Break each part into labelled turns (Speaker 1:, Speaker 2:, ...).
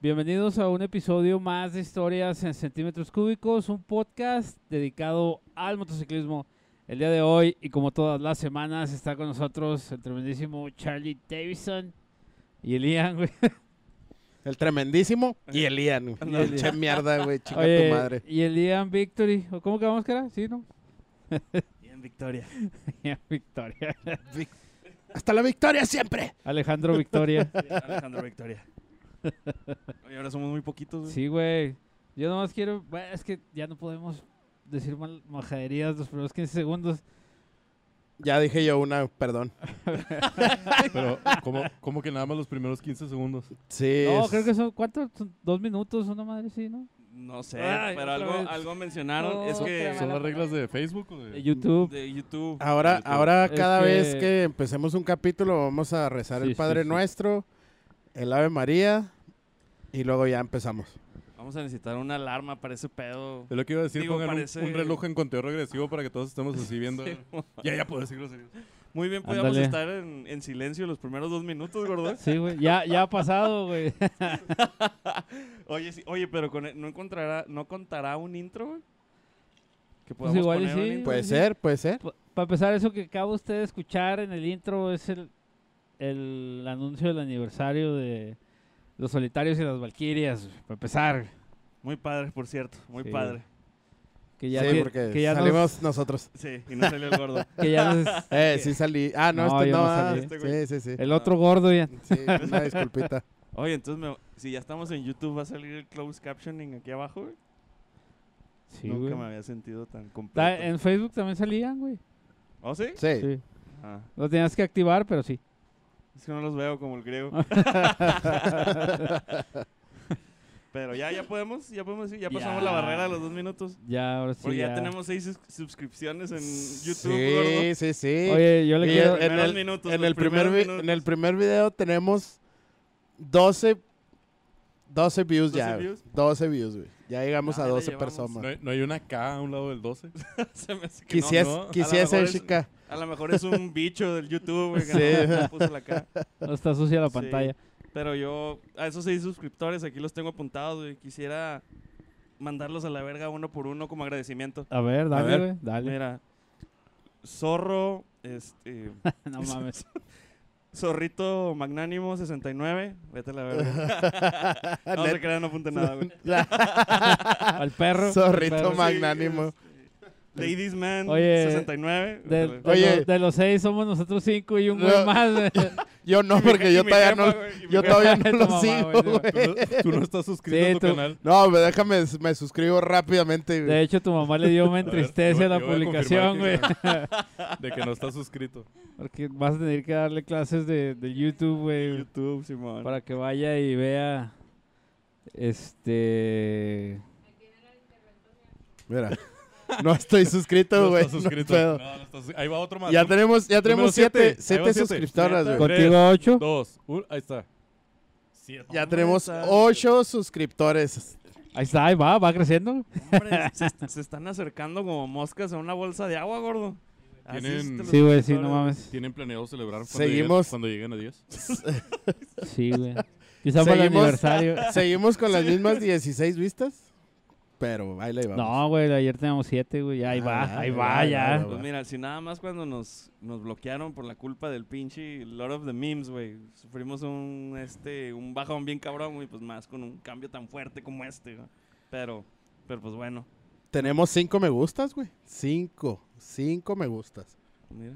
Speaker 1: Bienvenidos a un episodio más de Historias en Centímetros Cúbicos, un podcast dedicado al motociclismo. El día de hoy, y como todas las semanas, está con nosotros el tremendísimo Charlie Davison y el Ian, güey.
Speaker 2: El tremendísimo y el Ian. güey.
Speaker 1: No, el
Speaker 2: Che mierda, güey, chinga
Speaker 1: Oye,
Speaker 2: tu madre.
Speaker 1: Y el Ian Victory. ¿O ¿Cómo quedamos, cara? Sí, ¿no?
Speaker 3: Bien, Victoria.
Speaker 1: Ian Victoria.
Speaker 2: Hasta la victoria siempre.
Speaker 1: Alejandro Victoria.
Speaker 3: Alejandro Victoria. Oye, ahora somos muy poquitos, güey.
Speaker 1: Sí, güey. Yo nomás quiero. bueno, es que ya no podemos decir mal majaderías los primeros 15 segundos.
Speaker 2: Ya dije yo una, perdón.
Speaker 4: Pero, ¿cómo, cómo que nada más los primeros 15 segundos?
Speaker 2: Sí.
Speaker 1: No,
Speaker 2: es-
Speaker 1: creo que son. ¿Cuántos? Son ¿Dos minutos? ¿Una madre? Sí, ¿no?
Speaker 3: No sé,
Speaker 1: Ay,
Speaker 3: pero
Speaker 1: otra
Speaker 3: algo,
Speaker 1: vez.
Speaker 3: algo mencionaron.
Speaker 1: No,
Speaker 3: es que
Speaker 4: ¿Son las reglas de Facebook o
Speaker 1: De
Speaker 4: de...?
Speaker 1: YouTube.
Speaker 3: de YouTube.
Speaker 1: Ah.
Speaker 2: Ahora, ahora
Speaker 1: Es
Speaker 2: cada
Speaker 1: que-
Speaker 2: vez que empecemos un capítulo vamos a rezar
Speaker 1: Sí,
Speaker 2: el
Speaker 1: sí,
Speaker 2: Padre
Speaker 1: sí.
Speaker 2: Nuestro, el Ave María y luego ya empezamos.
Speaker 3: Vamos a necesitar una alarma para ese pedo.
Speaker 4: Es lo que iba a decir,
Speaker 3: Digo,
Speaker 4: pongan un-
Speaker 3: parece-
Speaker 4: un, reloj en conteo regresivo para que todos estemos así viendo.
Speaker 3: Sí, mo-
Speaker 4: Ya, ya puedo decirlo serio.
Speaker 3: Muy bien, podíamos
Speaker 1: Ándale.
Speaker 3: estar en, en silencio los primeros dos minutos, gordo.
Speaker 1: Sí, güey. Ya, ya ha pasado, güey.
Speaker 3: Oye, sí, oye, pero con el- no encontrará, no contará un intro, güey. Que podamos
Speaker 1: Pues igual y
Speaker 3: poner un
Speaker 1: sí,
Speaker 3: intro.
Speaker 1: güey.
Speaker 2: Puede
Speaker 1: sí.
Speaker 2: ser, puede ser.
Speaker 1: Para empezar, eso que acaba usted de escuchar en el intro es el, el anuncio del aniversario de Los Solitarios y las Valquirias. Para empezar,
Speaker 3: Muy padre, por cierto. Muy
Speaker 1: Sí.
Speaker 3: padre.
Speaker 1: que ya,
Speaker 2: sí,
Speaker 1: que-
Speaker 2: porque
Speaker 1: que ya nos-
Speaker 2: salimos nosotros.
Speaker 3: Sí, y no salió el gordo.
Speaker 1: que ya nos-
Speaker 2: Eh, sí salí. Ah, no,
Speaker 1: No,
Speaker 2: este
Speaker 1: yo
Speaker 2: no.
Speaker 1: no
Speaker 2: ah,
Speaker 1: salí.
Speaker 3: Este güey.
Speaker 2: sí, sí, sí.
Speaker 1: el otro gordo ya.
Speaker 2: Sí, una disculpita.
Speaker 3: Oye, entonces, me- si ya estamos en YouTube, ¿va a salir el closed captioning aquí abajo, güey?
Speaker 1: Sí,
Speaker 3: Nunca
Speaker 1: güey.
Speaker 3: me había sentido
Speaker 2: Ah,
Speaker 3: tan completo.
Speaker 1: Ta- En Facebook también salían, güey.
Speaker 3: ¿Oh, sí?
Speaker 2: Sí.
Speaker 1: Sí.
Speaker 3: Ah,
Speaker 1: Lo tenías que activar, pero sí.
Speaker 3: es que no los veo como el griego. Pero ya, ya podemos, ya podemos decir, ya pasamos
Speaker 1: Ya.
Speaker 3: la barrera de los dos minutos.
Speaker 1: Ya, ahora sí.
Speaker 3: Porque ya, tenemos seis sus- suscripciones en YouTube, gordo.
Speaker 2: Sí, sí, sí.
Speaker 1: Oye, yo le
Speaker 2: Y
Speaker 1: quiero.
Speaker 2: en- en
Speaker 3: primeros
Speaker 2: el,
Speaker 3: minutos,
Speaker 2: en
Speaker 3: los
Speaker 2: el primer
Speaker 3: primeros
Speaker 2: vi-
Speaker 3: minutos.
Speaker 2: en el primer video tenemos 12 12 views
Speaker 3: 12
Speaker 2: ya. güey.
Speaker 3: views.
Speaker 2: 12 views, güey. Ya llegamos
Speaker 3: Ah,
Speaker 2: a
Speaker 3: ya
Speaker 2: 12
Speaker 3: llevamos.
Speaker 2: personas.
Speaker 4: ¿No hay, no hay una K a un lado del 12?
Speaker 3: Se me hace que no,
Speaker 2: Quisies-
Speaker 4: no, a lo
Speaker 2: quisiera
Speaker 3: mejor
Speaker 2: ser
Speaker 3: es-
Speaker 2: chica.
Speaker 3: A lo mejor es un bicho del YouTube, güey, que
Speaker 2: Sí.
Speaker 3: no- no puso la cara.
Speaker 1: No está sucia la
Speaker 3: Sí.
Speaker 1: pantalla.
Speaker 3: Pero yo, a esos seis suscriptores aquí los tengo apuntados, güey. Quisiera mandarlos a la verga uno por uno como agradecimiento.
Speaker 1: A ver, dale,
Speaker 2: ver.
Speaker 1: güey. Dale.
Speaker 3: Mira, Zorro, este...
Speaker 1: No mames.
Speaker 3: Zorrito Magnánimo 69. Vete a la verga. no se crean, no apunte nada, güey.
Speaker 1: Al perro. al
Speaker 2: Zorrito
Speaker 1: perro.
Speaker 2: ma- Magnánimo.
Speaker 3: Ladies Man
Speaker 1: Oye,
Speaker 3: 69.
Speaker 1: De,
Speaker 3: Vete a
Speaker 1: de
Speaker 3: la-
Speaker 2: Oye.
Speaker 1: los, de los seis somos nosotros cinco y un
Speaker 2: No.
Speaker 1: güey más. güey.
Speaker 2: Yo no,
Speaker 3: Y mi-
Speaker 2: porque
Speaker 3: y
Speaker 2: yo
Speaker 3: mi
Speaker 2: todavía
Speaker 3: jefa,
Speaker 2: no,
Speaker 3: güey, y mi
Speaker 2: yo
Speaker 3: jefa.
Speaker 2: todavía no
Speaker 1: Tu
Speaker 2: lo
Speaker 1: mamá,
Speaker 2: sigo,
Speaker 1: güey, no.
Speaker 2: güey.
Speaker 4: Tú, no- tú no estás suscrito
Speaker 1: Sí,
Speaker 4: a tu
Speaker 1: tú-
Speaker 4: canal.
Speaker 2: No, güey, déjame, me suscribo rápidamente, güey.
Speaker 1: De hecho, tu mamá le dio me
Speaker 4: ver,
Speaker 1: entristece
Speaker 4: yo-
Speaker 1: la
Speaker 4: yo voy a confirmar
Speaker 1: publicación, güey.
Speaker 4: De que no estás suscrito.
Speaker 1: Porque vas a tener que darle clases de, de YouTube, güey.
Speaker 3: YouTube, Simón.
Speaker 1: Para que vaya y vea. Este.
Speaker 2: Mira. No estoy suscrito,
Speaker 4: No
Speaker 2: güey.
Speaker 4: estás
Speaker 2: no
Speaker 4: suscrito.
Speaker 2: puedo.
Speaker 4: No, no estás sus- Ahí va otro más.
Speaker 2: Ya tenemos, ya
Speaker 4: Número
Speaker 2: tenemos
Speaker 4: siete.
Speaker 2: siete,
Speaker 4: Ahí
Speaker 2: siete
Speaker 4: va siete.
Speaker 2: suscriptoras,
Speaker 3: Neta.
Speaker 2: güey.
Speaker 1: Contigo ocho.
Speaker 4: Dos. Un- ahí está.
Speaker 2: Ya tenemos
Speaker 3: está.
Speaker 2: ocho suscriptores.
Speaker 1: Ahí está, ahí va, va creciendo.
Speaker 3: Hombre, se, est- se están acercando como moscas a una bolsa de agua, gordo. Así
Speaker 4: Tienen-
Speaker 3: se te los
Speaker 1: Sí, güey, sí, no
Speaker 3: suscriptores.
Speaker 1: mames.
Speaker 4: ¿Tienen planeado celebrar cuando,
Speaker 2: Seguimos.
Speaker 4: lleguen, cuando lleguen a 10?
Speaker 1: Sí, güey. Quizá para el
Speaker 2: Seguimos.
Speaker 1: aniversario.
Speaker 2: Seguimos con las mismas 16 vistas, pero ahí la íbamos.
Speaker 1: No, güey, ayer teníamos siete, güey. Ahí
Speaker 2: Ah,
Speaker 1: va, ahí
Speaker 2: ahí
Speaker 1: va,
Speaker 2: va, ahí
Speaker 1: ya.
Speaker 2: va.
Speaker 3: Pues mira, si nada más cuando nos, nos bloquearon por la culpa del pinche Lord of the Memes, güey. Sufrimos un, este, un bajón bien cabrón, güey, pues más con un cambio tan fuerte como este, güey. Pero, pero pues bueno,
Speaker 2: Tenemos cinco me gustas, güey. Cinco. Cinco me gustas.
Speaker 3: mira.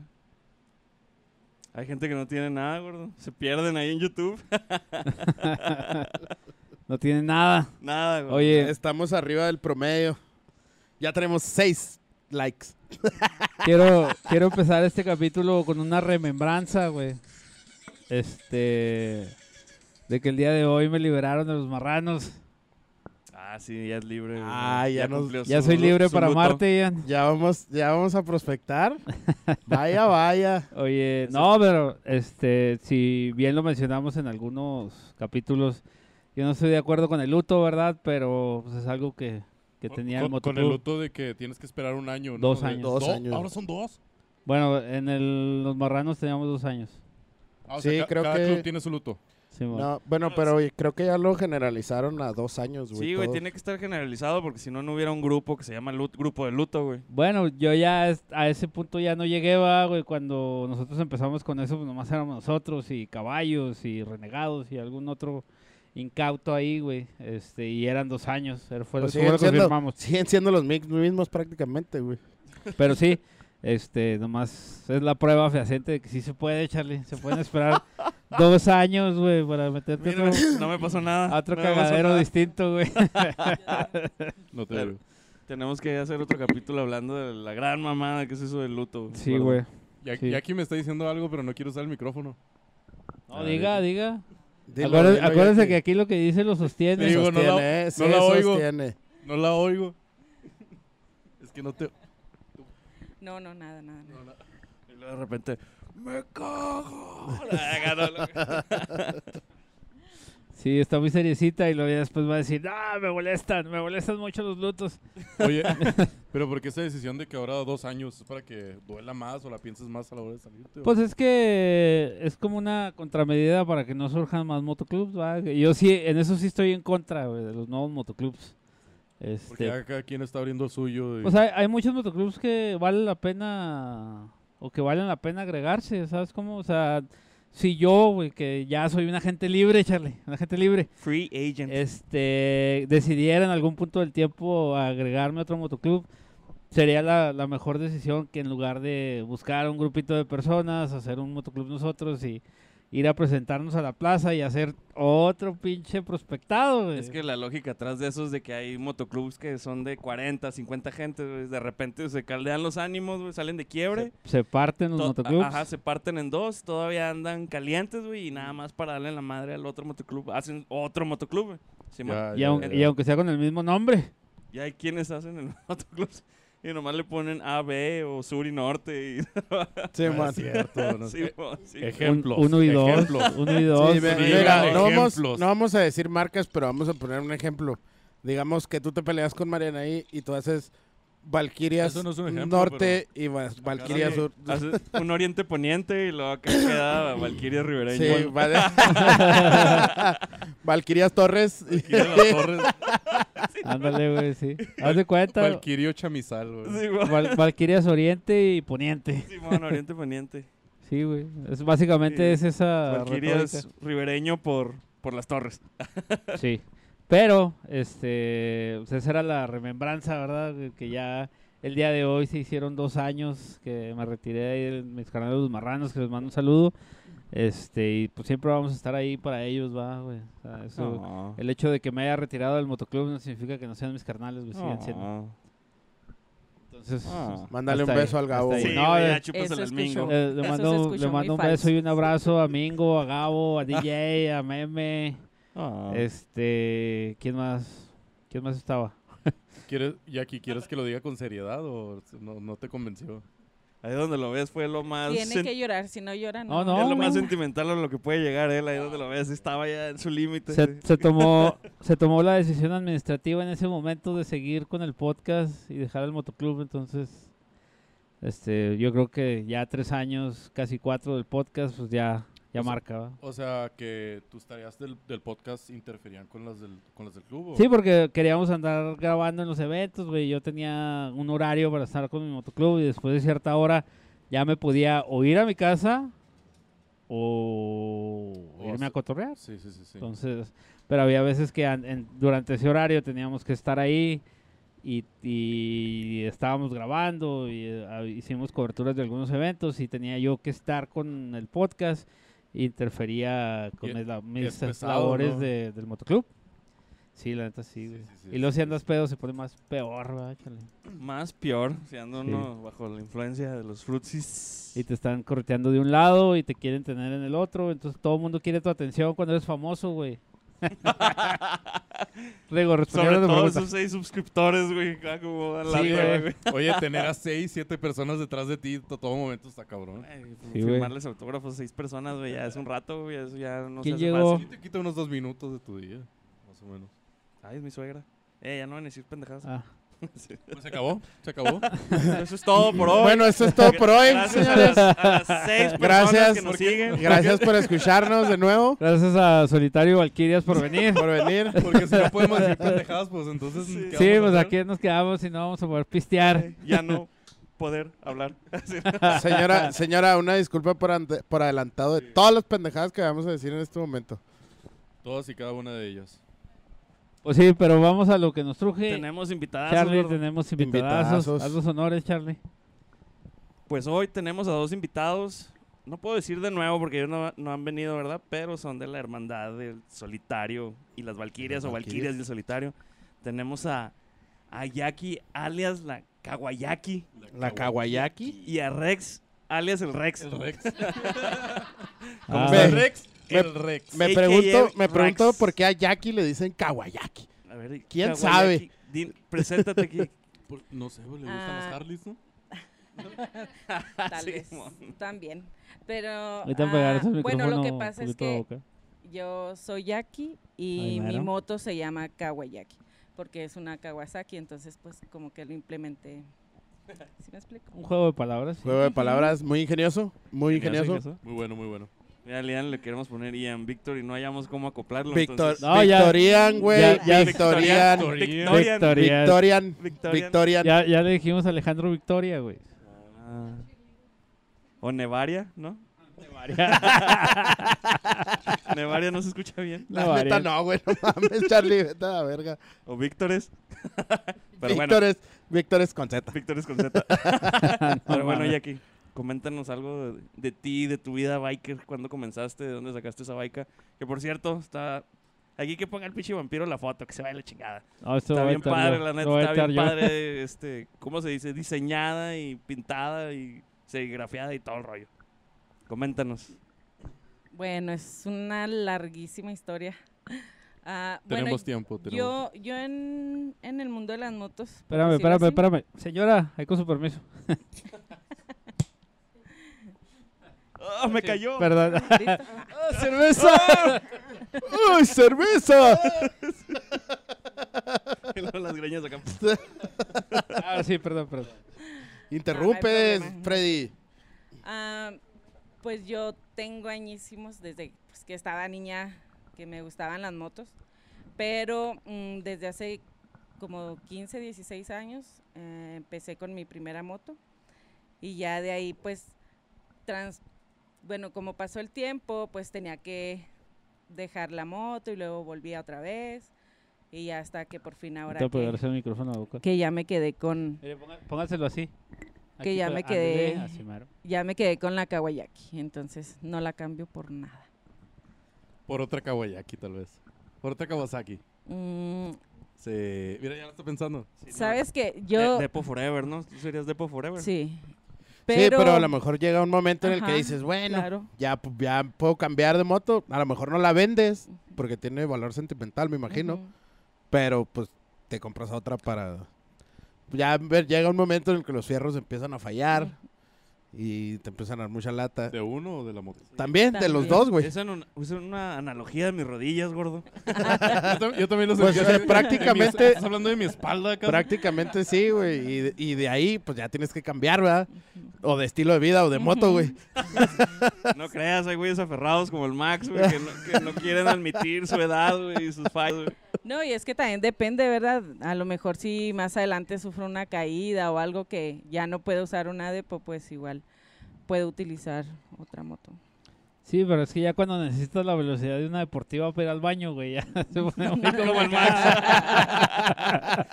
Speaker 3: Hay gente que no tiene nada, gordo. Se pierden ahí en YouTube.
Speaker 1: No tiene nada.
Speaker 3: nada, güey.
Speaker 1: Oye,
Speaker 2: Estamos arriba del promedio. Ya tenemos seis likes.
Speaker 1: quiero, quiero empezar este capítulo con una remembranza, güey. Este. De que el día de hoy me liberaron de los marranos.
Speaker 3: Ah, sí, ya es libre, güey.
Speaker 2: Ah, ya nos-
Speaker 3: cumplió
Speaker 1: Ya
Speaker 3: su
Speaker 1: soy
Speaker 3: lu-
Speaker 1: libre
Speaker 3: su
Speaker 1: para
Speaker 3: luto.
Speaker 1: Marte, Ian.
Speaker 2: Ya vamos, ya vamos a prospectar. Vaya, vaya.
Speaker 1: Oye,
Speaker 3: Eso-
Speaker 1: no, pero este, si bien lo mencionamos en algunos capítulos, yo no estoy de acuerdo con el luto, ¿verdad? Pero pues, es algo que, que
Speaker 4: Con-
Speaker 1: tenía el
Speaker 4: con, con el
Speaker 1: motoclub.
Speaker 4: luto de que tienes que esperar un año, ¿no?
Speaker 1: Dos
Speaker 4: De-
Speaker 1: años.
Speaker 2: Dos
Speaker 4: ¿Do-
Speaker 2: años.
Speaker 4: ¿Ahora son dos?
Speaker 1: Bueno, en el- los marranos teníamos dos años.
Speaker 4: Ah, o
Speaker 2: Sí,
Speaker 4: sea, ca-
Speaker 2: creo
Speaker 4: cada
Speaker 2: que-
Speaker 4: club tiene su luto.
Speaker 1: Simón.
Speaker 2: No, bueno, pero oye, creo que ya lo generalizaron a dos años, güey.
Speaker 3: Sí, güey,
Speaker 2: todo.
Speaker 3: tiene que estar generalizado porque si no, no hubiera un grupo que se llama lut- Grupo de Luto, güey.
Speaker 1: Bueno, yo ya es- a ese punto ya no llegué, va, güey. Cuando nosotros empezamos con eso, pues nomás éramos nosotros y caballos y renegados y algún otro incauto ahí, güey. Este, y eran dos años. era- Fue
Speaker 2: Pues
Speaker 1: fue
Speaker 2: siguen
Speaker 1: lo que
Speaker 2: siendo-
Speaker 1: firmamos.
Speaker 2: Siguen siendo los mi- mismos prácticamente, güey.
Speaker 1: Pero sí, este, nomás es la prueba fehaciente de que sí se puede, Charlie. Se pueden esperar dos años, güey, para meterte
Speaker 3: Mira,
Speaker 1: otro,
Speaker 3: no me pasó nada.
Speaker 1: a otro
Speaker 3: no me pasó
Speaker 1: cagadero
Speaker 3: nada.
Speaker 1: distinto, güey.
Speaker 4: No te
Speaker 3: Claro.
Speaker 4: digo.
Speaker 3: Tenemos que hacer otro capítulo hablando de la gran mamada que es eso del luto. güey.
Speaker 1: Sí,
Speaker 3: Perdón.
Speaker 1: güey.
Speaker 4: Ya-
Speaker 1: Sí.
Speaker 4: ya aquí me está diciendo algo, pero no quiero usar el micrófono.
Speaker 1: No,
Speaker 4: Ah,
Speaker 1: diga,
Speaker 4: de-
Speaker 1: diga.
Speaker 2: Dilo,
Speaker 1: Acuérdense,
Speaker 2: dilo ya
Speaker 1: acuérdense que aquí lo que dice lo sostiene.
Speaker 4: Digo, no la-
Speaker 2: sostiene, eh, sí,
Speaker 4: no la oigo.
Speaker 2: sostiene.
Speaker 4: No la oigo. Es que no te.
Speaker 5: No, no, nada, nada. nada.
Speaker 3: Y luego de repente, ¡me cago! Ah, ganó la-
Speaker 1: Sí, está muy seriecita y luego ya después va a decir, ah, me molestan, me molestan mucho los lutos.
Speaker 4: Oye, pero ¿por qué esa decisión de que ahora dos años es para que duela más o la pienses más a la hora de salirte? o-
Speaker 1: Pues es que es como una contramedida para que no surjan más motoclubs, ¿va? Yo sí, en eso sí estoy en contra, güey, de los nuevos motoclubs.
Speaker 4: Porque
Speaker 1: Este, Pues,
Speaker 4: ya cada quien está abriendo el suyo. y-
Speaker 1: O sea, hay muchos motoclubs que vale la pena o que valen la pena agregarse, ¿sabes cómo? O sea, si yo, güey, que ya soy una gente libre, Charlie, una gente libre,
Speaker 3: Free agent.
Speaker 1: este, decidiera en algún punto del tiempo agregarme a otro motoclub, sería la, la mejor decisión que en lugar de buscar un grupito de personas, hacer un motoclub nosotros y ir a presentarnos a la plaza y hacer otro pinche prospectado, güey.
Speaker 3: Es que la lógica atrás de eso es de que hay motoclubs que son de 40, 50 gente, güey, de repente se caldean los ánimos, güey, salen de quiebre.
Speaker 1: se parten los
Speaker 3: To-
Speaker 1: motoclubs.
Speaker 3: Ajá, se parten en dos, todavía andan calientes, güey, y nada más para darle la madre al otro motoclub, hacen otro motoclub, güey. Sí, ma-
Speaker 4: Ya,
Speaker 1: y,
Speaker 4: ya,
Speaker 1: aun-
Speaker 4: ya.
Speaker 1: y aunque sea con el mismo nombre.
Speaker 3: Y hay quienes hacen el motoclub y nomás le ponen A, B o Sur y Norte. Y,
Speaker 2: Sí,
Speaker 4: No Ah, es
Speaker 2: man.
Speaker 4: cierto, no es-
Speaker 3: sí, mo- sí.
Speaker 4: Eje-
Speaker 1: Un-
Speaker 4: Ejemplos,
Speaker 1: uno y dos.
Speaker 4: ejemplos.
Speaker 1: Uno y dos.
Speaker 2: Sí, ve-
Speaker 4: sí,
Speaker 2: mira,
Speaker 4: ya,
Speaker 2: no vamos,
Speaker 4: ejemplos.
Speaker 2: no vamos a decir marcas, pero vamos a poner un ejemplo. Digamos que tú te peleas con Mariana ahí y tú haces Valkyrias
Speaker 4: Eso no es un ejemplo, Ah,
Speaker 2: Norte y Val- Valkyria
Speaker 3: Sí,
Speaker 2: Sur.
Speaker 3: haces un Oriente Poniente y luego acá queda Valkyria Ribereña.
Speaker 2: Sí,
Speaker 3: Bueno,
Speaker 2: va- Valkyrias Torres.
Speaker 4: Valquirio de la Torre,
Speaker 1: Ándale, güey, sí. Haz de cuenta.
Speaker 4: Valquirio Chamizal, güey.
Speaker 3: sí, mo-
Speaker 1: Val- Valquirias Oriente y Poniente.
Speaker 3: sí, mon, Oriente Poniente.
Speaker 1: Sí, güey. Es, básicamente
Speaker 3: Sí.
Speaker 1: es esa.
Speaker 3: Valkyrias
Speaker 1: Ah, retórica.
Speaker 3: Ribereño por, por las torres.
Speaker 1: Sí. Pero, este. pues, esa era la remembranza, ¿verdad? Que- Que ya el día de hoy se hicieron dos años que me retiré de ahí de mis canales los marranos, que les mando un saludo. Este, y pues siempre vamos a estar ahí para ellos, va, güey. O sea, eso-
Speaker 3: No.
Speaker 1: El hecho de que me haya retirado del motoclub no significa que no sean mis carnales, güey, siguen siendo.
Speaker 3: No.
Speaker 1: Entonces,
Speaker 3: Ah.
Speaker 2: Mándale
Speaker 1: hasta
Speaker 2: un
Speaker 1: ahí,
Speaker 2: beso al Gabo.
Speaker 1: hasta ahí.
Speaker 3: Sí,
Speaker 2: güey.
Speaker 1: No,
Speaker 3: güey,
Speaker 1: eh,
Speaker 3: ya chupas
Speaker 5: eso
Speaker 3: el
Speaker 5: escuchó.
Speaker 3: mingo.
Speaker 1: le, le
Speaker 5: Eso se
Speaker 1: mando,
Speaker 5: escuchó
Speaker 1: le
Speaker 5: muy
Speaker 1: mando un
Speaker 5: falso.
Speaker 1: beso y un abrazo a Mingo, a Gabo, a DJ, a Meme.
Speaker 3: Ah.
Speaker 1: Este, ¿quién más? ¿Quién más estaba?
Speaker 4: ¿Quieres, Jackie, ¿quieres que lo diga con seriedad o no, no te convenció?
Speaker 3: Ahí donde lo ves fue lo más.
Speaker 5: Tiene
Speaker 3: sen-
Speaker 5: que llorar, si no llora,
Speaker 1: No,
Speaker 5: no.
Speaker 1: no.
Speaker 3: es lo más sentimental a lo que puede llegar él. Ahí donde lo ves estaba ya en su límite.
Speaker 1: Se, se tomó, se tomó la decisión administrativa en ese momento de seguir con el podcast y dejar el motoclub, entonces este, yo creo que ya tres años, casi cuatro del podcast, pues ya, ya
Speaker 4: O sea,
Speaker 1: marca. ¿va?
Speaker 4: O sea, que tus tareas del, del podcast interferían con las del, con las del club. ¿o?
Speaker 1: Sí, porque queríamos andar grabando en los eventos, güey. Yo tenía un horario para estar con mi motoclub y después de cierta hora ya me podía o ir a mi casa o
Speaker 4: O
Speaker 1: irme a
Speaker 4: hacer-
Speaker 1: cotorrear.
Speaker 4: Sí, sí, sí. sí.
Speaker 1: Entonces, pero había veces que an- en- durante ese horario teníamos que estar ahí y, y estábamos grabando y eh, ah, hicimos coberturas de algunos eventos y tenía yo que estar con el podcast. Interfería con
Speaker 4: Y-
Speaker 1: mis, la-
Speaker 4: y
Speaker 1: mis
Speaker 4: es pesado,
Speaker 1: labores
Speaker 4: ¿no?
Speaker 1: de- del motoclub. Sí, la neta sí.
Speaker 4: Sí,
Speaker 1: güey.
Speaker 4: sí, sí,
Speaker 1: y luego
Speaker 4: sí,
Speaker 1: si
Speaker 4: sí,
Speaker 1: andas pedo se pone más peor, ¿verdad, chale?
Speaker 3: Más peor, si anda
Speaker 1: Sí.
Speaker 3: uno bajo la influencia de los frutsis.
Speaker 1: Y te están correteando de un lado y te quieren tener en el otro. Entonces todo el mundo quiere tu atención cuando eres famoso, güey. Luego,
Speaker 3: Sobre
Speaker 1: respondiendo a tu
Speaker 3: todo
Speaker 1: pregunta.
Speaker 3: esos seis suscriptores, güey. acá como a la
Speaker 1: Sí,
Speaker 3: verga,
Speaker 1: güey.
Speaker 4: Oye, tener a seis, siete personas detrás de ti a todo momento está cabrón.
Speaker 3: Ay,
Speaker 1: Sí, güey.
Speaker 3: firmarles autógrafos a seis personas, güey, ya es un rato, güey, eso ya no se
Speaker 1: ¿Quién
Speaker 3: hace
Speaker 1: llegó?
Speaker 4: Sí
Speaker 3: fácil.
Speaker 4: te quita unos dos minutos de tu día, más o menos.
Speaker 3: Ay, es mi suegra. Eh, ya no van a decir pendejadas.
Speaker 1: Ah.
Speaker 4: Pues se acabó, se acabó.
Speaker 3: Eso es todo por hoy.
Speaker 2: Bueno, eso es todo por hoy,
Speaker 3: Gracias a
Speaker 2: señores.
Speaker 3: las, a las seis personas
Speaker 2: Gracias.
Speaker 3: que nos
Speaker 2: Porque-
Speaker 3: siguen.
Speaker 2: Gracias por escucharnos de nuevo,
Speaker 1: Gracias a Solitario y Valkyrias por venir.
Speaker 2: por venir.
Speaker 4: Porque si no podemos decir pendejadas, pues entonces.
Speaker 3: Sí.
Speaker 4: ¿qué
Speaker 1: Sí,
Speaker 4: vamos a
Speaker 1: pues
Speaker 4: hacer?
Speaker 1: aquí nos quedamos y no vamos a poder pistear.
Speaker 3: Ya no poder hablar.
Speaker 2: Señora, señora, una disculpa por, ante- por adelantado de todas las pendejadas que vamos a decir en este momento.
Speaker 4: Todas y cada una de ellas.
Speaker 1: Pues sí, pero vamos a lo que nos truje.
Speaker 3: Tenemos invitadas.
Speaker 1: Charlie, tenemos invitadazos.
Speaker 2: Invitadazos.
Speaker 1: Haz los honores, Charlie.
Speaker 3: Pues hoy tenemos a dos invitados. No puedo decir de nuevo porque ellos no, no han venido, ¿verdad? Pero son de la hermandad del solitario y las valquirias
Speaker 2: Las
Speaker 3: o
Speaker 2: Valquirias.
Speaker 3: valquirias del solitario. Tenemos a, a Jackie alias la Kawayaki
Speaker 2: La Kawayaki.
Speaker 3: y a Rex alias el Rex.
Speaker 4: El Rex.
Speaker 1: Ah,
Speaker 2: se
Speaker 4: el
Speaker 2: ve?
Speaker 4: Rex. El Rex.
Speaker 2: Me
Speaker 3: AKA
Speaker 2: pregunto, me
Speaker 3: Rax.
Speaker 2: pregunto por qué a Jackie le dicen Kawayaki.
Speaker 3: A ver,
Speaker 2: ¿Quién
Speaker 3: Kawayaki,
Speaker 2: sabe?
Speaker 3: di- preséntate aquí.
Speaker 4: Por- No sé, güey, le gustan las
Speaker 6: Ah.
Speaker 4: Harleys, ¿no?
Speaker 6: Tal
Speaker 3: Sí,
Speaker 6: vez.
Speaker 3: mon.
Speaker 6: También. Pero.
Speaker 1: Ahorita
Speaker 6: ah,
Speaker 1: apagar esos
Speaker 6: bueno, lo que
Speaker 1: micrófonos
Speaker 6: pasa es
Speaker 1: poquito de
Speaker 6: que
Speaker 1: boca.
Speaker 6: yo soy Yaki
Speaker 1: Ahí
Speaker 6: y mi
Speaker 1: mero.
Speaker 6: moto se llama Kawayaki. Porque es una Kawasaki, entonces, pues, como que lo implementé. ¿Sí me explico?
Speaker 1: Un juego de palabras. sí.
Speaker 2: Juego de palabras muy ingenioso, muy ingenioso.
Speaker 4: Muy bueno, muy bueno.
Speaker 3: Mira, al Ian le queremos poner Ian Víctor y no hallamos cómo acoplarlo.
Speaker 2: Víctor,
Speaker 3: entonces-
Speaker 1: No, ya-
Speaker 2: Victorian, güey.
Speaker 1: ya- ya-
Speaker 2: Victorian.
Speaker 4: Victorian.
Speaker 3: Victorian.
Speaker 1: Victorian.
Speaker 2: Victorian.
Speaker 3: Victorian.
Speaker 2: Victorian.
Speaker 1: Ya, ya le dijimos a Alejandro Victoria, güey.
Speaker 3: Ah. O Nevaria, ¿no? Nevaria no se escucha bien.
Speaker 2: La
Speaker 1: No,
Speaker 2: neta
Speaker 1: Ariel.
Speaker 2: no, güey. No mames, Charlie. Vete a la verga.
Speaker 3: O Víctores. Pero bueno,
Speaker 2: Víctores, Víctores con Z.
Speaker 3: Víctores con Z. Pero bueno,
Speaker 1: mames.
Speaker 3: Jackie, coméntanos algo de, de ti, de tu vida biker, cuándo comenzaste, de dónde sacaste esa bica. Que por cierto, está... Aquí que ponga el pinche vampiro la foto, que se vaya la chingada.
Speaker 1: No, esto voy
Speaker 3: Está
Speaker 1: a
Speaker 3: bien
Speaker 1: estar
Speaker 3: padre,
Speaker 1: yo.
Speaker 3: la
Speaker 1: Lo voy
Speaker 3: neta,
Speaker 1: a
Speaker 3: está
Speaker 1: estar
Speaker 3: bien
Speaker 1: yo.
Speaker 3: padre, este, ¿cómo se dice? Diseñada y pintada y serigrafiada y todo el rollo. Coméntanos.
Speaker 6: Bueno, es una larguísima historia. Ah, bueno,
Speaker 4: Tenemos tiempo. Tenemos.
Speaker 6: Yo, yo en, en el mundo de las motos. por
Speaker 1: Espérame,
Speaker 6: decirlo
Speaker 1: espérame,
Speaker 6: así,
Speaker 1: espérame. Señora, ahí con su permiso.
Speaker 3: ¡Ah, me cayó!
Speaker 1: Perdón.
Speaker 6: ahorita-
Speaker 1: ¡Cerveza!
Speaker 2: ¡Uy, cerveza!
Speaker 3: Y luego las greñas acá.
Speaker 1: Ah, sí, perdón, perdón.
Speaker 2: Interrumpes,
Speaker 6: No, no hay problema.
Speaker 2: Freddy.
Speaker 6: Ah, pues yo tengo añísimos desde pues, que estaba niña que me gustaban las motos, pero mm, desde hace como 15, 16 años eh, empecé con mi primera moto y ya de ahí pues, trans, bueno, como pasó el tiempo, pues tenía que dejar la moto y luego volvía otra vez y ya hasta que por fin ahora
Speaker 1: Te voy a
Speaker 6: que,
Speaker 1: pegarse el micrófono a la boca.
Speaker 6: que ya me quedé con,
Speaker 1: Mire, ponga- póngaselo así.
Speaker 6: Que
Speaker 1: Aquí
Speaker 6: ya
Speaker 1: para-
Speaker 6: me quedé.
Speaker 1: ándele, así mero.
Speaker 6: ya me quedé con la Kawasaki, entonces no la cambio por nada.
Speaker 4: Por otra Kawasaki, tal vez. Por otra Kawasaki.
Speaker 6: Mm,
Speaker 4: Se... Mira, ya lo está pensando.
Speaker 6: Sabes que
Speaker 3: De-
Speaker 6: yo
Speaker 3: Depo Forever, ¿no? Tú serías Depo Forever.
Speaker 6: sí,
Speaker 2: sí,
Speaker 6: pero,
Speaker 2: pero a lo mejor llega un momento en el que
Speaker 6: Ajá,
Speaker 2: dices, bueno,
Speaker 6: claro.
Speaker 2: ya, pu- ya puedo cambiar de moto. A lo mejor no la vendes porque tiene valor sentimental, me imagino.
Speaker 6: Ujú.
Speaker 2: Pero pues te compras otra para... Ya ver, llega un momento en el que los fierros empiezan a fallar y te empiezan a dar mucha lata.
Speaker 4: ¿De uno o de la moto?
Speaker 2: También, de los
Speaker 6: También.
Speaker 2: dos, güey.
Speaker 3: Usan una, usan una analogía de mis rodillas, gordo.
Speaker 4: yo, tam- yo también lo sé.
Speaker 2: Pues, o sea, prácticamente-
Speaker 4: Estás hablando de mi espalda acá.
Speaker 2: Prácticamente sí, güey. Y, de- y de ahí, pues ya tienes que cambiar, ¿verdad? O de estilo de vida o de moto, güey.
Speaker 3: No creas, hay güeyes aferrados como el Max, güey, que no, que no quieren admitir su edad, güey, y sus fallos. güey.
Speaker 6: No, y es que también depende, ¿verdad? A lo mejor si más adelante sufro una caída o algo que ya no puedo usar una depo, pues igual puedo utilizar otra moto.
Speaker 1: Sí, pero es que ya cuando necesitas la velocidad de una deportiva para ir al baño, güey, ya se pone muy
Speaker 3: Como
Speaker 1: complicado.
Speaker 3: el Max.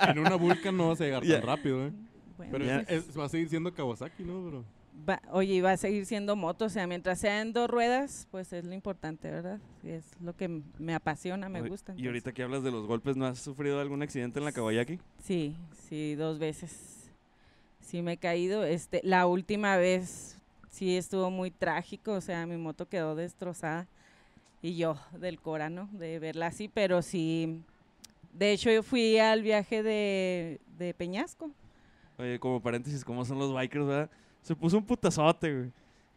Speaker 4: En una vulca no vas a llegar
Speaker 3: Ya.
Speaker 4: tan rápido, ¿eh?
Speaker 6: Bueno, pues,
Speaker 4: Pero
Speaker 3: Ya.
Speaker 4: es- es- va a seguir siendo Kawasaki, ¿no, bro?
Speaker 6: va- oye, y va a seguir siendo moto, o sea, mientras sea en dos ruedas, pues es lo importante, ¿verdad? Es lo que m- me apasiona, me gusta.
Speaker 3: Y
Speaker 6: entonces-
Speaker 3: ahorita que hablas de los golpes, ¿no has sufrido algún accidente en la Kawayaki?
Speaker 6: Sí, sí, dos veces. Sí me he caído. Este, la última vez sí estuvo muy trágico, o sea, mi moto quedó destrozada y yo del corano de verla así, pero sí. De hecho, yo fui al viaje de, de Peñasco.
Speaker 3: Oye, como paréntesis, ¿cómo son los bikers, verdad? Se puso un putazote,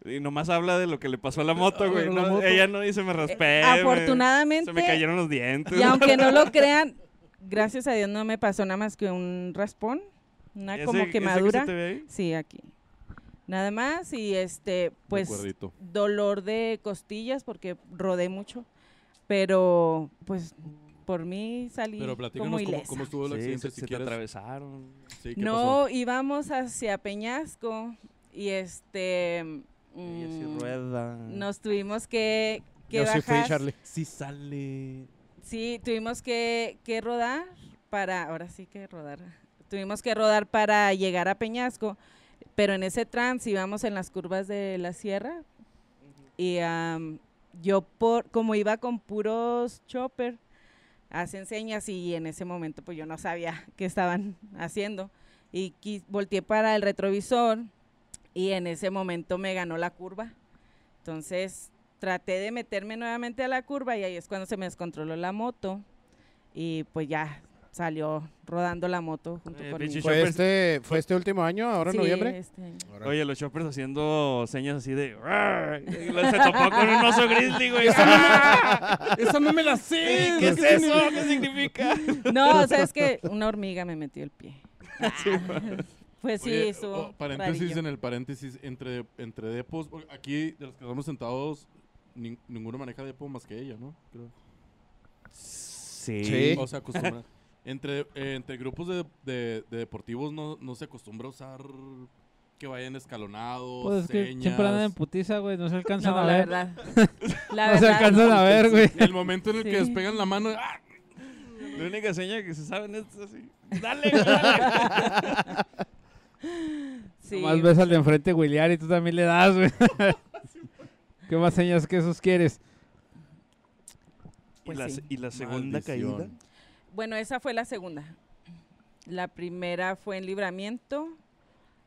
Speaker 3: güey. Y nomás habla de lo que le pasó
Speaker 6: Ah,
Speaker 3: a la moto, güey.
Speaker 4: la
Speaker 3: No,
Speaker 4: moto.
Speaker 3: Ella no dice, me raspé,
Speaker 6: Eh,
Speaker 3: güey,
Speaker 6: afortunadamente,
Speaker 3: Se me cayeron los dientes.
Speaker 6: y aunque no lo crean, gracias a Dios no me pasó nada más que un raspón, una
Speaker 3: Ese-
Speaker 6: como
Speaker 3: ese
Speaker 6: quemadura.
Speaker 3: se te ve ahí,
Speaker 6: Sí, aquí. Nada más y este, pues
Speaker 4: cuerdito.
Speaker 6: dolor de costillas porque rodé mucho, pero pues por mí salí
Speaker 4: Pero
Speaker 6: como
Speaker 4: platícanos cómo,
Speaker 6: ilesa.
Speaker 4: cómo estuvo el
Speaker 3: sí,
Speaker 4: accidente,
Speaker 3: se,
Speaker 4: si
Speaker 3: se te
Speaker 4: quieres.
Speaker 3: atravesaron.
Speaker 4: Sí, ¿qué
Speaker 6: no, íbamos hacia Peñasco y este
Speaker 3: Y así
Speaker 6: mm,
Speaker 3: rueda.
Speaker 6: nos tuvimos que, que
Speaker 2: Yo sí fui,
Speaker 6: bajar.
Speaker 2: Charlie.
Speaker 3: Sí sale.
Speaker 6: Sí, tuvimos que, que rodar para, ahora sí que rodar, tuvimos que rodar para llegar a Peñasco, pero en ese trans íbamos en las curvas de la sierra y am, yo por, como iba con puros chopper, hacen señas y en ese momento pues yo no sabía qué estaban haciendo y qui- volteé para el retrovisor y en ese momento me ganó la curva. Entonces traté de meterme nuevamente a la curva y ahí es cuando se me descontroló la moto y pues ya salió rodando la moto junto
Speaker 3: Eh,
Speaker 6: con
Speaker 3: pinche
Speaker 6: mi-
Speaker 2: ¿Fue este, ¿Fue este último año, ahora en
Speaker 6: Sí,
Speaker 2: noviembre?
Speaker 6: este año.
Speaker 2: Órale.
Speaker 3: Oye, los choppers haciendo señas así de. "Rar", y luego Se topó con un oso grizzly, güey. ¡Ah!
Speaker 4: Eso no me la sé.
Speaker 3: ¿Qué es eso? ¿Qué significa?
Speaker 6: No, sabes que una hormiga me metió el pie. Ah, pues sí,
Speaker 4: Oye,
Speaker 6: estuvo
Speaker 4: oh, paréntesis
Speaker 6: rarillo.
Speaker 4: en el paréntesis, entre, entre depos, porque aquí de los que estamos sentados, nin- ninguno maneja depo más que ella, ¿no? Creo.
Speaker 3: Sí.
Speaker 2: Sí.
Speaker 4: O sea, acostumbra. entre, eh, entre grupos de, de- de deportivos no, no se acostumbra a usar que vayan escalonados,
Speaker 1: Pues es que
Speaker 4: señas.
Speaker 1: siempre andan en putiza, güey. No se alcanzan
Speaker 6: No,
Speaker 1: a
Speaker 6: la
Speaker 1: ver.
Speaker 6: verdad. La
Speaker 1: no se
Speaker 6: verdad.
Speaker 1: alcanzan a ver, güey.
Speaker 4: El momento en el que
Speaker 6: Sí.
Speaker 4: despegan la mano, ¡ah!
Speaker 3: La única seña que se saben es así. Dale, güey, dale.
Speaker 6: sí.
Speaker 1: Más ves al de enfrente William y tú también le das, güey. ¿Qué más señas que esos quieres?
Speaker 3: y,
Speaker 6: Pues
Speaker 3: la,
Speaker 6: sí.
Speaker 3: y la segunda
Speaker 4: Maldición.
Speaker 3: caída.
Speaker 6: Bueno, esa fue la segunda. La primera fue en libramiento.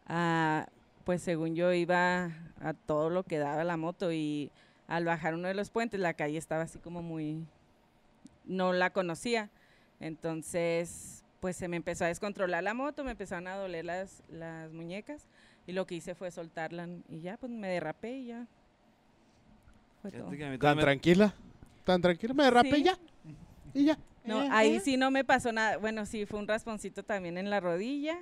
Speaker 6: Ah, pues según yo iba a todo lo que daba la moto y al bajar uno de los puentes la calle estaba así como muy... No la conocía. Entonces, pues se me empezó a descontrolar la moto, me empezaron a doler las, las muñecas y lo que hice fue soltarla y ya, pues me derrapé y ya. Fue todo.
Speaker 3: Fíjate que a mí
Speaker 2: Tan
Speaker 3: también me-
Speaker 2: tranquila. Tan tranquila. Me derrapé
Speaker 6: Sí.
Speaker 2: y ya. Y ya.
Speaker 6: No,
Speaker 2: Eh,
Speaker 6: ahí
Speaker 2: eh.
Speaker 6: sí no me pasó nada. Bueno, sí, fue un rasponcito también en la rodilla.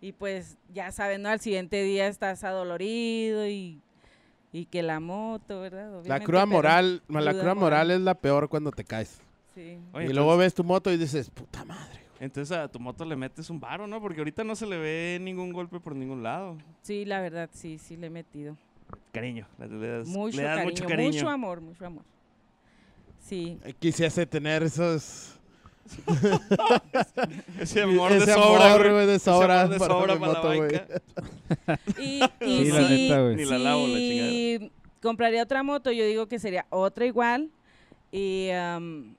Speaker 6: Y pues ya saben, ¿no? Al siguiente día estás adolorido y, y que la moto, ¿verdad?
Speaker 2: La
Speaker 6: Obviamente,
Speaker 2: cruda
Speaker 6: pero-
Speaker 2: moral, ma, la
Speaker 6: cruda
Speaker 2: cruda
Speaker 6: moral.
Speaker 2: moral es la peor cuando te caes.
Speaker 6: Sí.
Speaker 3: Oye,
Speaker 2: y
Speaker 3: entonces-
Speaker 2: luego ves tu moto y dices, puta madre.
Speaker 3: Entonces a tu moto le metes un varo, ¿no? Porque ahorita no se le ve ningún golpe por ningún lado.
Speaker 6: Sí, la verdad, sí, sí le he metido.
Speaker 3: Cariño. Le, le das,
Speaker 6: Mucho
Speaker 3: Pues, le das
Speaker 6: cariño,
Speaker 3: mucho cariño.
Speaker 6: mucho amor, mucho amor. Sí,
Speaker 2: Eh, Quisiese tener esos...
Speaker 3: Ese amor de
Speaker 2: ese
Speaker 3: sobra,
Speaker 2: amor,
Speaker 3: güey.
Speaker 2: güey, de
Speaker 3: Ese amor
Speaker 2: sobra
Speaker 3: de
Speaker 2: para
Speaker 3: sobra
Speaker 2: mi
Speaker 3: para la
Speaker 2: moto, güey.
Speaker 3: banca.
Speaker 6: Y,
Speaker 1: Sí,
Speaker 6: y
Speaker 1: la
Speaker 6: sí,
Speaker 1: neta, güey.
Speaker 3: Ni la lavo, la chingada.
Speaker 6: sí, compraría otra moto, yo digo que sería otra igual. Y am,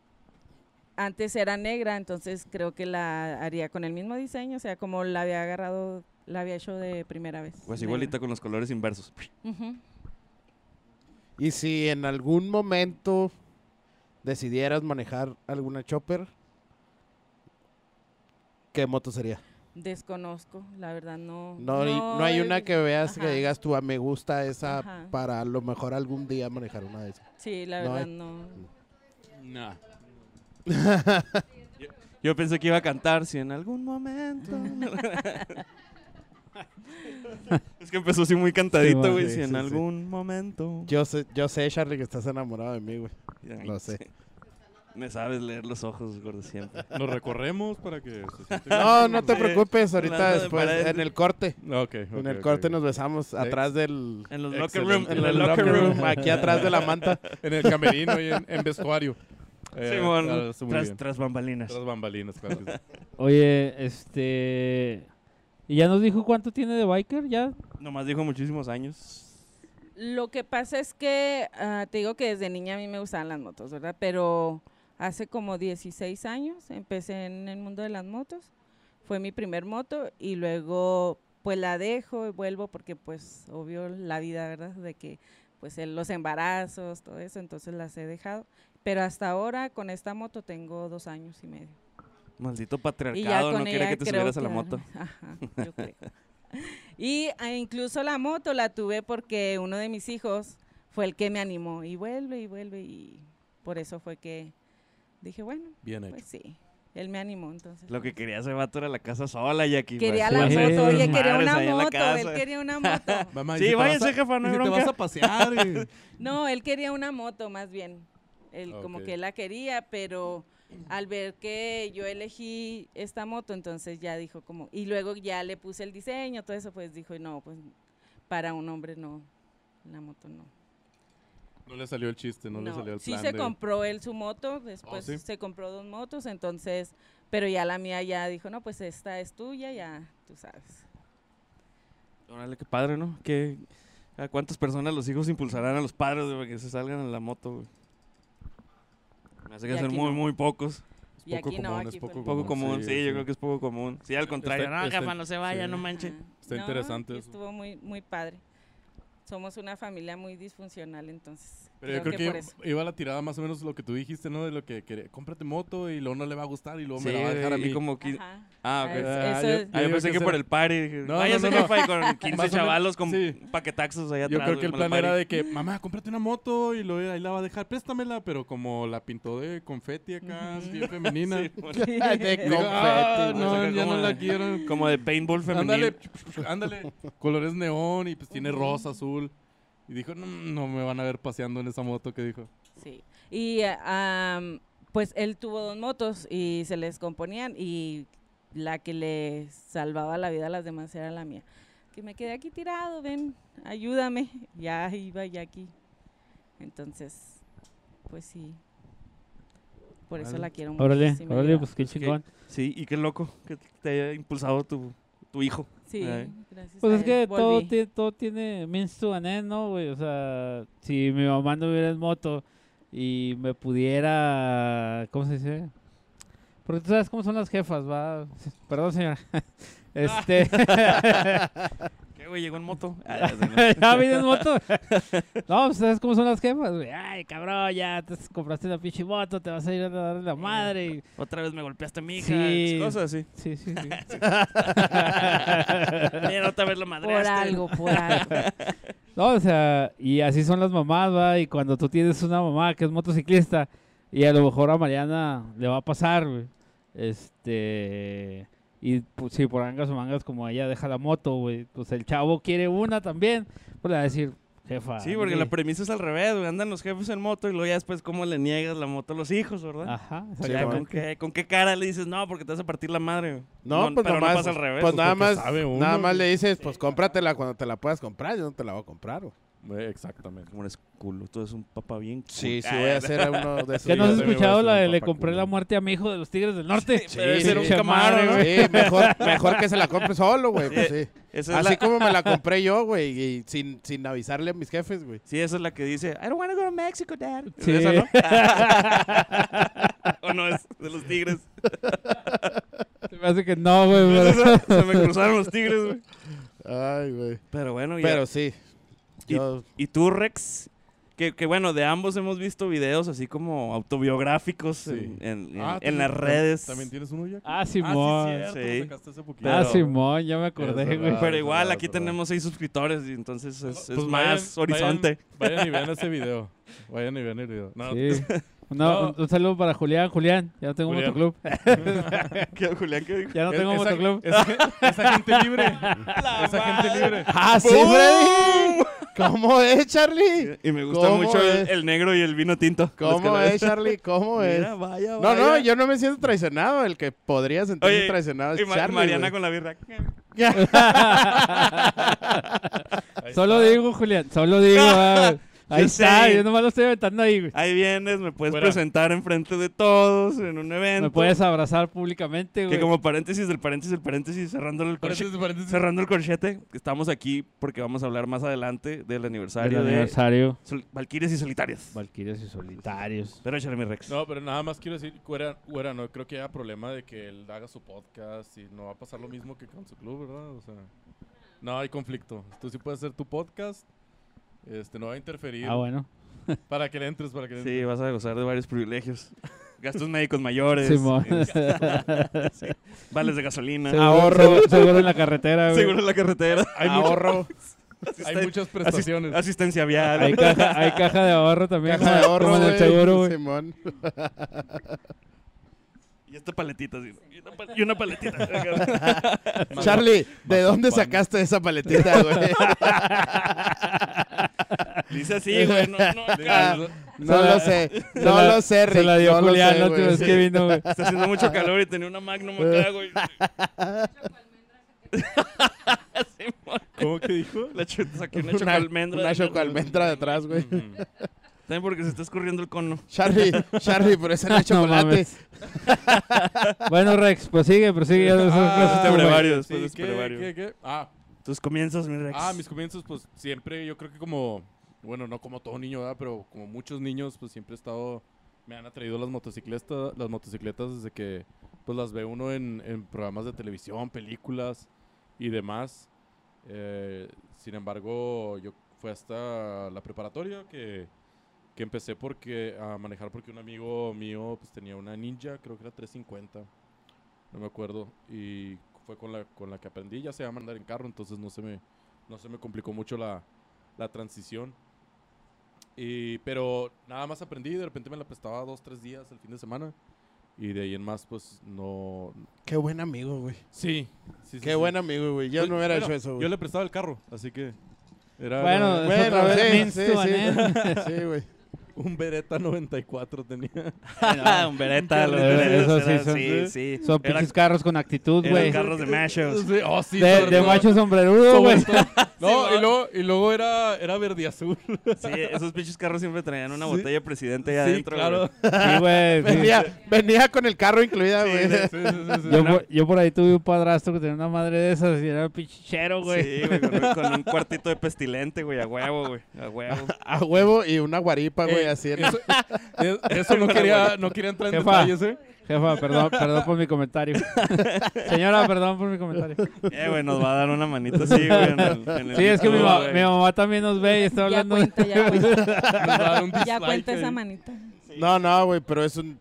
Speaker 6: antes era negra, entonces creo que la haría con el mismo diseño, o sea, como la había agarrado, la había hecho de primera vez.
Speaker 3: Pues
Speaker 6: negra.
Speaker 3: igualita con los colores inversos.
Speaker 6: Ujú.
Speaker 2: Y si en algún momento decidieras manejar alguna chopper, ¿qué moto sería?
Speaker 6: Desconozco, la verdad no.
Speaker 2: No, hay- no hay
Speaker 6: he-
Speaker 2: una que veas que
Speaker 6: ajá.
Speaker 2: digas tú, "Ah, me gusta esa
Speaker 6: Ajá.
Speaker 2: para a lo mejor algún día manejar una de esas.
Speaker 6: Sí, la
Speaker 2: no hay.
Speaker 6: verdad no.
Speaker 4: nah.
Speaker 3: Yo pensé que iba a cantar si en algún momento. es que empezó así muy
Speaker 1: Sí,
Speaker 3: cantadito,
Speaker 1: va,
Speaker 3: güey.
Speaker 2: sí,
Speaker 3: si en
Speaker 2: sí, sí.
Speaker 3: algún momento.
Speaker 2: Yo sé, yo sé, Charlie, que estás enamorado de mí, güey.
Speaker 3: Ay,
Speaker 2: Lo sé.
Speaker 3: Me sabes leer los ojos, gordo, siempre.
Speaker 4: Nos recorremos para que se siente
Speaker 2: No, no te
Speaker 3: Sí.
Speaker 2: preocupes,
Speaker 3: Hablando
Speaker 2: ahorita
Speaker 3: de
Speaker 2: después,
Speaker 3: paredes.
Speaker 2: en el corte.
Speaker 4: bien. Ok, ok,
Speaker 2: En el
Speaker 4: ok,
Speaker 2: corte
Speaker 4: ok.
Speaker 2: nos besamos atrás del...
Speaker 3: En los
Speaker 4: Excelente.
Speaker 3: locker room.
Speaker 2: En el locker room, aquí atrás de la manta.
Speaker 4: En el camerino y en, en vestuario. Eh,
Speaker 3: Simón,
Speaker 4: ah, está muy
Speaker 3: tras,
Speaker 4: bien.
Speaker 3: tras bambalinas.
Speaker 4: Tras bambalinas, claro que sí.
Speaker 1: Oye, este. ¿Y ya nos dijo cuánto tiene de biker? ¿Ya?
Speaker 3: Nomás dijo muchísimos años.
Speaker 6: Lo que pasa es que ah, te digo que desde niña a mí me gustaban las motos, ¿verdad? Pero hace como 16 años empecé en el mundo de las motos. Fue mi primer moto y luego pues la dejo y vuelvo porque pues obvio la vida, ¿verdad? De que pues el- los embarazos, todo eso, entonces las he dejado. Pero hasta ahora con esta moto tengo dos años y medio.
Speaker 3: Maldito
Speaker 6: Y ya
Speaker 3: patriarcado,
Speaker 6: con
Speaker 3: no quería
Speaker 6: ella
Speaker 3: que te
Speaker 6: creo
Speaker 3: subieras a la
Speaker 6: que-
Speaker 3: moto.
Speaker 6: Ajá, yo creo. Y ah, incluso la moto la tuve porque uno de mis hijos fue el que me animó y vuelve y vuelve y por eso fue que dije, bueno,
Speaker 4: Bien hecho.
Speaker 6: pues sí, Él me animó, entonces.
Speaker 3: Lo que quería ese vato era la casa sola, Jackie.
Speaker 6: Quería
Speaker 3: así
Speaker 6: la
Speaker 3: vas a
Speaker 6: moto,
Speaker 3: hacer
Speaker 6: oye, quería
Speaker 3: desmadres
Speaker 6: una
Speaker 3: ahí en la
Speaker 6: moto,
Speaker 3: casa.
Speaker 6: él quería una moto.
Speaker 4: Mamá, y
Speaker 3: Sí,
Speaker 4: si te vas
Speaker 3: váyanse,
Speaker 4: a-
Speaker 3: jefa, no
Speaker 4: y
Speaker 3: hay
Speaker 4: si te
Speaker 3: bronca.
Speaker 4: vas a pasear. y-
Speaker 6: No, él quería una moto más bien. Él como
Speaker 4: Ah, Ok.
Speaker 6: que él la quería, pero al ver que yo elegí esta moto, entonces ya dijo como y luego ya le puse el diseño, todo eso, pues dijo, "No, pues para un hombre no, la moto no."
Speaker 4: No le salió el chiste, no, le salió el
Speaker 6: sí
Speaker 4: plan.
Speaker 6: se
Speaker 4: de- Oh,
Speaker 6: compró él su moto, después
Speaker 4: sí?
Speaker 6: se compró dos motos, entonces, pero ya la mía ya dijo, "No, pues esta es tuya, ya tú sabes."
Speaker 3: Órale, qué padre, ¿no? ¿Qué, ¿A cuántas personas los hijos impulsarán a los padres güey, para que se salgan en la moto, güey? Me hace que
Speaker 6: Y
Speaker 3: ser
Speaker 6: aquí
Speaker 3: muy,
Speaker 6: no.
Speaker 3: muy pocos.
Speaker 4: Es
Speaker 6: Y
Speaker 4: poco
Speaker 6: aquí no,
Speaker 4: común,
Speaker 6: aquí
Speaker 4: es
Speaker 6: fue
Speaker 4: poco
Speaker 6: el-
Speaker 3: Poco común, sí, yo
Speaker 4: sí.
Speaker 3: creo que es poco común. Sí, al contrario. Este,
Speaker 4: Está-
Speaker 3: no,
Speaker 4: está-
Speaker 3: jefa, no se vaya,
Speaker 4: sí.
Speaker 3: no manche.
Speaker 6: Ajá.
Speaker 4: Está
Speaker 6: No,
Speaker 4: interesante
Speaker 6: sí
Speaker 4: eso.
Speaker 6: Estuvo muy, muy padre. Somos una familia muy disfuncional, entonces.
Speaker 4: Pero yo creo que,
Speaker 6: por eso.
Speaker 4: iba la tirada más o menos lo que tú dijiste, ¿no? De lo que quería, cómprate moto y luego no le va a gustar y luego
Speaker 3: Sí,
Speaker 4: me la va a dejar a mí.
Speaker 3: y como que...
Speaker 6: Ajá.
Speaker 3: Ah, ok.
Speaker 6: Es-
Speaker 4: Ah,
Speaker 6: eso
Speaker 3: Ah,
Speaker 4: yo-
Speaker 6: es-
Speaker 4: yo
Speaker 3: yo
Speaker 4: digo
Speaker 3: pensé que
Speaker 4: ese-
Speaker 3: por el party. Dije, "Ah,
Speaker 4: No, no,
Speaker 3: váyase,
Speaker 4: no, no.
Speaker 3: jefa, y con 15
Speaker 4: menos,
Speaker 3: chavalos con
Speaker 4: sí.
Speaker 3: paquetaxos allá
Speaker 4: Yo
Speaker 3: atrás.
Speaker 4: creo que
Speaker 3: güey,
Speaker 4: el
Speaker 3: para
Speaker 4: plan era
Speaker 3: party.
Speaker 4: de que, mamá, cómprate una moto y luego ahí la va a dejar, préstamela, pero como la pintó de confeti acá,
Speaker 6: Ujú.
Speaker 4: así femenina.
Speaker 3: Sí, bueno,
Speaker 2: De
Speaker 4: Y digo, "Ah,
Speaker 2: confeti,
Speaker 4: no,
Speaker 3: güey".
Speaker 4: ya no
Speaker 3: Como
Speaker 4: la
Speaker 3: de-
Speaker 4: quiero.
Speaker 3: Como de paintball femenino.
Speaker 4: Ándale, ándale. Colores neón y pues tiene rosa, azul. Y dijo, no, no me van a ver paseando en esa moto que dijo.
Speaker 6: Sí. Y ah, am, pues él tuvo dos motos y se les componían y la que le salvaba la vida a las demás era la mía. Que me quedé aquí tirado, ven, ayúdame. Ya iba ya aquí. Entonces, pues sí. Por eso
Speaker 3: Órale.
Speaker 6: la quiero mucho.
Speaker 1: Órale,
Speaker 6: sí me
Speaker 1: órale,
Speaker 6: ayuda.
Speaker 1: pues qué
Speaker 3: que-
Speaker 1: chingón.
Speaker 3: Sí, y qué loco que te haya impulsado tu, tu hijo.
Speaker 6: Sí,
Speaker 3: Ay.
Speaker 6: gracias.
Speaker 1: Pues
Speaker 6: a
Speaker 1: es
Speaker 6: él
Speaker 1: que todo,
Speaker 6: volví.
Speaker 1: tiene, todo tiene means to an end, ¿no, güey? O sea, si mi mamá no hubiera en moto y me pudiera... ¿Cómo se dice? Porque tú sabes cómo son las jefas, va... Perdón, señora. Este...
Speaker 3: ¿Qué, güey? Llegó en moto. Ah,
Speaker 1: ya vine en moto. No, pues, ¿sabes cómo son las jefas, güey? Ay, cabrón, ya te compraste una pinche moto, te vas a ir a darle la madre. y-
Speaker 3: Otra vez me golpeaste a mi hija.
Speaker 1: Sí.
Speaker 3: Cosas así.
Speaker 1: Sí, sí, sí.
Speaker 3: Mira, otra vez lo
Speaker 6: Por
Speaker 3: madreaste.
Speaker 6: algo, por algo.
Speaker 1: No, o sea, y así son las mamás, ¿va? Y cuando tú tienes una mamá que es motociclista, y a lo mejor a Mariana le va a pasar, güey. Este. Y pues, si por angas o mangas, como ella deja la moto, güey, pues el chavo quiere una también, pues le va a decir, jefa.
Speaker 3: Sí, porque
Speaker 1: mire".
Speaker 3: la premisa es al revés, güey. Andan los jefes en moto y luego ya después cómo le niegas la moto a los hijos, ¿verdad?
Speaker 1: Ajá,
Speaker 2: Sí,
Speaker 3: Pues Ya, ¿con,
Speaker 2: bueno.
Speaker 1: exactamente.
Speaker 3: qué, ¿Con qué cara le dices, no, porque te vas a partir la madre? güey"?
Speaker 2: No, pues
Speaker 3: pero
Speaker 2: nomás,
Speaker 3: no pasa al revés.
Speaker 2: Pues
Speaker 4: pues,
Speaker 2: nada
Speaker 4: porque
Speaker 2: más,
Speaker 4: sabe uno,
Speaker 2: nada más
Speaker 4: güey.
Speaker 2: le dices, pues cómpratela cuando te la puedas comprar, yo no te la voy a comprar. güey.
Speaker 4: Eh, Exactamente.
Speaker 3: "Ah, como eres culo, tú eres un papá bien culo.
Speaker 2: Sí, sí voy a hacer a uno de esos.
Speaker 1: ¿Ya no has
Speaker 4: yo también voy a
Speaker 1: escuchado
Speaker 4: ser
Speaker 1: la
Speaker 4: un
Speaker 1: de le
Speaker 4: papá
Speaker 1: compré
Speaker 4: culo.
Speaker 1: la muerte a mi hijo de los Tigres del Norte?
Speaker 3: Sí, pero ese era un
Speaker 1: Pinche
Speaker 3: Camaro,
Speaker 1: madre,
Speaker 3: Ah, ¿no?
Speaker 1: güey.
Speaker 2: Sí, mejor, mejor que se la compre solo, güey. Pues sí.
Speaker 3: Esa es
Speaker 2: Así
Speaker 3: la-
Speaker 2: como me la compré yo, güey, y sin, sin avisarle a mis jefes, güey.
Speaker 3: Sí, esa es la que dice, I don't wanna go to Mexico, dad. ¿Es
Speaker 1: Sí.
Speaker 3: esa, no? o no, es de los tigres.
Speaker 1: Se me hace que no, güey,
Speaker 3: ¿Es
Speaker 1: pero-
Speaker 3: esa? Se me cruzaron los tigres, güey.
Speaker 2: Ay, güey.
Speaker 3: Pero bueno, ya.
Speaker 2: Pero sí.
Speaker 3: Y-
Speaker 2: Yo,
Speaker 3: ¿Y tú, Rex? Que, que bueno, de ambos hemos visto videos así como autobiográficos en, en- en-
Speaker 4: Ah,
Speaker 3: en
Speaker 4: también-
Speaker 3: las redes.
Speaker 4: ¿También tienes uno ya?
Speaker 1: Ah,
Speaker 4: Ah,
Speaker 1: Simón.
Speaker 4: sí, cierto,
Speaker 3: Sí.
Speaker 4: lo sacaste hace poquito.
Speaker 1: Ah,
Speaker 3: Pero-
Speaker 1: Simón, ya me acordé,
Speaker 4: Es
Speaker 1: güey.
Speaker 4: verdad.
Speaker 3: Pero igual,
Speaker 4: verdad,
Speaker 3: aquí
Speaker 4: es verdad.
Speaker 3: tenemos seis suscriptores, y entonces es, es
Speaker 4: Pues
Speaker 3: más
Speaker 4: vayan-
Speaker 3: horizonte.
Speaker 4: Vayan, vayan y vean ese video. Vayan y vean el video. No,
Speaker 1: Sí. Una-
Speaker 4: Ah, No.
Speaker 1: un, un saludo para Julián. Julián, ya no tengo
Speaker 4: Julián.
Speaker 1: motoclub.
Speaker 3: ¿Qué, Julián, qué dijo?
Speaker 1: Ya no
Speaker 4: es-
Speaker 1: tengo
Speaker 4: esa-
Speaker 1: motoclub.
Speaker 4: Esa, esa gente libre. esa gente libre.
Speaker 2: ¡Ah, sí, Freddy! ¿Cómo es, Charlie?
Speaker 3: Y me gusta
Speaker 2: ¿Cómo
Speaker 3: mucho el,
Speaker 2: es?
Speaker 3: el negro y el vino tinto.
Speaker 2: ¿Cómo
Speaker 3: Los que-
Speaker 2: es, Charlie? ¿Cómo es?
Speaker 3: Mira, vaya,
Speaker 2: No, no,
Speaker 3: vaya.
Speaker 2: yo no me siento traicionado. El que podría sentirse
Speaker 3: Oye,
Speaker 2: traicionado es
Speaker 3: Y Ma-
Speaker 2: Charlie.
Speaker 3: Mariana
Speaker 2: güey.
Speaker 3: con la birra.
Speaker 4: Ahí
Speaker 1: solo
Speaker 4: está.
Speaker 1: digo, Julián, solo digo. ah, güey. Ahí
Speaker 3: Yo
Speaker 1: está,
Speaker 3: sé.
Speaker 1: yo nomás lo estoy aventando ahí, güey.
Speaker 3: Ahí vienes, me puedes
Speaker 4: Fuera.
Speaker 3: presentar enfrente de todos en un evento.
Speaker 1: Me puedes abrazar públicamente,
Speaker 3: Que
Speaker 1: güey.
Speaker 3: como paréntesis del paréntesis del paréntesis, cerrando el corchete.
Speaker 4: Paréntesis, paréntesis.
Speaker 3: Cerrando el corchete, estamos aquí porque vamos a hablar más adelante del
Speaker 1: Del
Speaker 3: aniversario eh. de
Speaker 1: aniversario.
Speaker 3: Sol- Valquirias y Solitarias.
Speaker 1: Valquirios y solitarios.
Speaker 3: Pero échale mi Rex.
Speaker 4: No, pero nada más quiero decir, güera, güera, no creo que haya problema de que él haga su podcast y no va a pasar lo mismo que con su club, ¿verdad? O sea, no hay conflicto. Tú sí puedes hacer tu podcast, este, no va a interferir.
Speaker 1: Ah, bueno.
Speaker 4: Para que le entres, para que le
Speaker 3: Sí,
Speaker 4: entres.
Speaker 3: vas a gozar de varios privilegios. Gastos médicos mayores.
Speaker 1: Simón.
Speaker 3: eh, sí, Vales de gasolina.
Speaker 1: Seguro-
Speaker 2: Ahorro.
Speaker 1: Seguro, seguro en la carretera, güey.
Speaker 3: Seguro en la carretera.
Speaker 4: Hay, mucho-
Speaker 2: Ahorro.
Speaker 4: hay
Speaker 3: Asisten-
Speaker 4: muchas
Speaker 3: asist-
Speaker 4: prestaciones.
Speaker 3: asistencia vial.
Speaker 1: Hay caja, hay caja de ahorro también.
Speaker 2: Caja de
Speaker 1: como-
Speaker 2: ahorro,
Speaker 1: como en el
Speaker 2: güey.
Speaker 1: seguro, güey.
Speaker 2: Simón.
Speaker 3: Y Y esta paletita, así. Y una, pa- y una paletita.
Speaker 2: Charlie, ¿de
Speaker 4: Mazapán.
Speaker 2: dónde sacaste esa paletita, güey?
Speaker 3: Dice así, güey. No, no, acá.
Speaker 2: No
Speaker 1: Se la-
Speaker 2: lo sé,
Speaker 1: se
Speaker 2: no
Speaker 1: la-
Speaker 2: lo sé,
Speaker 1: Se
Speaker 2: Rick,
Speaker 1: la dio
Speaker 2: no lo
Speaker 1: Julián
Speaker 2: sé,
Speaker 1: la última
Speaker 2: güey.
Speaker 1: vez que vino, güey.
Speaker 3: Está haciendo mucho calor y tenía una magnum acá, güey. Sí, mo-
Speaker 4: ¿Cómo que dijo?
Speaker 3: La chu- saqué una,
Speaker 2: Una,
Speaker 3: chocoalmendra. Mm.
Speaker 2: una chocoalmendra detrás, güey.
Speaker 3: También porque se está escurriendo el cono.
Speaker 2: Charlie, Charlie, por eso no hay
Speaker 1: No
Speaker 2: chocolate.
Speaker 1: mames. bueno, Rex, pues sigue, pero sigue.
Speaker 3: este
Speaker 4: güey,
Speaker 3: brevario, después
Speaker 4: sí,
Speaker 3: de este
Speaker 4: Ah, ¿qué,
Speaker 3: brevario.
Speaker 4: qué, qué? Ah,
Speaker 3: Tus comienzos, mi Rex.
Speaker 4: Ah, mis comienzos, pues siempre, yo creo que como, bueno, no como todo niño, ¿verdad? Pero como muchos niños, pues siempre he estado, me han atraído las motocicletas, las motocicletas desde que, pues las ve uno en, en programas de televisión, películas y demás. Eh, sin embargo, yo fue hasta la preparatoria que, que empecé porque, a manejar porque un amigo mío pues tenía una ninja, creo que era 350, no me acuerdo, y fue con la, con la que aprendí, ya se va a mandar en carro, entonces no se me no se me complicó mucho la, la transición. Y, pero nada más aprendí, de repente me la prestaba dos, tres días el fin de semana. Y de ahí en más, pues no.
Speaker 2: Qué buen amigo, güey.
Speaker 4: Sí, sí, sí,
Speaker 2: Qué
Speaker 4: sí.
Speaker 2: buen amigo, güey. Yo
Speaker 4: Pues,
Speaker 2: no hubiera
Speaker 4: bueno,
Speaker 2: hecho eso,
Speaker 4: Yo
Speaker 2: güey.
Speaker 4: le prestaba el carro, así que. Era
Speaker 1: Bueno,
Speaker 4: era
Speaker 1: es otra
Speaker 2: Bueno,
Speaker 1: vez
Speaker 2: sí,
Speaker 1: means
Speaker 2: sí,
Speaker 1: to an end.
Speaker 2: sí. Sí, güey.
Speaker 4: un Beretta 94 tenía.
Speaker 3: Ah, un Beretta. los Berettas
Speaker 1: Eso sí
Speaker 3: eran-
Speaker 1: son-
Speaker 3: sí, sí.
Speaker 1: Son
Speaker 3: Era-
Speaker 1: pinches carros con actitud,
Speaker 3: eran
Speaker 1: güey.
Speaker 3: carros de machos.
Speaker 4: Sí, oh, sí,
Speaker 1: De,
Speaker 4: sobre
Speaker 1: de
Speaker 4: todo.
Speaker 1: macho sombrerudo,
Speaker 4: Sobre
Speaker 1: güey.
Speaker 4: todo. No, y luego, y luego era, era verde azul.
Speaker 3: Sí, esos pinches carros siempre traían una
Speaker 4: Sí.
Speaker 3: botella presidente ahí
Speaker 4: sí,
Speaker 3: adentro.
Speaker 4: claro.
Speaker 3: güey.
Speaker 1: Sí, güey. sí.
Speaker 2: Venía, venía con el carro incluida,
Speaker 3: Sí,
Speaker 2: güey.
Speaker 3: de-
Speaker 4: Sí, sí, sí, sí.
Speaker 1: Yo, por- yo por ahí tuve un padrastro que tenía una madre de esas y era un pinche chero, güey.
Speaker 3: Sí, güey, con, con un cuartito de pestilente, güey, a huevo, güey, a huevo.
Speaker 2: A huevo y una guaripa, güey,
Speaker 4: Eh,
Speaker 2: así. en-
Speaker 4: Eso, eh, eso no, quería, no quería entrar en
Speaker 1: Jefa.
Speaker 4: detalles, ¿eh?
Speaker 1: Jefa, perdón, perdón por mi comentario. Señora, perdón por mi comentario.
Speaker 3: Eh, güey, nos va a dar una manita así, güey. en el- en el
Speaker 1: Sí, es que mi,
Speaker 3: YouTube,
Speaker 1: ma-
Speaker 3: güey.
Speaker 1: mi mamá también nos ve y está
Speaker 5: Ya
Speaker 1: hablando.
Speaker 5: cuenta, ya cuenta.
Speaker 4: Nos va a dar un
Speaker 5: Ya
Speaker 4: dislike
Speaker 5: cuenta esa
Speaker 4: ahí.
Speaker 5: manita.
Speaker 2: No, no, güey, pero es un...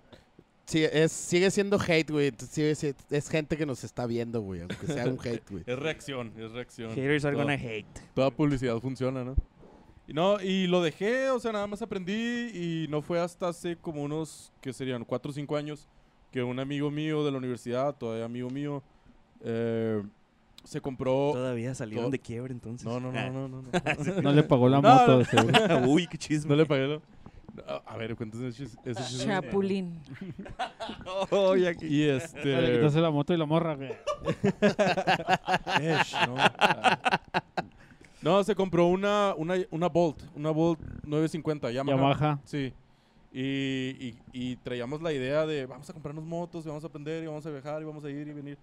Speaker 2: sí, es, sigue siendo hate, güey. Entonces, sigue si- es gente que nos está viendo, güey. Aunque sea un hate, güey.
Speaker 4: Es reacción, es reacción.
Speaker 3: Haters are
Speaker 4: Toda-
Speaker 3: gonna hate.
Speaker 4: Toda publicidad funciona, ¿no? Y no, y lo dejé, o sea, nada más aprendí y no fue hasta hace como unos, que serían? Cuatro o cinco años que un amigo mío de la universidad, todavía amigo mío, eh, se compró...
Speaker 3: Todavía salieron
Speaker 4: todo-
Speaker 3: de quiebre entonces. Ah.
Speaker 4: No, no, no, no, no. No,
Speaker 1: No le pagó la
Speaker 4: No,
Speaker 1: moto,
Speaker 4: no.
Speaker 1: seguro.
Speaker 3: no. Uy, qué chisme.
Speaker 4: No le pagué. lo- No, A ver, cuéntame ese chis- ese chisme.
Speaker 5: Chapulín.
Speaker 3: Oye, aquí.
Speaker 4: Y
Speaker 1: Le
Speaker 4: este...
Speaker 1: quitaste la moto y la morra, güey.
Speaker 4: Esh, no. Ah. No, se compró una, una, una Bolt, una Bolt 950
Speaker 1: Yamaha.
Speaker 4: Sí. Y, y- y traíamos la idea de vamos a comprarnos motos, y vamos a aprender, y vamos a viajar, y vamos a ir y venir.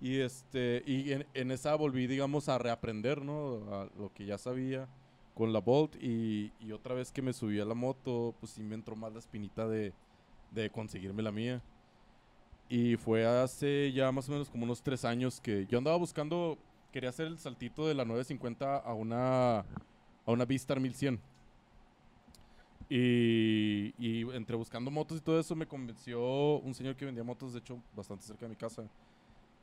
Speaker 4: Y este y en, en esa volví, digamos, a reaprender, ¿no? A lo que ya sabía con la Bolt. Y, y otra vez que me subí a la moto, pues sí me entró más la espinita de, de conseguirme la mía. Y fue hace ya más o menos como unos tres años que yo andaba buscando, quería hacer el saltito de la 950 a una, a una Vistar 1100. Y, y entre buscando motos y todo eso, me convenció un señor que vendía motos, de hecho, bastante cerca de mi casa,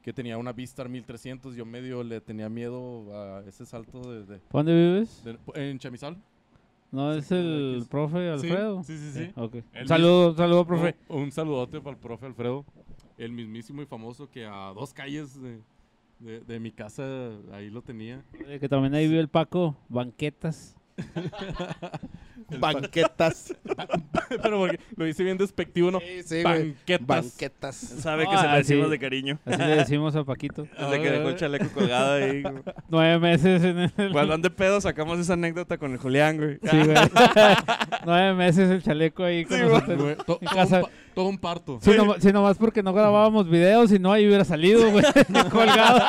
Speaker 4: que tenía una Vistar 1300. Yo medio le tenía miedo a ese salto de, de-
Speaker 1: ¿Dónde vives?
Speaker 4: de- en Chamizal.
Speaker 1: ¿No es
Speaker 4: aquí
Speaker 1: el
Speaker 4: es-
Speaker 1: profe
Speaker 4: Sí,
Speaker 1: Alfredo?
Speaker 4: Sí, sí, sí.
Speaker 1: Ok.
Speaker 4: Él
Speaker 1: Saludo, un saludo, profe.
Speaker 4: Un, Eh, oh, un saludote para el profe Alfredo, el mismísimo y famoso que a dos calles de, de- de mi casa ahí lo tenía.
Speaker 1: Oye, Que también ahí vive el Paco. Banquetas.
Speaker 2: Banquetas.
Speaker 4: Pero porque lo hice bien despectivo, ¿no?
Speaker 2: Sí, sí, güey.
Speaker 4: Banquetas.
Speaker 2: Banquetas.
Speaker 3: Sabe que
Speaker 1: Ah,
Speaker 3: se le decimos
Speaker 1: sí.
Speaker 3: de cariño.
Speaker 1: Así le decimos a Paquito.
Speaker 3: Desde que dejó el chaleco colgado ahí. güey.
Speaker 1: Nueve meses en el...
Speaker 3: Cuando ande pedo sacamos esa anécdota con el Julián, güey. Ah,
Speaker 1: Sí, güey. Nueve meses el chaleco ahí con
Speaker 3: Sí,
Speaker 1: nosotros.
Speaker 4: Güey, to- todo, un
Speaker 1: casa.
Speaker 4: pa- todo un parto.
Speaker 1: Sí, noma- sí, nomás porque no grabábamos videos y no ahí hubiera salido, güey. colgado.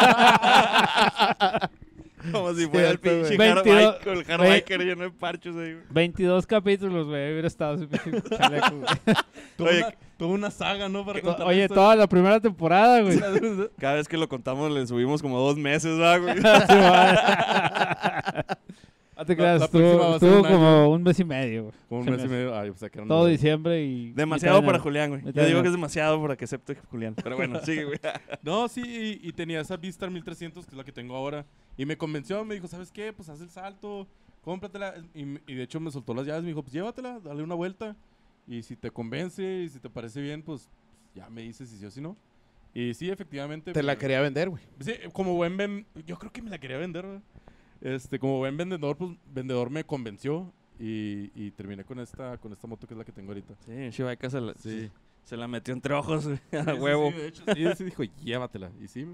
Speaker 3: Como si fuera el
Speaker 2: Cierto, güey.
Speaker 3: pinche
Speaker 1: 22
Speaker 3: hardbiker, el hardbiker lleno de parchos ahí, güey.
Speaker 1: 22 capítulos, güey. ahí Hubiera estado ese pinche chaleco, güey.
Speaker 4: Toda,
Speaker 3: Oye,
Speaker 4: una, toda una saga, ¿no? Para contar
Speaker 1: Oye,
Speaker 4: esto.
Speaker 1: toda la primera temporada, güey.
Speaker 3: Cada vez que lo contamos le subimos como dos meses, ¿verdad, güey.
Speaker 1: Sí, va. No te
Speaker 4: La-
Speaker 1: creas,
Speaker 4: la
Speaker 1: estuvo,
Speaker 4: próxima va a ser
Speaker 1: estuvo
Speaker 4: un año.
Speaker 1: como un mes y medio. güey.
Speaker 4: Como un
Speaker 1: Se me
Speaker 4: mes y
Speaker 1: hace.
Speaker 4: medio. Ay, o sea, que eran
Speaker 1: Todo
Speaker 4: dos.
Speaker 1: diciado y...
Speaker 3: Demasiado
Speaker 1: y
Speaker 3: para
Speaker 1: tal,
Speaker 3: Julián, güey.
Speaker 1: Mitad
Speaker 3: Yo
Speaker 1: de
Speaker 3: digo
Speaker 1: enero.
Speaker 3: que es demasiado para que acepte Julián. Pero bueno, sigue, güey.
Speaker 4: No, sí, y, y tenía esa Vistar 1300, que es la que tengo ahora. Y me convenció, me dijo, ¿sabes qué? Pues haz el salto, cómpratela. Y, m- y de hecho me soltó las llaves, me dijo, pues llévatela, dale una vuelta. Y si te convence, y si te parece bien, pues ya me dices si sí o si no. Y sí, efectivamente.
Speaker 2: Te la
Speaker 4: pues,
Speaker 2: quería vender, güey.
Speaker 4: Sí, como buen ven- yo creo que me la quería vender, ¿verdad? Este, como buen vendedor, pues vendedor me convenció y, y terminé con esta, con esta moto que es la que tengo ahorita.
Speaker 3: Sí, Shivaka se la,
Speaker 4: Sí.
Speaker 3: se la metió entre ojos, güey,
Speaker 4: Sí,
Speaker 3: a
Speaker 4: sí,
Speaker 3: huevo.
Speaker 4: Sí, de hecho, sí, sí, dijo, llévatela. Y sí,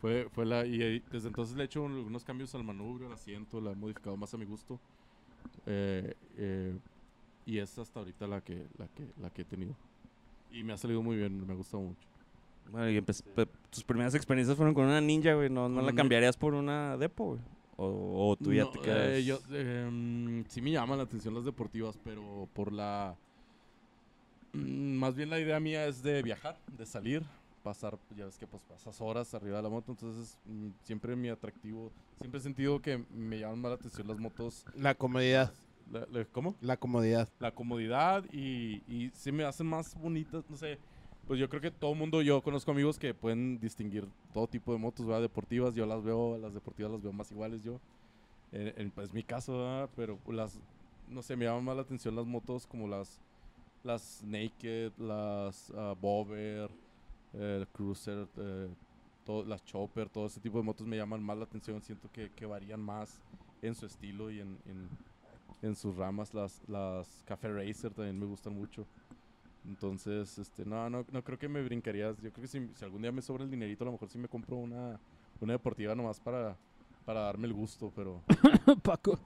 Speaker 4: fue, fue la, y ahí- desde entonces le he hecho algunos cambios al manubrio, al asiento, la he modificado más a mi gusto. Eh, eh, y es hasta ahorita la que, la, que, la que he tenido. Y me ha salido muy bien, me ha gustado mucho.
Speaker 3: Bueno, y empe- pe- tus primeras experiencias fueron con una ninja, güey. No, no
Speaker 4: Con
Speaker 3: la
Speaker 4: una-
Speaker 3: cambiarías por una depo, güey. O, o tú ya
Speaker 4: No,
Speaker 3: te quedas.
Speaker 4: eh, yo, eh, mm, sí me llaman la atención las deportivas, pero por la... mm, Más bien la idea mía es de viajar, de salir, pasar, ya ves que pues pasas horas arriba de la moto, entonces mm, siempre mi atractivo, siempre he sentido que me llaman más la atención las motos,
Speaker 2: La comodidad.
Speaker 4: la- la- ¿cómo?
Speaker 2: La comodidad.
Speaker 4: la comodidad y, y se me hacen más bonitas, no sé. Pues yo creo que todo mundo, yo conozco amigos que pueden distinguir todo tipo de motos, ¿verdad? Deportivas, yo las veo, las deportivas las veo más iguales yo. En, en, pues mi caso, ¿verdad? Pero las, no sé, me llaman más la atención las motos como las, las Naked, las ah, Bobber, el Cruiser, eh, todo- las Chopper, todo ese tipo de motos me llaman más la atención. Siento que, que varían más en su estilo y en- en, en sus ramas las, las Café Racer también me gustan mucho. Entonces, este, no, no, no creo que me brincarías. Yo creo que si, si algún día me sobra el dinerito, a lo mejor sí me compro una, una deportiva nomás para, para darme el gusto, pero...
Speaker 1: Paco.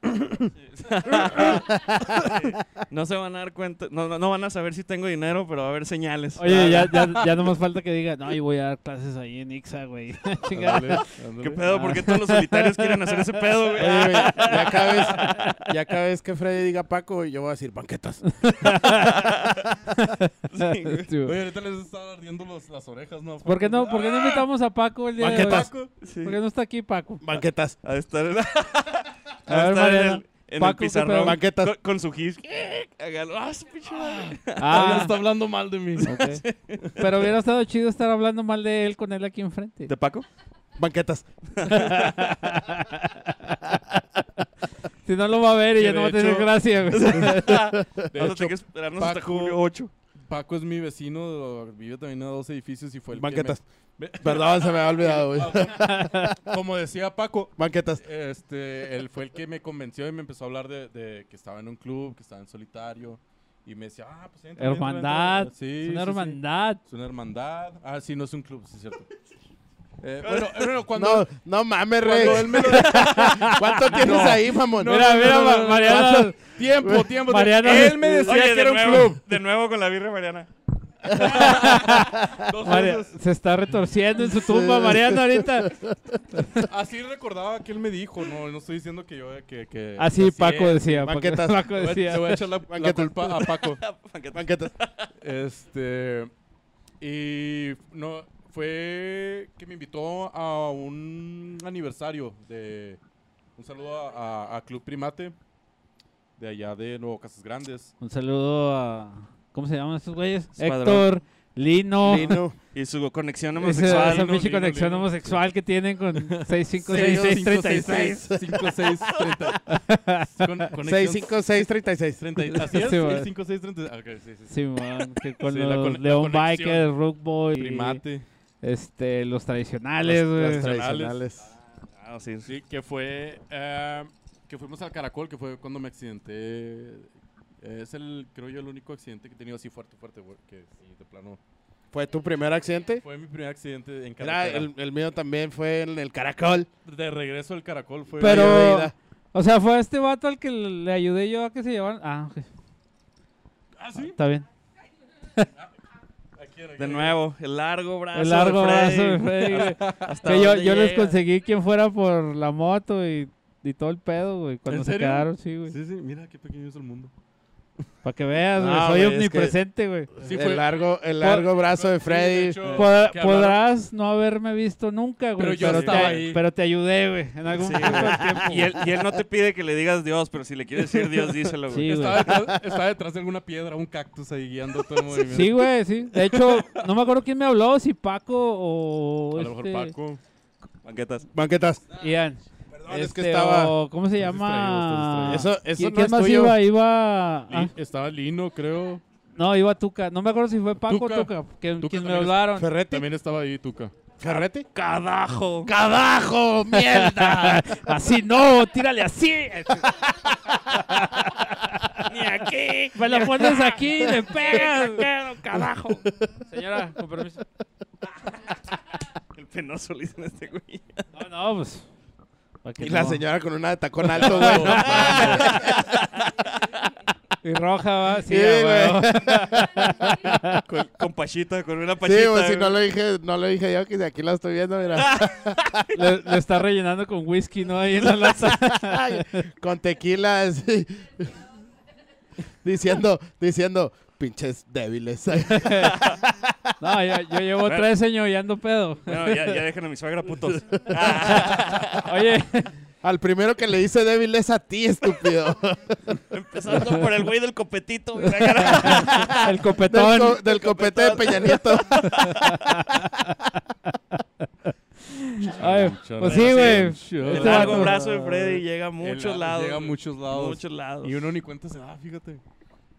Speaker 3: no se van a dar cuenta. No, no, no van a saber si tengo dinero, pero va a haber señales.
Speaker 1: Oye, ya, ya, ya nomás falta que diga, no, y voy a dar clases ahí en Ixa, güey. Chingada.
Speaker 4: ándale, ándale.
Speaker 3: ¿Qué pedo?
Speaker 1: Ah.
Speaker 3: ¿Por qué todos los solitarios quieren hacer ese pedo, güey?
Speaker 2: Oye, güey, ya cada vez, ya cada vez que Freddy diga Paco, yo voy a decir banquetas.
Speaker 3: Sí, güey.
Speaker 1: Sí, güey.
Speaker 4: Oye, ahorita les están ardiendo los- las orejas, ¿no?
Speaker 1: ¿Por qué no, por qué no invitamos a Paco el día de hoy?
Speaker 2: Banquetas.
Speaker 1: ¿Por
Speaker 3: Paco, sí.
Speaker 1: qué no está aquí Paco?
Speaker 2: Banquetas.
Speaker 3: A estar, a
Speaker 1: A ver,
Speaker 3: estar en
Speaker 1: Mariana.
Speaker 3: el, en el
Speaker 1: Paco, ¿qué pedo?
Speaker 3: pizarrón.
Speaker 2: Banquetas.
Speaker 3: Con, con su gis. Hágalo. Ah, su pinche madre.
Speaker 4: Ah,
Speaker 1: Ah,
Speaker 4: está hablando mal de mí.
Speaker 1: ok. Pero hubiera estado chido estar hablando mal de él con él aquí enfrente.
Speaker 3: ¿De Paco?
Speaker 2: Banquetas.
Speaker 1: Si no lo va a ver y
Speaker 4: Que
Speaker 1: ya no va a
Speaker 4: de
Speaker 1: tener
Speaker 4: hecho-
Speaker 1: gracia, güey.
Speaker 4: De
Speaker 3: Vamos a
Speaker 4: hecho,
Speaker 3: tener que esperarnos hasta
Speaker 4: Paco-
Speaker 3: julio 8.
Speaker 4: Paco es mi vecino, vive también a dos edificios y fue el que me-
Speaker 2: Banquetas.
Speaker 4: me-
Speaker 2: Perdón, se me había olvidado, güey.
Speaker 4: Como decía Paco,
Speaker 2: Banquetas.
Speaker 4: Este, él fue el que me convenció y me empezó a hablar de, de que estaba en un club, que estaba en solitario. Y me decía, ah, pues entra, entra, entra".
Speaker 1: Hermandad.
Speaker 4: Sí,
Speaker 1: es una
Speaker 4: sí, sí.
Speaker 1: hermandad.
Speaker 4: Es una hermandad. Ah, sí, no es un club, sí, es cierto. Eh, bueno, eh, bueno, cuando.
Speaker 2: no, no mames, Rey.
Speaker 4: cuando él me lo-
Speaker 2: ¿Cuánto tienes ahí, mamón?
Speaker 4: No,
Speaker 1: mira,
Speaker 4: no,
Speaker 1: mira,
Speaker 4: no,
Speaker 1: Ma-
Speaker 4: no, no.
Speaker 1: Mariana.
Speaker 4: Tiempo, tiempo.
Speaker 1: Mariano-
Speaker 4: tiempo. Él me decía
Speaker 3: Oye,
Speaker 4: que
Speaker 3: de
Speaker 4: era un
Speaker 3: nuevo,
Speaker 4: club.
Speaker 3: de nuevo con la birra Mariana.
Speaker 4: Dos
Speaker 1: Maria-
Speaker 4: veces.
Speaker 1: se está retorciendo en su tumba, Mariana, ahorita.
Speaker 4: Así recordaba que él me dijo. No, no estoy diciendo que yo. Que, que,
Speaker 1: Así
Speaker 4: que
Speaker 1: Ah, Paco
Speaker 4: Eh, es.
Speaker 1: decía. Paco,
Speaker 2: Banquetas.
Speaker 1: Paco
Speaker 4: Le voy a- Le
Speaker 1: decía.
Speaker 4: voy a echar la- la
Speaker 2: Banquetas.
Speaker 4: culpa a Paco.
Speaker 2: Banquetas.
Speaker 4: Este. Y no, fue que me invitó a un aniversario de. Un saludo a, a- a Club Primate, de allá de Nuevo Casas Grandes.
Speaker 1: Un saludo a. ¿Cómo se llaman estos güeyes?
Speaker 3: Escuadrón.
Speaker 1: Héctor, Lino.
Speaker 2: Lino.
Speaker 3: Y su conexión
Speaker 1: Ese-
Speaker 3: homosexual.
Speaker 1: esa
Speaker 4: ¿no?
Speaker 1: pinche
Speaker 4: Lino,
Speaker 1: conexión
Speaker 4: Lino.
Speaker 1: homosexual que tienen con 65636.
Speaker 4: 5636.
Speaker 2: 65636.
Speaker 4: 30. Así es,
Speaker 1: Sí, güey.
Speaker 4: 5636. ah, Ok, sí, sí, sí.
Speaker 1: Simón, que con
Speaker 4: Sí, la
Speaker 1: los
Speaker 4: con- la
Speaker 1: León
Speaker 4: conexión.
Speaker 1: Bikers, Rook Boy,
Speaker 4: Primate.
Speaker 1: este, los tradicionales, güey.
Speaker 2: Las tradicionales.
Speaker 3: Ah, sí, sí.
Speaker 4: Sí, que fue. eh, que fuimos al Caracol, que fue cuando me accidenté. Es el, creo yo, el único accidente que he tenido así fuerte, fuerte, güey, que sí, de plano.
Speaker 2: ¿Fue tu primer accidente?
Speaker 4: Fue mi primer accidente en
Speaker 2: Era
Speaker 4: carretera.
Speaker 2: el, el mío también fue en el caracol.
Speaker 4: De regreso al Caracol fue.
Speaker 1: Pero-
Speaker 2: Ay, vida.
Speaker 1: O sea, fue a este vato al que le ayudé yo a que se llevaran. Ah, ok.
Speaker 4: Ah, sí.
Speaker 1: Está bien.
Speaker 4: Aquí era, aquí
Speaker 3: De
Speaker 4: era.
Speaker 3: nuevo, el largo
Speaker 4: Ah,
Speaker 3: brazo.
Speaker 1: El largo
Speaker 3: de Freddy.
Speaker 1: brazo de Freddy, güey.
Speaker 3: Hasta
Speaker 1: Que yo,
Speaker 3: dónde
Speaker 1: yo les
Speaker 3: llega.
Speaker 1: conseguí quien fuera por la moto y, y todo el pedo, güey. Cuando
Speaker 4: ¿En
Speaker 1: se
Speaker 4: serio?
Speaker 1: quedaron, sí, güey.
Speaker 4: Sí, sí, mira qué pequeño es el mundo.
Speaker 1: Para que veas, güey.
Speaker 2: No,
Speaker 1: soy
Speaker 2: güey, es que-
Speaker 1: omnipresente, güey.
Speaker 4: Sí,
Speaker 2: el
Speaker 4: fue-
Speaker 2: largo, el largo brazo de
Speaker 4: Sí,
Speaker 2: Freddy.
Speaker 4: hecho,
Speaker 1: Pod-
Speaker 4: que hablaron-
Speaker 1: podrás no haberme visto nunca, güey.
Speaker 4: Pero
Speaker 1: Pero,
Speaker 4: yo
Speaker 1: te,
Speaker 4: estaba ahí.
Speaker 1: pero te ayudé, güey. En algún
Speaker 3: Sí,
Speaker 1: momento
Speaker 3: güey.
Speaker 1: del tiempo.
Speaker 3: Y él, y él no te pide que le digas Dios, pero si le quieres decir Dios, díselo, güey.
Speaker 1: Sí,
Speaker 4: Estaba
Speaker 1: güey.
Speaker 4: detrás, estaba detrás de alguna piedra, un cactus ahí guiando todo el movimiento.
Speaker 1: Sí, güey, sí. De hecho, no me acuerdo quién me habló, si Paco o.
Speaker 4: A lo mejor
Speaker 1: este,
Speaker 4: Paco.
Speaker 3: Banquetas.
Speaker 2: Banquetas.
Speaker 1: Ian.
Speaker 2: Perdón, es que
Speaker 1: Este,
Speaker 2: estaba.
Speaker 1: o, ¿Cómo se
Speaker 4: Estás distraído,
Speaker 1: llama?
Speaker 4: estás
Speaker 2: Eso, eso
Speaker 1: ¿Quién,
Speaker 2: no
Speaker 1: quién
Speaker 2: es
Speaker 1: más
Speaker 2: tuyo.
Speaker 1: iba? Iba.
Speaker 4: Li-
Speaker 1: ah,
Speaker 4: Estaba Lino, creo.
Speaker 1: No, iba Tuca. No me acuerdo si fue Paco
Speaker 4: Tuca.
Speaker 1: o Tuca, que,
Speaker 4: Tuca
Speaker 1: quien me
Speaker 4: también es-
Speaker 1: hablaron.
Speaker 2: Ferrete.
Speaker 4: También estaba ahí Tuca.
Speaker 2: Ferrete.
Speaker 3: ¡Cadajo!
Speaker 2: ¡Cadajo! ¡Mierda!
Speaker 1: así no, tírale así.
Speaker 3: ¡Ni aquí!
Speaker 1: Me lo Pues pones aquí, le pegas.
Speaker 3: ¡Cadajo!
Speaker 1: Señora, con permiso.
Speaker 3: El penoso le dicen a este güey.
Speaker 1: No, no, pues. pa' que
Speaker 2: Y la
Speaker 1: no.
Speaker 2: señora con una de tacón alto, güey. No mames.
Speaker 1: Y roja, va. Sí,
Speaker 2: Sí,
Speaker 1: a
Speaker 2: güey.
Speaker 1: huevo.
Speaker 3: Con, con pachita, con una pachita.
Speaker 2: Sí, güey, si
Speaker 3: güey.
Speaker 2: no lo dije, no lo dije yo, que de aquí la estoy viendo, mira.
Speaker 1: Le, le está rellenando con whisky, ¿no? Ahí en la lanza.
Speaker 2: Ay, con tequila, así. diciendo, diciendo, pinches débiles.
Speaker 1: No, yo, yo llevo tres años y ando pedo.
Speaker 3: Bueno, ya, ya dejen a mi suegra, putos. Ah,
Speaker 1: Oye,
Speaker 2: Al primero que le dice débil es a ti, estúpido.
Speaker 3: Empezando por el güey del copetito. güey, la cara.
Speaker 1: el
Speaker 2: Del,
Speaker 1: copetón.
Speaker 2: co- del copete de Peña Nieto.
Speaker 1: Ay,
Speaker 4: Mucha
Speaker 1: pues
Speaker 4: razón.
Speaker 1: sí, güey.
Speaker 3: El
Speaker 1: Este
Speaker 3: largo
Speaker 1: vato.
Speaker 3: brazo de Freddy llega a muchos
Speaker 4: El-
Speaker 3: lados.
Speaker 4: Llega a
Speaker 3: güey.
Speaker 4: muchos lados.
Speaker 3: Muchos lados.
Speaker 4: Y uno ni cuenta se da, fíjate.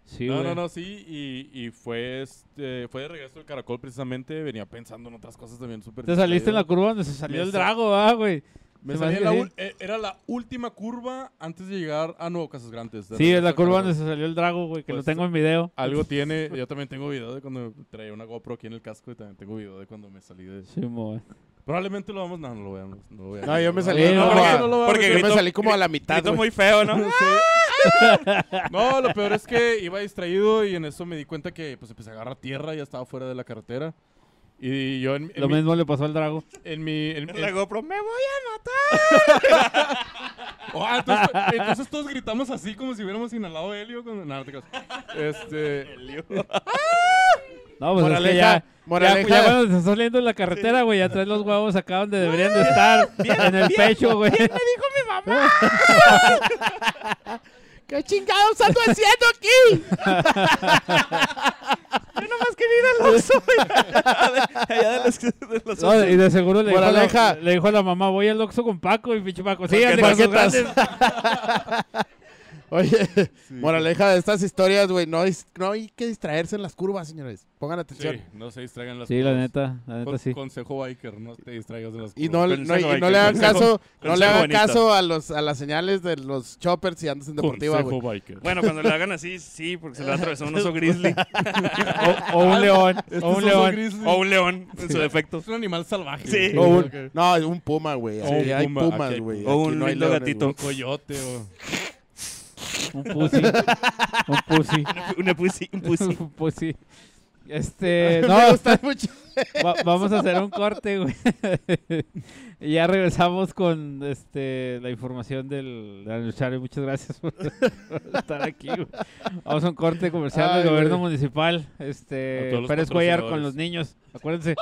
Speaker 1: Sí,
Speaker 4: no,
Speaker 1: güey.
Speaker 4: no, no, sí. Y, y fue, este, fue de regreso del caracol precisamente. Venía pensando en otras cosas también súper.
Speaker 1: Te saliste en la
Speaker 4: distraído.
Speaker 1: curva donde se salió
Speaker 4: Me
Speaker 1: el
Speaker 4: sa-
Speaker 1: drago, ah, güey.
Speaker 4: Me
Speaker 1: Se
Speaker 4: salí
Speaker 1: hace
Speaker 4: en la
Speaker 1: que
Speaker 4: ul- eh, era la última curva antes de llegar a Nuevo Casas Grandes. de
Speaker 1: Sí, es
Speaker 4: regreso
Speaker 1: la
Speaker 4: al
Speaker 1: curva
Speaker 4: Caracol.
Speaker 1: donde se salió el drago, güey, que lo
Speaker 4: Pues,
Speaker 1: tengo en video.
Speaker 4: Algo tiene. Yo también tengo video de cuando traía una GoPro aquí en el casco y también tengo video de cuando me salí de.
Speaker 1: Sí, mo-
Speaker 4: Probablemente lo vamos. No, no lo veamos. No, lo veamos.
Speaker 2: No, yo me salí.
Speaker 1: Sí,
Speaker 2: como
Speaker 1: no, porque-
Speaker 2: a- yo
Speaker 3: porque
Speaker 2: me
Speaker 3: gritó-
Speaker 2: salí como a la mitad.
Speaker 3: Grito
Speaker 2: güey.
Speaker 3: muy feo, ¿no?
Speaker 4: No, no, lo peor es que iba distraído y en eso me di cuenta que pues empecé a agarrar tierra, ya estaba fuera de la carretera. Y yo en, en
Speaker 1: Lo
Speaker 4: Eh, mi,
Speaker 1: mismo le pasó al drago.
Speaker 4: en mi- en-
Speaker 3: La
Speaker 4: en-
Speaker 3: GoPro, me voy
Speaker 4: Oh, ah, entonces, entonces todos gritamos así como si hubiéramos inhalado helio. Cuando, no, no te creas. Este,
Speaker 3: a Helio.
Speaker 1: No, pues es que
Speaker 2: Moraleja,
Speaker 1: ya, ya,
Speaker 2: moraleja.
Speaker 1: ya cuando te estás saliendo en la carretera, güey, ya traes los huevos acá donde deberían de estar, en el pecho, güey.
Speaker 2: ¿Qué chingados ando haciendo aquí?
Speaker 3: Allá de los... De los
Speaker 1: No, y de seguro le dijo, a la,
Speaker 2: Moraleja.
Speaker 1: le dijo a la mamá, voy al Oxxo con Paco y pinche Paco. Sí,
Speaker 2: Porque
Speaker 1: ande con sus
Speaker 2: paquetas.
Speaker 1: grandes.
Speaker 2: Oye, moraleja de estas historias, güey, no, dis- no hay que distraerse en las curvas, señores. Pongan atención.
Speaker 4: sí, no se distraigan las
Speaker 1: Sí, la
Speaker 4: curvas.
Speaker 1: neta, la
Speaker 4: Con-
Speaker 1: neta sí.
Speaker 4: Consejo biker, no te distraigas de las
Speaker 2: Y no,
Speaker 4: curvas.
Speaker 2: no, y
Speaker 3: Consejo,
Speaker 2: no le hagan
Speaker 3: consejo,
Speaker 2: caso, no le
Speaker 3: consejo
Speaker 2: hagan
Speaker 3: bonito.
Speaker 2: caso a los a las señales de los choppers si andas en deportiva,
Speaker 4: Consejo
Speaker 2: güey.
Speaker 4: biker.
Speaker 3: Bueno, cuando lo hagan así, sí, porque se le atravesó un oso grizzly.
Speaker 1: O, o un león,
Speaker 4: Este
Speaker 1: o
Speaker 4: es
Speaker 1: un
Speaker 4: oso
Speaker 1: león.
Speaker 4: grizzly.
Speaker 3: o un león, en su defecto.
Speaker 4: Es un animal salvaje.
Speaker 3: Sí.
Speaker 4: güey.
Speaker 2: O un-
Speaker 4: Ok.
Speaker 2: no, es un puma, güey.
Speaker 4: O
Speaker 2: Aquí
Speaker 4: un
Speaker 2: hay
Speaker 4: puma,
Speaker 2: pumas,
Speaker 4: aquí hay
Speaker 2: güey.
Speaker 3: puma. O
Speaker 2: Aquí
Speaker 3: un
Speaker 2: no hay
Speaker 3: lindo
Speaker 2: leones,
Speaker 3: gatito.
Speaker 2: güey.
Speaker 4: coyote o...
Speaker 1: Un pussy. Un pussy.
Speaker 3: Una pussy, un pussy.
Speaker 1: Un pussy. Este, no,
Speaker 2: Me gusta mucho.
Speaker 1: va- vamos a hacer un corte, güey. y ya regresamos con este la información del del Charlie. Muchas gracias por, por estar aquí. güey. Vamos a un corte comercial
Speaker 2: Ay,
Speaker 1: del gobierno
Speaker 2: güey.
Speaker 1: municipal.
Speaker 4: A
Speaker 1: Este,
Speaker 4: todos los
Speaker 1: Pérez Cuellar con
Speaker 4: patrocinadores.
Speaker 1: los niños. Acuérdense.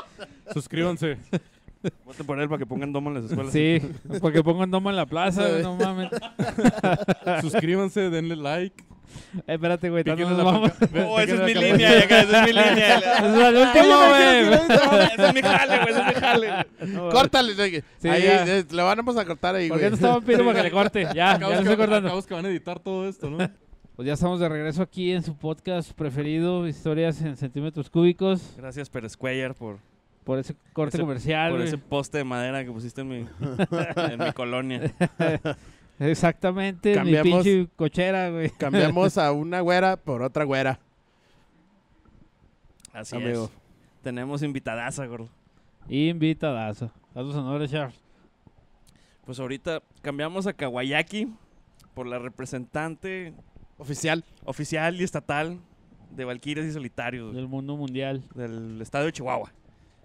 Speaker 4: Suscríbanse.
Speaker 3: Voten por él para que pongan domo en las escuelas.
Speaker 1: Sí, porque pongo un domo en la plaza, güey, no mames.
Speaker 4: Suscríbanse, denle like.
Speaker 1: Eh, espérate, güey, tanto
Speaker 4: Píquenle
Speaker 1: nos
Speaker 4: la
Speaker 1: vamos.
Speaker 3: Oh, esa es mi
Speaker 1: Píquenle la
Speaker 3: línea, ya que esa es mi línea.
Speaker 1: Es el último, güey.
Speaker 3: Ese es mi jale, güey, ese es mi jale.
Speaker 1: No, güey.
Speaker 2: Córtale, güey.
Speaker 1: Sí,
Speaker 2: ahí,
Speaker 1: ya.
Speaker 2: eh, le vamos a cortar ahí,
Speaker 1: ¿Por
Speaker 2: güey.
Speaker 1: qué no estaban pidiendo para que le corte? Ya, ya lo estoy cortando.
Speaker 4: Acabamos que van a editar todo esto, ¿no?
Speaker 1: Pues ya estamos de regreso aquí en su podcast preferido, Historias en Centímetros Cúbicos,
Speaker 3: Gracias, Pérez Cuellar, por,
Speaker 1: por ese corte
Speaker 3: Ese-
Speaker 1: comercial.
Speaker 3: por ese
Speaker 1: güey.
Speaker 3: poste de madera que pusiste en mi, en mi colonia.
Speaker 1: Exactamente, mi
Speaker 2: Cambiamos-
Speaker 1: pinche cochera, güey.
Speaker 2: Cambiamos a una güera por otra güera,
Speaker 3: Así
Speaker 2: amigo.
Speaker 3: es. Tenemos invitadaza, gordo.
Speaker 1: Invitadazo. Haz los honores, Charles.
Speaker 3: Pues ahorita cambiamos a Kawayaki por la representante
Speaker 2: Oficial.
Speaker 3: oficial y estatal de Valquirias y Solitarios güey,
Speaker 1: Del mundo mundial.
Speaker 3: del estado de Chihuahua.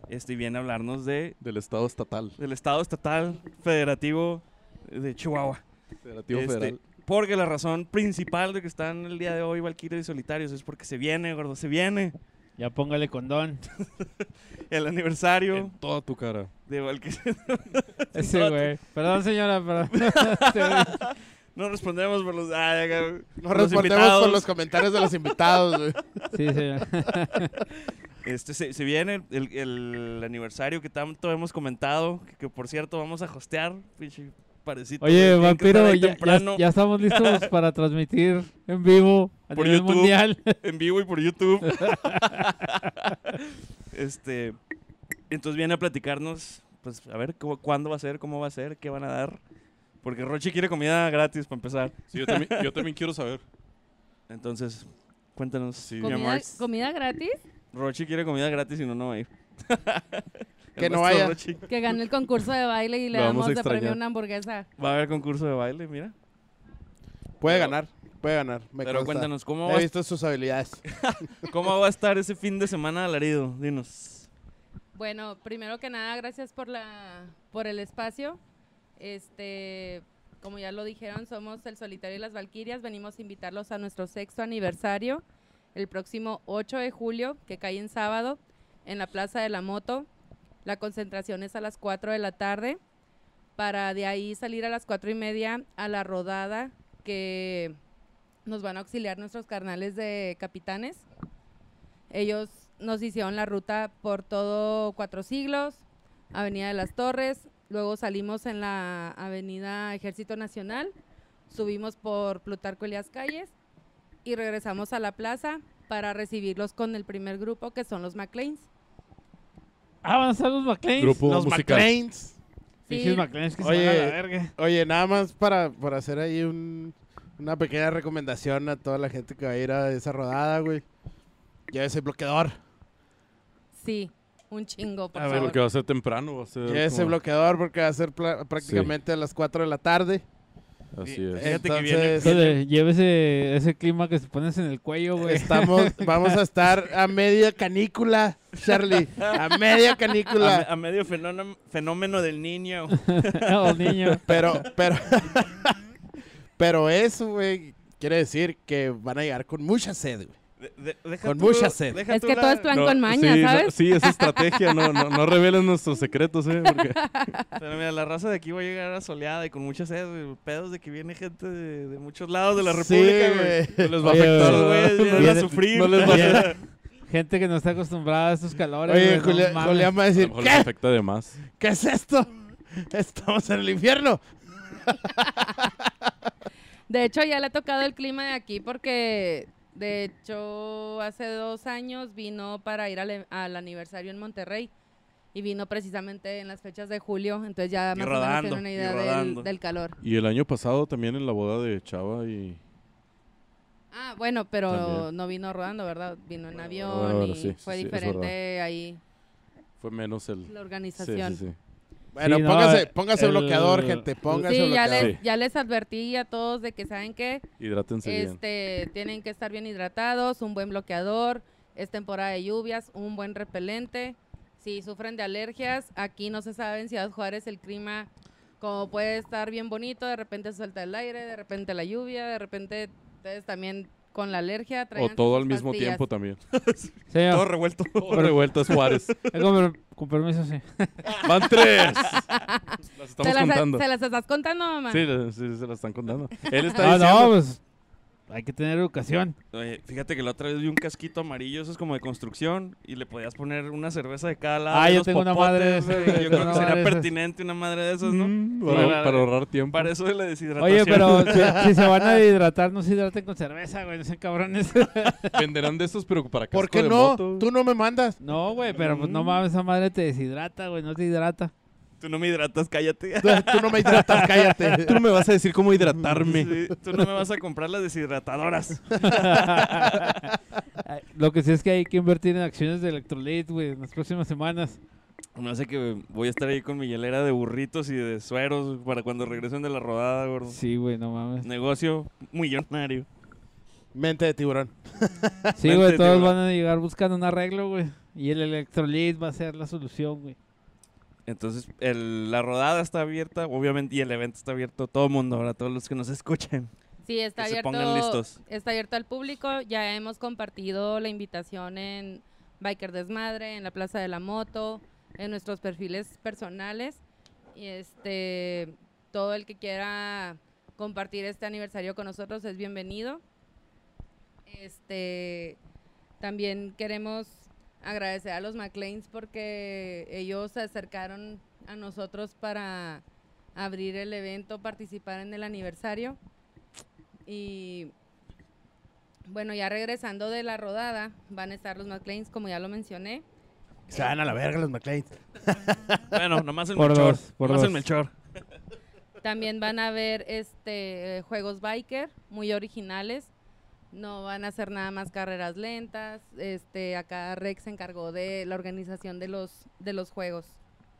Speaker 3: Este, y viene a hablarnos de,
Speaker 4: Del Estado Estatal.
Speaker 3: del estado estatal federativo de Chihuahua.
Speaker 4: Federativo
Speaker 3: Este,
Speaker 4: Federal.
Speaker 3: Porque la razón principal de que están el día de hoy Valquirias y Solitarios es porque se viene, gordo, se viene
Speaker 1: Ya póngale condón.
Speaker 3: el aniversario
Speaker 4: En toda tu cara.
Speaker 3: de Valquirias.
Speaker 1: Ese, güey. Perdón, señora, perdón. Este, güey.
Speaker 3: No respondemos por los. ah, ya, ya,
Speaker 2: No
Speaker 3: los
Speaker 2: respondemos
Speaker 3: invitados.
Speaker 2: por los comentarios de los invitados, güey.
Speaker 1: sí, señor.
Speaker 3: Este, se, se viene el, el aniversario que tanto hemos comentado. Que, que, por cierto vamos a hostear. Pinche parecito. güey,
Speaker 1: Oye,
Speaker 3: tienen que
Speaker 1: vampiro,
Speaker 3: estar ahí
Speaker 1: ya,
Speaker 3: temprano
Speaker 1: ya- ya estamos listos para transmitir en vivo a
Speaker 3: Por
Speaker 1: nivel
Speaker 3: YouTube.
Speaker 1: mundial.
Speaker 3: en vivo y por YouTube. este, entonces viene a platicarnos, pues a ver cómo- cuándo va a ser, cómo va a ser, qué van a dar. Porque Rochi quiere comida gratis para empezar.
Speaker 4: Sí, yo también, yo también quiero saber.
Speaker 3: Entonces, cuéntanos si mi
Speaker 6: ¿Comida,
Speaker 3: amor,
Speaker 6: comida gratis,
Speaker 3: Rochi quiere comida gratis y no, no va a ir. El
Speaker 2: Que no vaya.
Speaker 3: maestro Rochi.
Speaker 6: que ganó el concurso de baile y le
Speaker 4: Lo vamos
Speaker 6: damos
Speaker 4: a
Speaker 6: de premio
Speaker 4: extrañar.
Speaker 6: una hamburguesa.
Speaker 3: Va a haber concurso de baile, mira.
Speaker 2: Puede
Speaker 3: Pero-
Speaker 2: ganar, puede ganar. me
Speaker 3: Pero
Speaker 2: consta.
Speaker 3: cuéntanos, ¿cómo va,
Speaker 2: He visto sus habilidades.
Speaker 3: ¿cómo va a estar ese fin de semana alarido? Dinos.
Speaker 6: Bueno, primero que nada, gracias por la por el espacio. Este, como ya lo dijeron, somos El Solitario y las Valquirias. Venimos a invitarlos a nuestro sexto aniversario, el próximo 8 de julio, que cae en sábado, en la Plaza de la Moto. La concentración es a las 4 de la tarde, para de ahí salir a las 4 y media a la rodada que nos van a auxiliar nuestros carnales de capitanes. Ellos nos hicieron la ruta por todo Cuatro Siglos, Avenida de las Torres, luego salimos en la Avenida Ejército Nacional, subimos por Plutarco Elías Calles y regresamos a la plaza para recibirlos con el primer grupo que son los McLeans.
Speaker 1: Ah, van a estar los McLean.
Speaker 4: Grupo
Speaker 2: Los
Speaker 4: musical.
Speaker 2: McLeans.
Speaker 1: Pinches McLean's que se
Speaker 2: Oye.
Speaker 1: van a la verga.
Speaker 2: Oye, nada más para, para hacer ahí un- una pequeña recomendación a toda la gente que va a ir a esa rodada, güey. Llévese bloqueador.
Speaker 6: Sí, un chingo, por
Speaker 1: A ver,
Speaker 6: favor.
Speaker 4: Porque va a ser temprano, va a ser.
Speaker 2: Llévese
Speaker 4: como-
Speaker 2: bloqueador porque va a ser pla- prácticamente a las 4 de la tarde.
Speaker 4: Así
Speaker 2: eh,
Speaker 4: es.
Speaker 3: Fíjate que viene-
Speaker 2: Entonces-
Speaker 1: Entonces, llévese ese clima que se pones en el cuello, güey.
Speaker 2: Estamos, vamos a estar a media canícula, Charlie. A media
Speaker 3: A, me-
Speaker 2: canícula.
Speaker 3: a medio fenómeno, fenómeno del niño.
Speaker 1: Oh, niño.
Speaker 2: Pero, pero, pero eso, güey, quiere decir que van a llegar con mucha sed, güey.
Speaker 3: De- de- deja
Speaker 2: Con
Speaker 3: tú
Speaker 2: mucha
Speaker 3: la-
Speaker 2: sed.
Speaker 3: deja
Speaker 6: Es
Speaker 3: tú
Speaker 6: que
Speaker 3: la-
Speaker 6: todo es plan con maña,
Speaker 4: sí, no-
Speaker 6: ¿sabes?
Speaker 4: sí, es estrategia, no, no, no reveles nuestros secretos, ¿eh? Porque
Speaker 3: Pero mira, la raza de aquí va a llegar asoleada y con mucha sed, güey. Pedos de que viene gente de, de muchos lados de la
Speaker 2: Sí,
Speaker 3: República, güey.
Speaker 4: no les va a
Speaker 1: Oye,
Speaker 4: afectar,
Speaker 3: Todos los
Speaker 4: ¿verdad?
Speaker 3: güeyes vienen a
Speaker 1: Viene-
Speaker 3: sufrir.
Speaker 4: no les va
Speaker 1: Oye, gente que no está acostumbrada a estos calores.
Speaker 2: Oye,
Speaker 1: güey, no
Speaker 2: Julia-
Speaker 1: mames.
Speaker 2: Julián va a
Speaker 4: A lo
Speaker 2: decir,
Speaker 4: mejor les
Speaker 2: ¿qué?
Speaker 4: afecta de más.
Speaker 2: ¿Qué es esto? Estamos en el infierno.
Speaker 6: De hecho, ya le ha tocado el clima de aquí porque, de hecho, hace dos años vino para ir al, e-, al aniversario en Monterrey y vino precisamente en las fechas de julio, entonces ya
Speaker 3: Y
Speaker 6: más o menos
Speaker 3: rodando,
Speaker 6: tiene una
Speaker 3: y
Speaker 6: idea
Speaker 3: rodando.
Speaker 6: del, del calor.
Speaker 4: Y el año pasado también en la boda de Chava y.
Speaker 6: Ah, bueno, pero
Speaker 4: También.
Speaker 6: no vino rodando, ¿verdad? Vino en avión
Speaker 4: bueno, bueno,
Speaker 6: y
Speaker 4: sí, sí,
Speaker 6: fue
Speaker 4: sí, es verdad.
Speaker 6: diferente ahí
Speaker 4: Fue menos el.
Speaker 6: la
Speaker 4: Sí,
Speaker 6: organización.
Speaker 4: sí,
Speaker 6: Sí,
Speaker 4: sí.
Speaker 2: Bueno,
Speaker 1: Sí, no,
Speaker 2: póngase,
Speaker 1: eh,
Speaker 2: póngase
Speaker 1: el-
Speaker 2: bloqueador, gente. Póngase
Speaker 6: ya,
Speaker 2: bloqueador.
Speaker 6: les, ya les advertí a todos de que saben que
Speaker 4: Hidrátense bien.
Speaker 6: Este, tienen que estar bien hidratados, un buen bloqueador, es temporada de lluvias, un buen repelente. Si sufren de alergias, aquí no se sabe en Ciudad Juárez el clima como puede estar bien bonito, de repente se suelta el aire, de repente la lluvia, de repente ustedes también con la alergia
Speaker 4: O
Speaker 6: traigan
Speaker 4: todo
Speaker 6: sus
Speaker 4: al mismo
Speaker 6: pastillas.
Speaker 4: tiempo también.
Speaker 3: Todo
Speaker 1: Señor,
Speaker 3: revuelto.
Speaker 4: Todo revuelto es Juárez.
Speaker 1: eh, con, per- con permiso, sí.
Speaker 4: ¡Van tres! Las
Speaker 6: ¿Se
Speaker 4: estamos
Speaker 6: las,
Speaker 4: contando.
Speaker 6: se las estás contando, mamá?
Speaker 4: Sí, le- sí, se las están contando. Él está
Speaker 1: Ah,
Speaker 4: diciendo.
Speaker 1: no, pues hay que tener educación.
Speaker 3: Oye, fíjate que la otra vez vi un casquito amarillo, eso es como de construcción, y le podías poner una cerveza de cada lado.
Speaker 1: Ah,
Speaker 3: y
Speaker 1: yo
Speaker 3: unos
Speaker 1: tengo una madre de
Speaker 3: popotes,
Speaker 1: esas,
Speaker 3: güey.
Speaker 1: yo
Speaker 3: Yo
Speaker 1: tengo
Speaker 3: creo que
Speaker 1: una
Speaker 3: sería
Speaker 1: madre de esas.
Speaker 3: pertinente una madre de esas, ¿no?
Speaker 4: Mm, para,
Speaker 3: Sí.
Speaker 4: para ahorrar tiempo.
Speaker 3: Para eso de la deshidratación.
Speaker 1: Oye, pero si, si se van a hidratar, no se hidraten con cerveza, güey. No sean cabrones.
Speaker 4: Venderán de esos, pero para casco
Speaker 2: ¿Por qué
Speaker 4: de
Speaker 2: no?
Speaker 4: moto.
Speaker 2: Tú no me mandas.
Speaker 1: No, güey, pero pues no
Speaker 2: Mm.
Speaker 1: mames, esa madre te deshidrata, güey. No te hidrata.
Speaker 3: Tú no me hidratas, cállate.
Speaker 2: Tú, tú no me hidratas, cállate.
Speaker 4: Tú no me vas a decir cómo hidratarme.
Speaker 3: Sí, tú no me vas a comprar las deshidratadoras.
Speaker 1: Ay, Lo que sí es que hay que invertir en acciones de electrolit, güey, en las próximas semanas.
Speaker 3: Me hace que voy a estar ahí con mi hielera de burritos y de sueros para cuando regresen de la rodada, gordo.
Speaker 1: Sí, güey, no mames.
Speaker 3: Negocio millonario.
Speaker 2: Mente de tiburón.
Speaker 1: Sí,
Speaker 3: Mente
Speaker 1: güey,
Speaker 3: de
Speaker 1: todos
Speaker 3: tiburón.
Speaker 1: van a llegar buscando un arreglo, güey. Y el electrolit va a ser la solución, güey.
Speaker 3: Entonces, el- la rodada está abierta, obviamente, y el evento está abierto a todo el mundo, ahora todos los que nos escuchen.
Speaker 6: Sí, está
Speaker 3: Que se
Speaker 6: abierto,
Speaker 3: pongan listos.
Speaker 6: está abierto al público. Ya hemos compartido la invitación en Biker Desmadre, en la Plaza de la Moto, en nuestros perfiles personales. Y este, todo el que quiera compartir este aniversario con nosotros es bienvenido. Este, también queremos agradecer a los McLeans porque ellos se acercaron a nosotros para abrir el evento, participar en el aniversario. Y bueno, ya regresando de la rodada, van a estar los McLeans, como ya lo mencioné.
Speaker 2: Se van a la verga los McLean.
Speaker 3: Bueno, nomás el
Speaker 1: Por
Speaker 3: Melchor.
Speaker 1: dos, por
Speaker 3: nomás el
Speaker 1: dos.
Speaker 3: Melchor.
Speaker 6: También van a ver este eh, juegos biker muy originales. No van a hacer nada más carreras lentas. Este acá Rex se encargó de la organización de los de los juegos.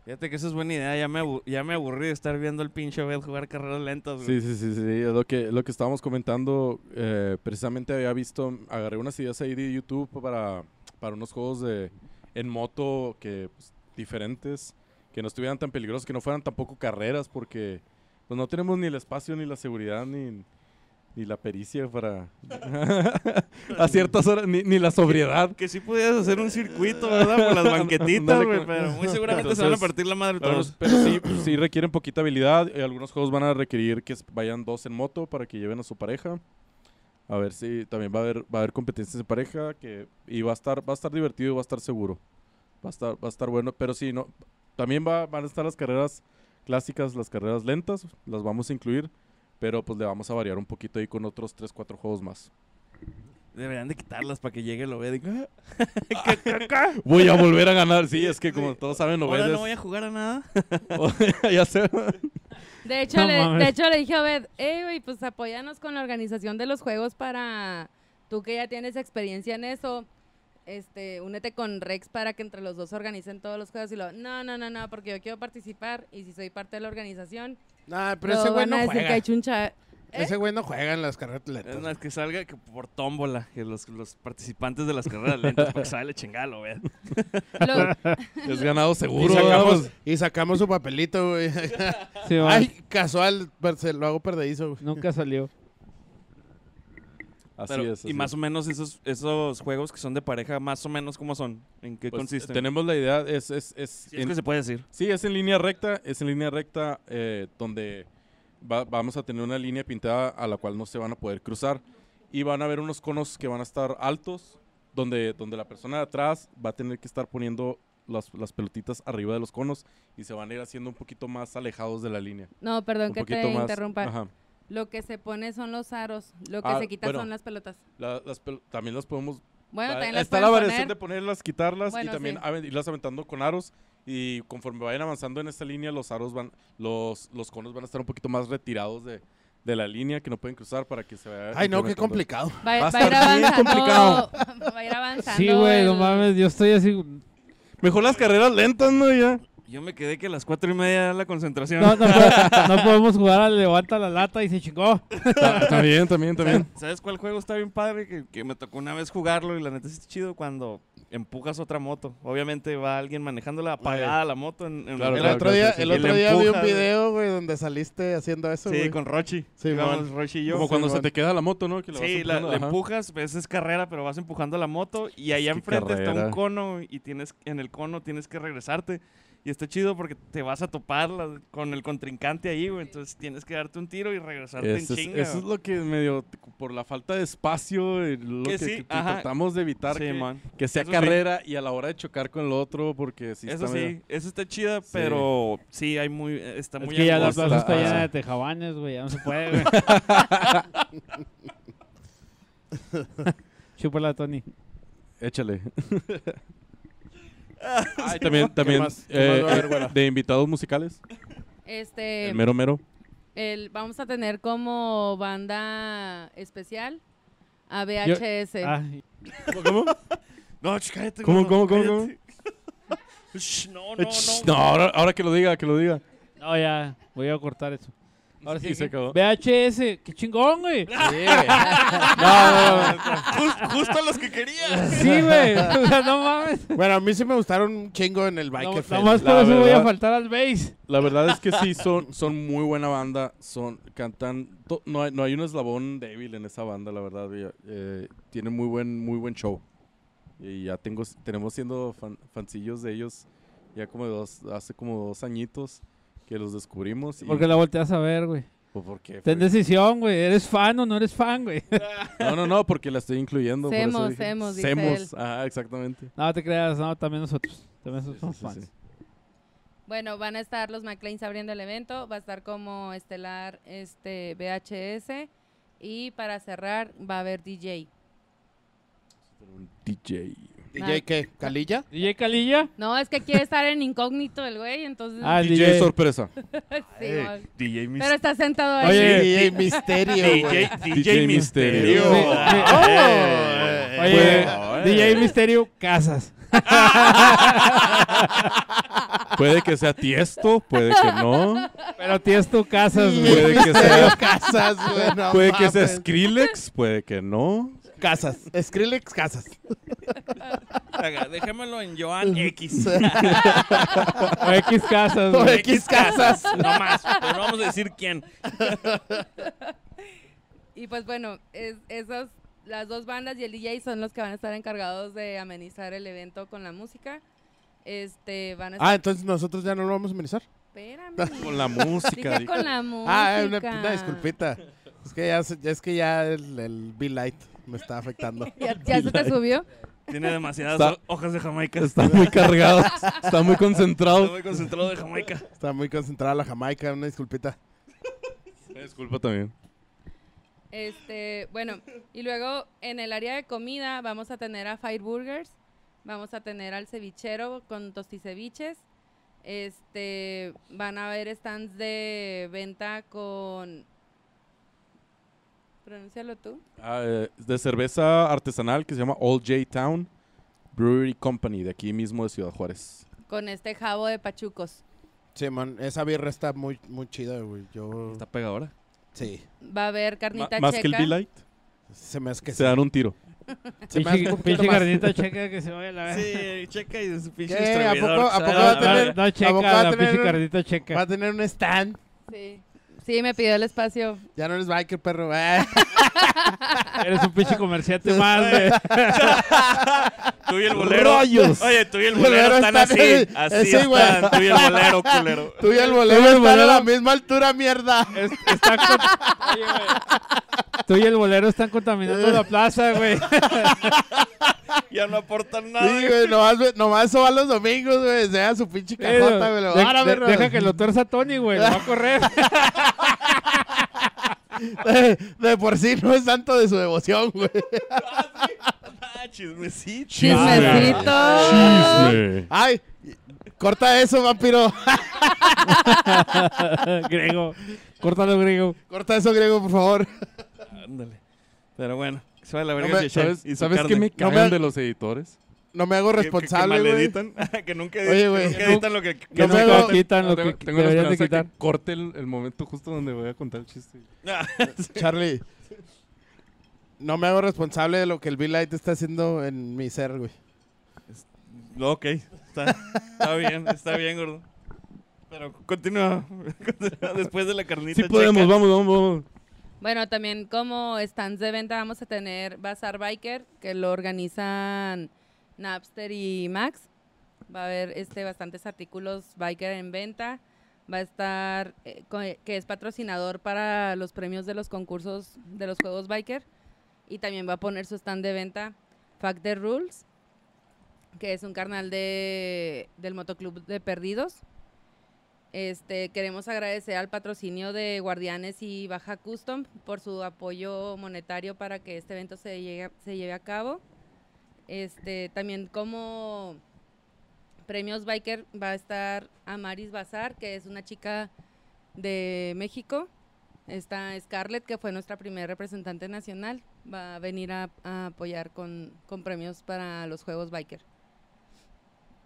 Speaker 3: Fíjate que esa es buena idea. Ya me, abu- ya me aburrí de estar viendo el pinche Abel jugar carreras lentas, güey.
Speaker 4: Sí, sí, sí, sí, es lo que, lo que estábamos comentando. eh, precisamente había visto, agarré unas ideas ahí de YouTube para, para unos juegos de, en moto que pues, diferentes, que no estuvieran tan peligrosos, que no fueran tampoco carreras, porque pues, no tenemos ni el espacio, ni la seguridad, ni, ni la pericia para... a ciertas horas, ni, ni la sobriedad.
Speaker 3: Que sí pudieras hacer un circuito, ¿verdad? Por las banquetitas,
Speaker 4: Ándale,
Speaker 3: güey.
Speaker 4: como-
Speaker 3: Pero muy seguramente se van a
Speaker 4: Entonces,
Speaker 3: partir la madre
Speaker 4: Pero,
Speaker 3: todos.
Speaker 4: pero sí, pues, sí requieren poquita habilidad. eh, algunos juegos van a requerir que s- vayan dos en moto para que lleven a su pareja. A ver si también va a haber, va a haber competencias de pareja que, y va a estar, va a estar divertido y va a estar seguro. Va a estar, va a estar bueno. Pero sí, no, también va, van a estar las carreras clásicas, las carreras lentas, las vamos a incluir. Pero pues le vamos a variar un poquito ahí con otros 3, 4 juegos más.
Speaker 3: Deberían de quitarlas para que llegue el Obed. y, "Ah,
Speaker 4: Voy a volver a ganar. Sí, es que como todos saben,
Speaker 3: Ahora
Speaker 4: Obed
Speaker 3: no voy a jugar a nada.
Speaker 4: es- ya sé.
Speaker 6: De hecho,
Speaker 1: No
Speaker 6: le,
Speaker 1: mames.
Speaker 6: de hecho le dije a Obed, hey, güey, pues apóyanos con la organización de los juegos para tú que ya tienes experiencia en eso. Este, únete con Rex para que entre los dos organicen todos los juegos y lo, no, no, no, no, porque yo quiero participar y si soy parte de la organización,
Speaker 2: Nah, pero
Speaker 6: luego
Speaker 2: ese güey
Speaker 6: van a
Speaker 2: no
Speaker 6: decir que
Speaker 2: juega.
Speaker 6: hay chuncha. ¿Eh?
Speaker 2: Ese güey no juega en las carreras
Speaker 3: Es
Speaker 2: lentas.
Speaker 3: más, que salga que por tómbola, que los, los participantes de las carreras lentas, para que salga chingalo, güey.
Speaker 6: Lo-
Speaker 4: Es ganado seguro.
Speaker 2: Y sacamos,
Speaker 4: vamos.
Speaker 2: y sacamos su papelito, güey.
Speaker 1: Sí, va.
Speaker 2: Ay, casual, per- se lo hago perdedizo, güey.
Speaker 1: Nunca salió.
Speaker 4: Así
Speaker 3: Pero-
Speaker 4: es.
Speaker 3: Y
Speaker 4: así
Speaker 3: más o menos esos, esos juegos que son de pareja, más o menos cómo son, en qué
Speaker 4: Pues,
Speaker 3: consisten.
Speaker 4: Tenemos la idea, es, es, es,
Speaker 3: Si es
Speaker 4: en-
Speaker 3: que se puede decir.
Speaker 4: sí, es en línea recta, es en línea recta eh, donde va- vamos a tener una línea pintada a la cual no se van a poder cruzar y van a haber unos conos que van a estar altos donde, donde la persona de atrás va a tener que estar poniendo las, las pelotitas arriba de los conos y se van a ir haciendo un poquito más alejados de la línea.
Speaker 6: no, perdón
Speaker 4: un
Speaker 6: que te
Speaker 4: poquito más-
Speaker 6: interrumpa.
Speaker 4: ajá.
Speaker 6: Lo que se pone son los aros, lo que
Speaker 4: Ah,
Speaker 6: se quita
Speaker 4: bueno.
Speaker 6: son las pelotas.
Speaker 4: La- las pel- también las podemos
Speaker 6: Bueno,
Speaker 4: Va-
Speaker 6: también las
Speaker 4: está la
Speaker 6: pueden
Speaker 4: variación de
Speaker 6: poner.
Speaker 4: ponerlas, quitarlas
Speaker 6: Bueno,
Speaker 4: y también
Speaker 6: sí.
Speaker 4: aven- irlas aventando con aros. Y conforme vayan avanzando en esta línea, los aros van, los, los conos van a estar un poquito más retirados de, de la línea que no pueden cruzar para que se vea.
Speaker 2: Ay, no, qué
Speaker 4: incrementando.
Speaker 2: complicado.
Speaker 6: Va,
Speaker 4: Va a
Speaker 6: va a ir
Speaker 4: estar bien
Speaker 6: avanzando. va a ir avanzando.
Speaker 1: Sí, güey, no
Speaker 6: el-
Speaker 1: mames, yo estoy así.
Speaker 4: Mejor las carreras lentas, ¿no? Ya.
Speaker 3: Yo me quedé que a las cuatro y media era la concentración.
Speaker 1: No, no, puedo- no podemos jugar al levanta la lata y se chingó.
Speaker 4: Ta- también, también, también.
Speaker 3: ¿Sabes cuál juego está bien padre? Que, que me tocó una vez jugarlo y la neta sí es chido cuando empujas otra moto. Obviamente va alguien manejándola apagada la moto en, en-
Speaker 4: Claro,
Speaker 2: El
Speaker 3: en-
Speaker 4: claro,
Speaker 2: otro día,
Speaker 4: sí, sí,
Speaker 2: el
Speaker 4: sí.
Speaker 2: otro
Speaker 3: Y le
Speaker 2: día vi un
Speaker 3: empuja, güey.
Speaker 2: video, güey, donde saliste haciendo eso,
Speaker 3: Sí,
Speaker 2: güey.
Speaker 3: con Rochi.
Speaker 2: Sí,
Speaker 3: Íbamos
Speaker 2: mon.
Speaker 3: Rochi y yo.
Speaker 4: Como cuando se
Speaker 2: Simón.
Speaker 4: te queda la moto, ¿no? Que la vas
Speaker 3: Sí, la,
Speaker 4: empujando,
Speaker 3: la
Speaker 4: ajá.
Speaker 3: empujas, pues, es carrera, pero vas empujando la moto y
Speaker 4: qué
Speaker 3: allá enfrente está
Speaker 4: carrera.
Speaker 3: un cono y tienes en el cono tienes que regresarte. Y está chido porque te vas a topar la- con el contrincante ahí, güey. Entonces tienes que darte un tiro y regresarte
Speaker 4: Eso
Speaker 3: en
Speaker 4: es,
Speaker 3: chinga.
Speaker 4: eso es lo que medio, por la falta de espacio, eh, lo
Speaker 3: Que
Speaker 4: que,
Speaker 3: sí,
Speaker 4: que
Speaker 3: ajá.
Speaker 4: tratamos de evitar
Speaker 3: Sí,
Speaker 4: que,
Speaker 3: man.
Speaker 4: que sea
Speaker 3: Eso sí.
Speaker 4: carrera y a la hora de chocar con el otro, porque sí
Speaker 3: Eso
Speaker 4: está medio-
Speaker 3: sí, eso está chida,
Speaker 4: Sí.
Speaker 3: pero sí, hay muy, está
Speaker 1: Es
Speaker 3: muy
Speaker 1: que ya la
Speaker 4: angosta,
Speaker 1: plaza está
Speaker 4: ajá.
Speaker 1: llena de tejabanes, güey, ya no se puede, güey. Chúpala, Tony.
Speaker 4: Échale. Ay, también, también
Speaker 2: más? ¿Qué más va a haber,
Speaker 4: eh,
Speaker 2: güera?
Speaker 4: de invitados musicales,
Speaker 6: Este,
Speaker 4: el mero mero.
Speaker 6: el- vamos a tener como banda especial a VHS.
Speaker 1: Ah,
Speaker 4: ¿Cómo?
Speaker 3: No, ch, cállate.
Speaker 4: ¿Cómo,
Speaker 3: gordo,
Speaker 4: cómo, cómo,
Speaker 3: cállate. Sh, no, no,
Speaker 4: Eh,
Speaker 3: no.
Speaker 4: ch, no, ahora, ahora que lo diga, que lo diga.
Speaker 1: no, ya, voy a cortar eso. Ahora sí,
Speaker 4: se acabó.
Speaker 1: VHS, qué chingón, güey.
Speaker 2: Sí, güey.
Speaker 3: Jus- justo los que quería.
Speaker 1: Sí, güey. O sea, no mames.
Speaker 2: bueno, a mí sí me gustaron un chingo en el Biker
Speaker 1: No,
Speaker 2: Fest.
Speaker 1: nomás por
Speaker 4: la
Speaker 1: eso voy a
Speaker 4: verdad.
Speaker 1: faltar al base.
Speaker 4: La verdad es que sí, son, son muy buena banda, son, cantan, to- no, hay, no hay un eslabón débil en esa banda, la verdad. ya, eh, tienen muy buen, muy buen show. Y ya tengo, tenemos siendo fan- fancillos de ellos ya como dos, hace como dos añitos que los descubrimos. y-
Speaker 1: Porque la volteas a ver, güey.
Speaker 4: pues, porque fue-
Speaker 1: Ten decisión, güey. ¿Eres fan o no eres fan, güey?
Speaker 4: No, no, no, porque la estoy incluyendo. por eso
Speaker 6: Semos,
Speaker 4: dije-
Speaker 6: semos, dice
Speaker 4: Semos,
Speaker 6: él.
Speaker 4: ajá, exactamente.
Speaker 1: No te creas, no, también nosotros. También
Speaker 4: Sí,
Speaker 1: somos
Speaker 4: sí, sí,
Speaker 1: fans.
Speaker 4: sí.
Speaker 6: Bueno, van a estar los McLeans abriendo el evento, va a estar como estelar este VHS y para cerrar va a haber DJ.
Speaker 4: Un DJ.
Speaker 2: DJ, ¿qué? ¿Calilla?
Speaker 1: DJ Calilla.
Speaker 6: No, es que quiere estar en incógnito el güey, entonces
Speaker 1: Ah, el
Speaker 4: DJ,
Speaker 1: DJ.
Speaker 4: sorpresa.
Speaker 6: sí,
Speaker 3: Eh,
Speaker 6: no.
Speaker 3: DJ
Speaker 6: Pero
Speaker 3: Misterio.
Speaker 6: está sentado ahí.
Speaker 1: Oye,
Speaker 2: DJ Misterio, güey. Oh,
Speaker 3: DJ, DJ Misterio.
Speaker 1: Sí, sí.
Speaker 3: Ah, eh.
Speaker 1: Oye,
Speaker 3: Bueno,
Speaker 1: DJ
Speaker 3: eh.
Speaker 1: Misterio Casas.
Speaker 4: Puede que sea tiesto, puede que no.
Speaker 1: Pero tienes tu Casas, güey.
Speaker 4: Puede que
Speaker 2: Misterio
Speaker 4: sea,
Speaker 2: Casas, güey. no
Speaker 4: puede
Speaker 6: Ah,
Speaker 4: que sea
Speaker 6: pues.
Speaker 2: mames.
Speaker 4: Skrillex, puede que no.
Speaker 2: Casas. Skrillex Casas.
Speaker 3: Haga, Déjamelo en Joan X.
Speaker 1: O X Casas,
Speaker 2: O
Speaker 1: güey.
Speaker 2: X Casas.
Speaker 3: No más. Pero no vamos a decir quién.
Speaker 6: Y pues bueno, es- esas, las dos bandas y el DJ son los que van a estar encargados de amenizar el evento con la música. Este, van a estar...
Speaker 2: Ah, entonces nosotros ya no lo vamos a amenizar.
Speaker 6: Espérame.
Speaker 4: Con la música.
Speaker 6: Dije
Speaker 4: dijo.
Speaker 6: con la música.
Speaker 2: Ah, eh, una, una disculpita. Es que ya, se- ya- es que ya el, el Be Light me está afectando.
Speaker 6: ¿Ya, ya se te subió?
Speaker 3: Tiene demasiadas
Speaker 4: Está-
Speaker 3: ho- hojas de Jamaica.
Speaker 4: Está muy cargado, está muy
Speaker 3: Está
Speaker 4: concentrado.
Speaker 3: muy concentrado de Jamaica.
Speaker 2: Está muy concentrada la Jamaica, una disculpita.
Speaker 4: Me disculpa también.
Speaker 6: Este, bueno, y luego en el área de comida vamos a tener a Fire Burgers, vamos a tener al cevichero con tosticeviches, este, van a haber stands de venta con, pronúncialo tú,
Speaker 4: Ah, eh, de cerveza artesanal que se llama All J Town Brewery Company, de aquí mismo de Ciudad Juárez.
Speaker 6: con este jabo de pachucos.
Speaker 2: Sí, man, esa birra está muy, muy chida, güey. Yo.
Speaker 3: Está pegadora.
Speaker 2: Sí.
Speaker 6: Va a haber
Speaker 4: Ma-
Speaker 6: carnita
Speaker 4: más que el
Speaker 6: checa.
Speaker 4: Be Light,
Speaker 2: Se me hace que
Speaker 4: se dan un tiro.
Speaker 2: se me hace
Speaker 1: Pinche-
Speaker 2: un poquito
Speaker 1: Pinche
Speaker 2: más.
Speaker 1: carnita checa que se vaya a la verga.
Speaker 3: Sí, checa y su pinche
Speaker 2: ¿Qué? ¿A
Speaker 3: distribuidor,
Speaker 2: poco- a
Speaker 3: ¿sabes?
Speaker 2: poco va
Speaker 1: No,
Speaker 2: a tener-
Speaker 1: no, checa,
Speaker 2: abogado,
Speaker 1: la
Speaker 2: tener
Speaker 1: pinche
Speaker 2: un-
Speaker 1: carnita
Speaker 2: Va a
Speaker 1: checa.
Speaker 2: tener un stand.
Speaker 6: Sí. Sí, me pidió el espacio.
Speaker 2: Ya no eres biker, perro. Eh,
Speaker 1: Eres un pinche comerciante más, güey.
Speaker 3: Tú y el bolero.
Speaker 4: Rollos.
Speaker 3: Oye, tú y el
Speaker 2: bolero
Speaker 3: bolero están
Speaker 2: está
Speaker 3: así.
Speaker 2: bien.
Speaker 3: Así
Speaker 2: Sí, güey.
Speaker 3: están. Tú y el bolero, culero.
Speaker 2: Tú y el
Speaker 1: Tú
Speaker 2: bolero
Speaker 1: y el
Speaker 2: están a la
Speaker 1: bolero.
Speaker 2: misma altura, mierda.
Speaker 1: Es- está con- Oye, güey, Tú y el bolero están contaminando la plaza, güey.
Speaker 3: Ya no aportan nada.
Speaker 2: Sí, güey, nomás, ve- nomás eso va los domingos, güey. Se da su pinche cajota, güey. lo-
Speaker 1: De-
Speaker 2: Ahora,
Speaker 1: de-
Speaker 2: perro.
Speaker 1: deja que lo tuerza Tony, güey. Lo va a correr.
Speaker 2: De, de por sí no es santo de su devoción, güey.
Speaker 3: Ah, chismecito.
Speaker 6: Chismecito.
Speaker 4: Chisme.
Speaker 2: Ay, corta eso, vampiro.
Speaker 1: Grego. Córtalo, Grego.
Speaker 2: Corta eso, griego, por favor.
Speaker 3: Ándale. Pero bueno, que se vaya la
Speaker 2: No
Speaker 3: verga
Speaker 2: me-
Speaker 3: Shechel
Speaker 4: ¿Sabes,
Speaker 3: y su
Speaker 4: ¿sabes qué
Speaker 3: carne.
Speaker 4: me
Speaker 3: Que-
Speaker 2: No me
Speaker 4: cagan
Speaker 2: ha-
Speaker 4: de los editores?
Speaker 2: No me hago
Speaker 3: que-
Speaker 2: responsable,
Speaker 3: que, mal
Speaker 2: güey.
Speaker 3: editan. que nunca editan,
Speaker 2: Oye, güey.
Speaker 3: que nunca editan lo que
Speaker 1: Que
Speaker 2: No
Speaker 1: nunca
Speaker 2: me hago-
Speaker 1: quitan lo
Speaker 4: tengo
Speaker 1: que
Speaker 4: tengo la
Speaker 1: deberían de
Speaker 4: esperanza de
Speaker 1: quitar.
Speaker 4: que corte el, el momento justo donde voy a contar el chiste.
Speaker 3: Ah.
Speaker 2: Charlie. No me hago responsable de lo que el B-Light está haciendo en mi ser, güey.
Speaker 3: No, ok, está, está bien, está bien, gordo. Pero continúa. continúa Después de la carnita.
Speaker 4: Sí podemos,
Speaker 3: checa.
Speaker 4: vamos, vamos, vamos.
Speaker 6: Bueno, también como stands de venta vamos a tener Bazar Biker, que lo organizan Napster y Max. Va a haber este bastantes artículos biker en venta. Va a estar eh, co- que es patrocinador para los premios de los concursos de los juegos biker y también va a poner su stand de venta Fact the Rules, que es un carnal de del motoclub de Perdidos. Este, queremos agradecer al patrocinio de Guardianes y Baja Custom por su apoyo monetario para que este evento se, llegue- se lleve a cabo. Este, también como premios biker va a estar Amaris Bazar, que es una chica de México. Está Scarlett, que fue nuestra primera representante nacional. Va a venir a, a apoyar con, con premios para los juegos biker.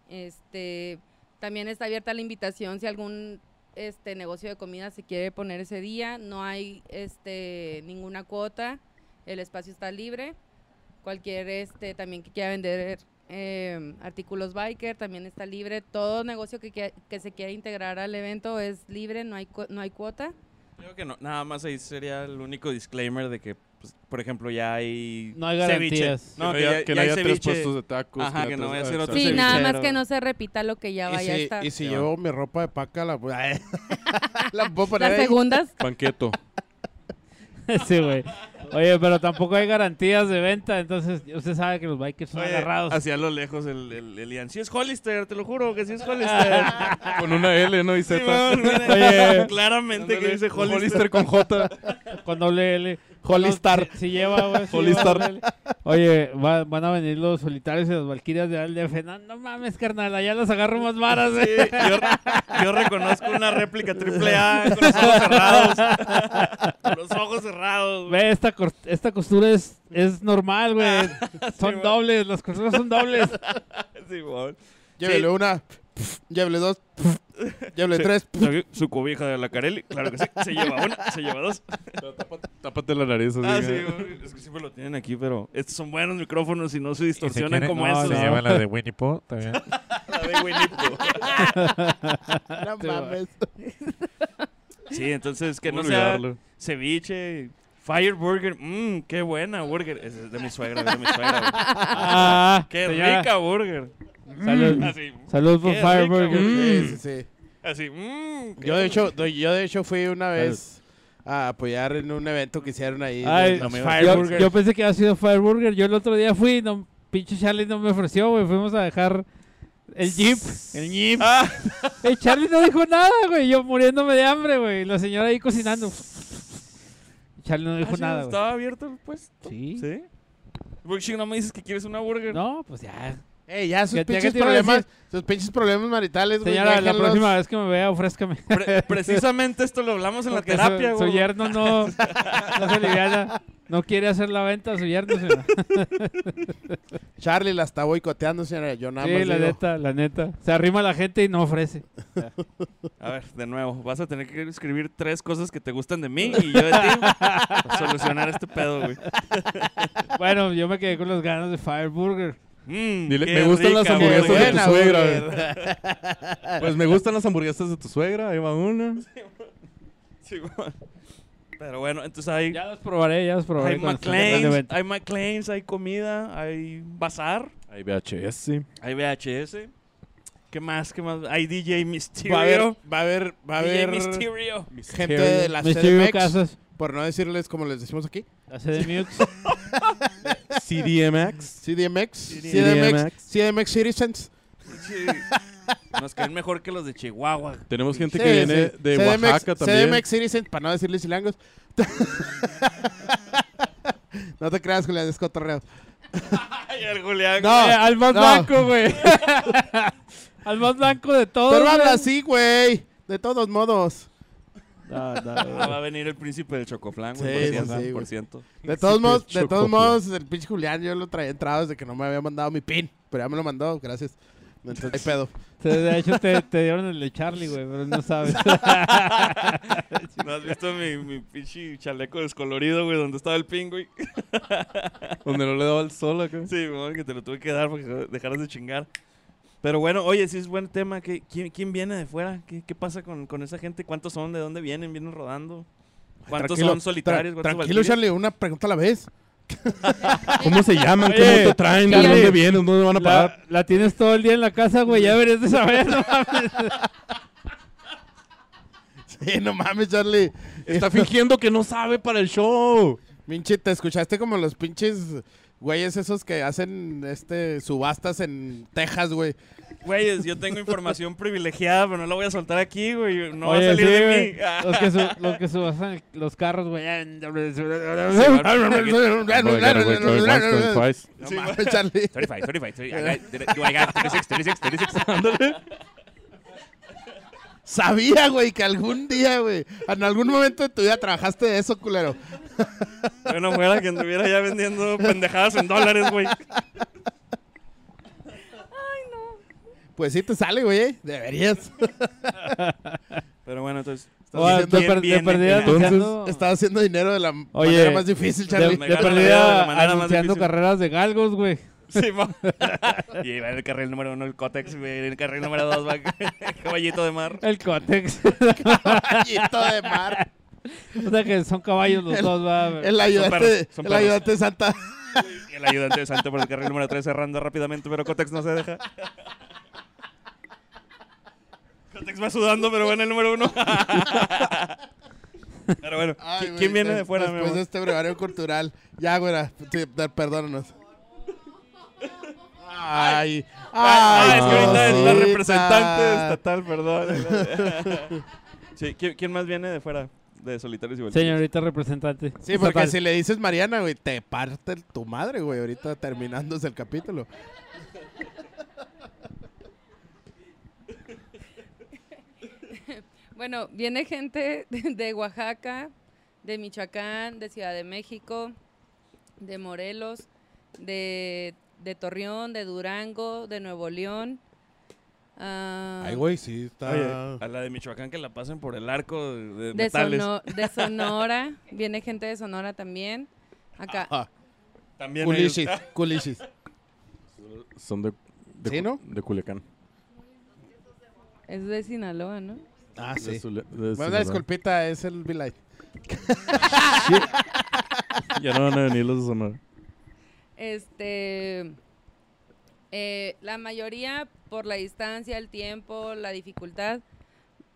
Speaker 6: Este, también está abierta la invitación si algún este negocio de comida se quiere poner ese día. No hay este ninguna cuota. El espacio está libre. Cualquier este también que quiera vender eh, artículos biker también está libre. Todo negocio que, quie- que se quiera integrar al evento es libre, no hay cu- no hay cuota.
Speaker 3: Creo que no, nada más ahí sería el único disclaimer de que, pues, por ejemplo, ya hay.
Speaker 1: No hay
Speaker 3: ceviche.
Speaker 1: garantías.
Speaker 3: No,
Speaker 4: que,
Speaker 3: que
Speaker 4: no haya,
Speaker 3: ya-
Speaker 4: que no
Speaker 3: ya hay
Speaker 4: haya tres
Speaker 3: ceviche.
Speaker 4: puestos de tacos.
Speaker 3: Ajá, que no
Speaker 4: haya
Speaker 3: vaya a
Speaker 4: tres- ah,
Speaker 3: ser otro
Speaker 4: exacto.
Speaker 6: Sí, nada más
Speaker 3: cevichero.
Speaker 6: que no se repita lo que ya
Speaker 2: Y
Speaker 6: vaya a
Speaker 2: si,
Speaker 6: estar.
Speaker 2: y si llevo mi ropa de paca, la, la puedo poner
Speaker 6: Las
Speaker 2: ahí.
Speaker 6: segundas,
Speaker 4: Banqueto.
Speaker 1: sí, güey. Oye, pero tampoco hay garantías de venta, entonces usted sabe que los bikers son
Speaker 3: Oye,
Speaker 1: agarrados.
Speaker 3: Hacia lo lejos el, el, el Ian. Sí es Hollister, te lo juro que sí
Speaker 1: Ah,
Speaker 3: es Hollister.
Speaker 4: Con una L, ¿no? Y
Speaker 3: Sí,
Speaker 4: Z.
Speaker 3: man, mira,
Speaker 1: Oye.
Speaker 3: claramente que
Speaker 4: Ándale,
Speaker 3: dice
Speaker 4: un
Speaker 3: Hollister.
Speaker 4: con J.
Speaker 1: Cuando le, le-
Speaker 2: Hollistar.
Speaker 1: Si, si lleva, güey. si
Speaker 4: Hollistar.
Speaker 1: lleva, dale. Oye, va- van a venir los solitarios y las valquirias de Aldef. No, no mames, carnal, allá las agarro más varas, güey.
Speaker 3: Sí, yo, yo reconozco una réplica triple A con los ojos cerrados. con los ojos cerrados. güey.
Speaker 1: Ve, esta, cor- esta costura es, es normal, güey. son
Speaker 3: güey.
Speaker 1: dobles, las costuras son dobles.
Speaker 3: Sí, güey.
Speaker 2: Llévele
Speaker 3: Sí.
Speaker 2: una, llévele dos, llévele
Speaker 3: Sí.
Speaker 2: tres.
Speaker 3: Su- Su cobija de la Carelli, claro que sí. Se lleva una, se lleva dos.
Speaker 4: Tápate, tápate la nariz. así,
Speaker 3: Ah,
Speaker 4: ¿no?
Speaker 3: sí, güey. es que siempre lo tienen aquí, pero estos son buenos micrófonos y no se
Speaker 7: Y si
Speaker 3: distorsionan
Speaker 7: quieren,
Speaker 3: como
Speaker 1: no,
Speaker 3: estos.
Speaker 7: Se
Speaker 1: no.
Speaker 7: llevan la de Winnie Pooh también.
Speaker 3: La de Winnie Pooh.
Speaker 2: No mames.
Speaker 3: Sí, entonces que
Speaker 4: ¿Cómo
Speaker 3: no sea
Speaker 4: olvidarlo?
Speaker 3: ceviche, fire burger. Mmm, qué buena burger. Esa es de mi suegra, de mi suegra. güey.
Speaker 1: Ah,
Speaker 3: Qué
Speaker 1: señora,
Speaker 3: rica burger. Mm.
Speaker 1: Salud.
Speaker 3: Así,
Speaker 1: Salud por
Speaker 3: Qué
Speaker 1: Fireburger. Mm.
Speaker 3: rico, güey.
Speaker 2: Sí, sí, sí.
Speaker 3: así. Mmm.
Speaker 2: Mm. Yo de hecho, do- yo de hecho fui una vez a apoyar en un evento que hicieron ahí. de
Speaker 1: Ay,
Speaker 2: las
Speaker 1: yo- yo,
Speaker 2: Fireburger.
Speaker 1: pensé que había sido Fireburger. Yo el otro día fui, y no, pinche Charlie no me ofreció, güey. Fuimos a dejar el Jeep. El Jeep.
Speaker 3: Ah,
Speaker 1: El Charlie no dijo nada, güey. Yo muriéndome de hambre, güey. La señora ahí cocinando. Charlie no dijo
Speaker 3: ah, sí,
Speaker 1: nada, güey.
Speaker 3: Estaba abierto el puesto.
Speaker 1: Sí.
Speaker 3: ¿Sí? Porque si no me dices que quieres una burger.
Speaker 1: No, pues ya.
Speaker 2: Ey, ya sus
Speaker 1: Ya- ya que
Speaker 2: pinches
Speaker 1: te iba a
Speaker 2: problemas, sus pinches problemas maritales, güey.
Speaker 1: Señora, la
Speaker 2: déjenlos.
Speaker 1: próxima vez que me vea, ofrézcame.
Speaker 3: Pre- precisamente esto lo hablamos en
Speaker 1: Porque
Speaker 3: la
Speaker 1: su-
Speaker 3: terapia,
Speaker 1: su,
Speaker 3: güey.
Speaker 1: yerno no, no se liviana. No quiere hacer la venta a su yerno, señora.
Speaker 2: Charlie la está boicoteando, señora. Yo nada
Speaker 1: Sí,
Speaker 2: más
Speaker 1: la
Speaker 2: digo,
Speaker 1: neta, la neta. Se arrima la gente y no ofrece.
Speaker 3: A ver, de nuevo, vas a tener que escribir tres cosas que te gustan de mí y yo de ti para solucionar este pedo, güey.
Speaker 1: Bueno, yo me quedé con las ganas de Fireburger.
Speaker 3: Mm,
Speaker 4: Dile,
Speaker 3: qué
Speaker 4: me gustan las
Speaker 3: rica
Speaker 4: hamburguesas
Speaker 3: burger.
Speaker 4: de
Speaker 2: Buena
Speaker 4: tu suegra.
Speaker 2: burger.
Speaker 4: güey. Pues me gustan las hamburguesas de tu suegra. Ahí va una.
Speaker 3: Sí, güey. Pero bueno, entonces hay,
Speaker 1: Ya los probaré, ya los probaré.
Speaker 3: hay
Speaker 1: cuando estén en el
Speaker 3: McLean's,
Speaker 1: evento.
Speaker 3: hay McLean's, hay comida, hay bazar,
Speaker 4: Ahí VHS. sí.
Speaker 3: hay VHS. ¿Qué más? ¿Qué más? Hay DJ Mysterio.
Speaker 2: Va a haber, va a haber, va a
Speaker 3: DJ
Speaker 2: haber
Speaker 3: Mysterio.
Speaker 2: gente de la
Speaker 1: Misterio
Speaker 2: CDMX,
Speaker 1: Casas,
Speaker 2: por no decirles como les decimos aquí.
Speaker 1: la sede Mux.
Speaker 2: CDMX,
Speaker 4: CDMX. CDMX.
Speaker 2: CDMX, CDMX Citizens.
Speaker 3: Sí. Nos caen mejor que los de Chihuahua.
Speaker 4: Tenemos gente
Speaker 2: Sí,
Speaker 4: este que viene
Speaker 2: sí.
Speaker 4: de
Speaker 2: CDMX,
Speaker 4: Oaxaca también.
Speaker 2: CDMX Citizens, para no decirles chilangos. no te creas, Julián, es cotorreo.
Speaker 3: Ay, el Julián.
Speaker 2: No,
Speaker 1: Eh, al más
Speaker 2: no.
Speaker 1: blanco, güey. al más blanco de todos.
Speaker 2: Pero
Speaker 1: güey.
Speaker 2: habla así, güey. De todos modos.
Speaker 1: No, no,
Speaker 3: Ah,
Speaker 1: no.
Speaker 3: va a venir el príncipe del Chocoflán, güey,
Speaker 2: Sí,
Speaker 3: por,
Speaker 2: sí,
Speaker 3: ciento,
Speaker 2: sí,
Speaker 3: por
Speaker 2: güey.
Speaker 3: ciento.
Speaker 2: De todos modos, de
Speaker 4: Chocoflan.
Speaker 2: todos modos, el pinche Julián yo lo traía entrado desde que no me había mandado mi pin. Pero ya me lo mandó, gracias. Entonces, hay pedo.
Speaker 1: Te- De hecho, te, te dieron el de Charlie, güey, pero no sabes.
Speaker 3: ¿No has visto mi, mi pinche chaleco descolorido, güey, donde estaba el pin, güey?
Speaker 4: Donde no le daba el sol acá.
Speaker 3: Sí, güey, que te lo tuve que dar porque dejaras de chingar. Pero bueno, oye, sí es buen tema. ¿Qué, quién, quién viene de fuera? ¿Qué, qué pasa con, con esa gente? ¿Cuántos son? ¿De dónde vienen? ¿Vienen rodando? ¿Cuántos
Speaker 2: Tranquilo,
Speaker 3: son solitarios?
Speaker 2: tra-
Speaker 3: ¿Cuántos
Speaker 2: tranquilo,
Speaker 3: valquirios?
Speaker 2: Charlie, una pregunta a la vez.
Speaker 4: ¿Cómo se llaman?
Speaker 1: Oye,
Speaker 4: ¿Cómo te traen? ¿De
Speaker 1: Charlie.
Speaker 4: dónde vienen? ¿Dónde van a parar?
Speaker 1: La, la tienes todo el día en la casa, güey, ya deberías de saber, no mames.
Speaker 2: Sí, no mames, Charlie.
Speaker 4: Está fingiendo que no sabe para el show.
Speaker 2: Pinche, te escuchaste como los pinches güeyes esos que hacen este subastas en Texas, güey.
Speaker 3: Güeyes, yo tengo información privilegiada, pero no la voy a soltar aquí, güey. No
Speaker 1: Oye,
Speaker 3: va a salir
Speaker 1: sí,
Speaker 3: de
Speaker 1: güey.
Speaker 3: mí. Ah.
Speaker 1: Los que, su- los que subasan el- los carros, güey. en-
Speaker 2: No mames, Charlie.
Speaker 3: 35, 35, I got- do I got 36, 36, 36?
Speaker 2: Sabía, güey, que algún día, güey, en algún momento de tu vida trabajaste de eso, culero.
Speaker 3: Bueno, fuera que anduviera ya vendiendo pendejadas en dólares, güey.
Speaker 2: Pues sí te sale, güey, deberías.
Speaker 3: Pero bueno, entonces.
Speaker 1: O sea,
Speaker 2: diciendo
Speaker 1: te per- te
Speaker 3: quién viene,
Speaker 1: perdí
Speaker 3: quién
Speaker 4: Entonces,
Speaker 1: anunciando-
Speaker 2: Estaba haciendo dinero de la
Speaker 1: Oye,
Speaker 2: manera más difícil,
Speaker 1: te-
Speaker 2: Charlie.
Speaker 3: me
Speaker 1: te
Speaker 3: gana la
Speaker 1: perdí
Speaker 3: vida de la
Speaker 1: a-
Speaker 3: manera más
Speaker 1: anunciando
Speaker 3: difícil.
Speaker 1: carreras de galgos, güey.
Speaker 3: Sí, mo- y ahí va en el carril número uno el Cotex, güey, en el carril número dos va Caballito de Mar.
Speaker 1: El cótex.
Speaker 2: Caballito de mar.
Speaker 1: o sea que son caballos los
Speaker 2: El-
Speaker 1: dos, va.
Speaker 2: El ayudante,
Speaker 3: perros, son
Speaker 2: el
Speaker 3: perros.
Speaker 2: ayudante de Santa.
Speaker 3: Y el ayudante de Santo por el carril número tres cerrando rápidamente, pero Cotex no se deja. Cotex va sudando, pero va en el número uno. Pero bueno,
Speaker 2: Ay,
Speaker 3: ¿qui-
Speaker 2: güey,
Speaker 3: ¿quién viene
Speaker 2: des-
Speaker 3: de fuera, mi
Speaker 2: Después de
Speaker 3: amor?
Speaker 2: este brevario cultural. Ya, güera, sí, da- perdónanos. Ay, ay,
Speaker 3: Ah, es que ahorita es la
Speaker 2: cosita.
Speaker 3: representante estatal, perdón. sí, ¿quién, quién más viene de fuera? De solitarios y Volteros?
Speaker 1: Señorita representante.
Speaker 2: Sí, porque
Speaker 1: Estatal.
Speaker 2: si le dices Mariana, güey, te parte el- tu madre, güey, ahorita terminándose el capítulo.
Speaker 6: Bueno, viene gente de Oaxaca, de Michoacán, de Ciudad de México, de Morelos, de, de Torreón, de Durango, de Nuevo León. ah,
Speaker 2: Ay, güey, sí, está.
Speaker 3: Oye, a la de Michoacán que la pasen por el arco de, de
Speaker 6: de,
Speaker 3: metales.
Speaker 6: Sono- de Sonora, viene gente de Sonora también. Acá,
Speaker 2: Ah,
Speaker 3: También ellos-
Speaker 2: Culishis, culishis.
Speaker 4: Son de, de,
Speaker 2: ¿Sí,
Speaker 4: Cu-
Speaker 2: no?
Speaker 4: de Culiacán.
Speaker 6: es de Sinaloa, ¿no?
Speaker 2: Ah,
Speaker 4: De
Speaker 2: sí.
Speaker 4: Zule- de
Speaker 2: Bueno,
Speaker 4: Sinaloa.
Speaker 2: una disculpita, es el Vilay.
Speaker 4: Ya no van a venir los de Sonora.
Speaker 6: Este, eh, la mayoría por la distancia, el tiempo, la dificultad,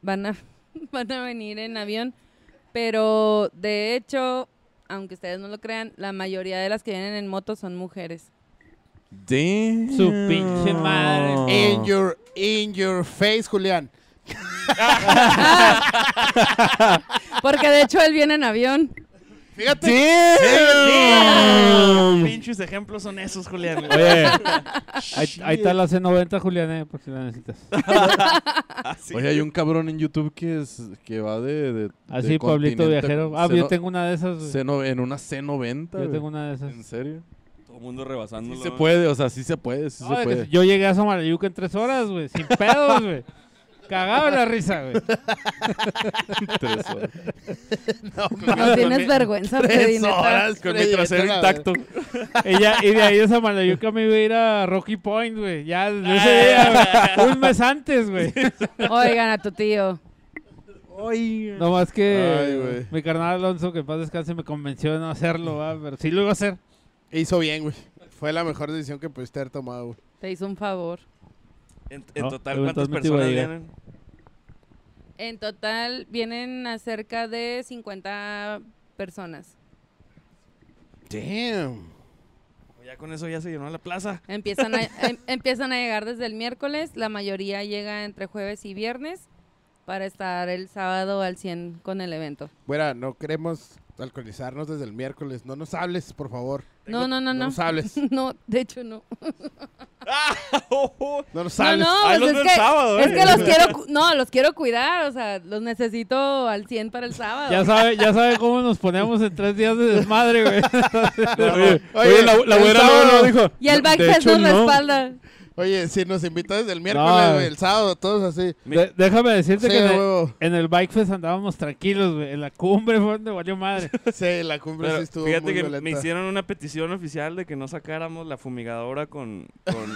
Speaker 6: van a, van a venir en avión. Pero de hecho, aunque ustedes no lo crean, la mayoría de las que vienen en moto son mujeres.
Speaker 4: Damn.
Speaker 1: Su pinche madre.
Speaker 2: In your, in your face, Julián.
Speaker 6: Porque de hecho él viene en avión.
Speaker 2: Fíjate.
Speaker 3: Damn. ah, Pinches ejemplos son esos, Julián.
Speaker 1: Oye, ahí, ahí está la C90, Julián, eh, por si la necesitas.
Speaker 3: Ah, sí.
Speaker 4: Oye, hay un cabrón en YouTube que, es, que va de. de
Speaker 1: Así,
Speaker 4: de
Speaker 1: Ah, Pablito
Speaker 4: continente-
Speaker 1: Viajero. Ah,
Speaker 4: C-
Speaker 1: yo
Speaker 4: no-
Speaker 1: tengo una de esas. güey.
Speaker 4: C no- en una C90.
Speaker 1: Yo
Speaker 4: güey.
Speaker 1: tengo una de esas.
Speaker 4: ¿En serio?
Speaker 3: Todo el mundo
Speaker 4: Sí
Speaker 3: rebasándolo.
Speaker 4: se puede, o sea, sí se puede, sí
Speaker 1: No,
Speaker 4: se
Speaker 1: de que
Speaker 4: puede.
Speaker 1: yo llegué a Somarayuca en tres horas, güey. Sin pedos, güey. Cagado en la risa, güey.
Speaker 4: Tres horas.
Speaker 2: No,
Speaker 6: No
Speaker 2: mames.
Speaker 6: tienes vergüenza,
Speaker 2: Tres
Speaker 6: Pedineta.
Speaker 2: horas
Speaker 4: Con mi trasero
Speaker 2: Freddy,
Speaker 4: intacto.
Speaker 1: Y, ya- y de ahí de Somarayuca me iba a ir a Rocky Point, güey. Ya desde ese
Speaker 2: Ah.
Speaker 1: día, güey. Un mes antes, güey.
Speaker 6: Oigan a tu tío.
Speaker 1: No más que
Speaker 2: Ay, güey.
Speaker 1: mi carnal Alonso, que en paz descanse, me convenció de no hacerlo, ¿va? pero sí lo iba a hacer.
Speaker 2: Hizo bien, güey. Fue la mejor decisión que pudiste haber tomado, güey.
Speaker 6: Te hizo un favor.
Speaker 3: En, en
Speaker 1: No,
Speaker 3: total, ¿cuántas
Speaker 1: eventualmente iba a
Speaker 3: personas
Speaker 1: llegar.
Speaker 3: vienen?
Speaker 6: En total vienen a cerca de 50 personas.
Speaker 2: Damn.
Speaker 3: Ya con eso ya se llenó la plaza.
Speaker 6: Empiezan a, em- empiezan a llegar desde el miércoles, la mayoría llega entre jueves y viernes para estar el sábado al 100 con el evento.
Speaker 2: Güera, no queremos alcoholizarnos desde el miércoles. No nos hables, por favor.
Speaker 6: No, no, no,
Speaker 2: No
Speaker 6: no.
Speaker 2: nos hables.
Speaker 6: No, de hecho no.
Speaker 2: No nos
Speaker 6: No,
Speaker 2: hables.
Speaker 6: no,
Speaker 3: Ahí los veo
Speaker 6: pues es
Speaker 3: el
Speaker 6: que,
Speaker 3: sábado,
Speaker 6: es
Speaker 3: ¿eh?
Speaker 6: que los quiero, cu- no, los quiero cuidar, o sea, los necesito al 100 para el
Speaker 2: Ah.
Speaker 6: sábado.
Speaker 1: Ya sabe, ya sabe cómo nos ponemos en tres días de desmadre, güey.
Speaker 4: Oye,
Speaker 2: Oye,
Speaker 4: la, la
Speaker 2: el
Speaker 4: güera luego,
Speaker 2: sábado.
Speaker 4: luego dijo.
Speaker 6: y el
Speaker 4: "No, de
Speaker 6: backstage
Speaker 4: hecho,
Speaker 6: nos
Speaker 4: no".
Speaker 6: respalda.
Speaker 2: Oye, si nos invitó desde el miércoles, güey, el sábado, todos así.
Speaker 1: De- déjame decirte
Speaker 2: Sí,
Speaker 1: que en el,
Speaker 2: huevo.
Speaker 1: en el Bike Fest andábamos tranquilos, güey. En la cumbre fue donde valió madre.
Speaker 2: Sí, la cumbre
Speaker 3: Pero
Speaker 2: sí estuvo
Speaker 3: fíjate
Speaker 2: muy
Speaker 3: que
Speaker 2: violenta.
Speaker 3: me hicieron una petición oficial de que no sacáramos la fumigadora con, con,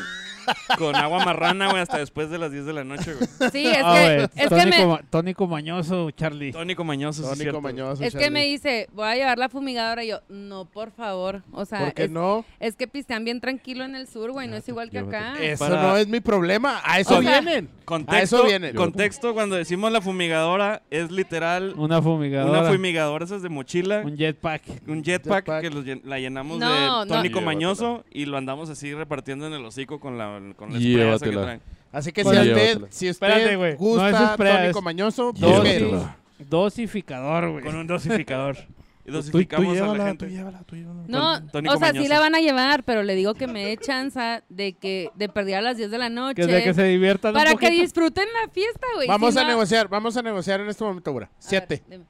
Speaker 3: con agua marrana, güey, hasta después de las 10 de la noche, güey.
Speaker 6: Sí, es
Speaker 1: Ah,
Speaker 6: que,
Speaker 1: güey,
Speaker 6: es que
Speaker 1: tónico,
Speaker 6: me,
Speaker 1: ma- tónico mañoso, Charlie.
Speaker 3: Tónico mañoso, sí es
Speaker 2: Tónico
Speaker 3: cierto.
Speaker 2: mañoso,
Speaker 6: es que
Speaker 2: Charlie.
Speaker 6: me dice, voy a llevar la fumigadora y yo, no, por favor, o sea,
Speaker 2: ¿Por qué
Speaker 6: es-
Speaker 2: no?
Speaker 6: Es que pistean bien tranquilo en el sur, güey, no es igual que acá.
Speaker 2: Eso
Speaker 3: Para-
Speaker 2: no es mi problema. A eso
Speaker 6: O sea,
Speaker 2: vienen.
Speaker 3: Contexto,
Speaker 2: A eso viene.
Speaker 3: Contexto, cuando decimos la fumigadora, es literal
Speaker 1: Una fumigadora.
Speaker 3: una fumigadora, esas de mochila,
Speaker 1: un jetpack.
Speaker 3: un jetpack,
Speaker 2: Jetpack.
Speaker 3: que los llen- la llenamos
Speaker 6: No,
Speaker 3: de
Speaker 6: no.
Speaker 3: tónico
Speaker 4: Llévatela.
Speaker 3: mañoso y lo andamos así repartiendo en el hocico con la, con la
Speaker 4: Llévatela.
Speaker 3: spray esa que traen.
Speaker 2: Así que si
Speaker 4: Bueno,
Speaker 2: usted,
Speaker 4: llévatela.
Speaker 2: si
Speaker 1: Espérate,
Speaker 2: usted
Speaker 1: güey. No,
Speaker 2: gusta
Speaker 1: eso es prea,
Speaker 2: tónico
Speaker 1: es-
Speaker 2: mañoso,
Speaker 1: Llévatela.
Speaker 2: búsquelo.
Speaker 1: Dosificador, güey.
Speaker 3: Con un dosificador. Y
Speaker 4: Tú- Tú, tú
Speaker 3: dosificamos a la
Speaker 4: llévala, tú
Speaker 3: gente.
Speaker 4: llévala, tú llévala.
Speaker 6: No,
Speaker 3: Ton- tónico
Speaker 6: o sea,
Speaker 3: mañoso.
Speaker 6: sí la van a llevar, pero le digo que me dé chance de que de perder a las 10 de la noche
Speaker 1: Que, de que se diviertan
Speaker 6: para
Speaker 1: un
Speaker 6: que
Speaker 1: poquito.
Speaker 6: disfruten la fiesta, güey.
Speaker 2: Vamos
Speaker 6: Pues Si
Speaker 2: a
Speaker 6: no-
Speaker 2: negociar, vamos a negociar en este momento, güey.
Speaker 6: A
Speaker 2: Siete,
Speaker 6: ver, dime.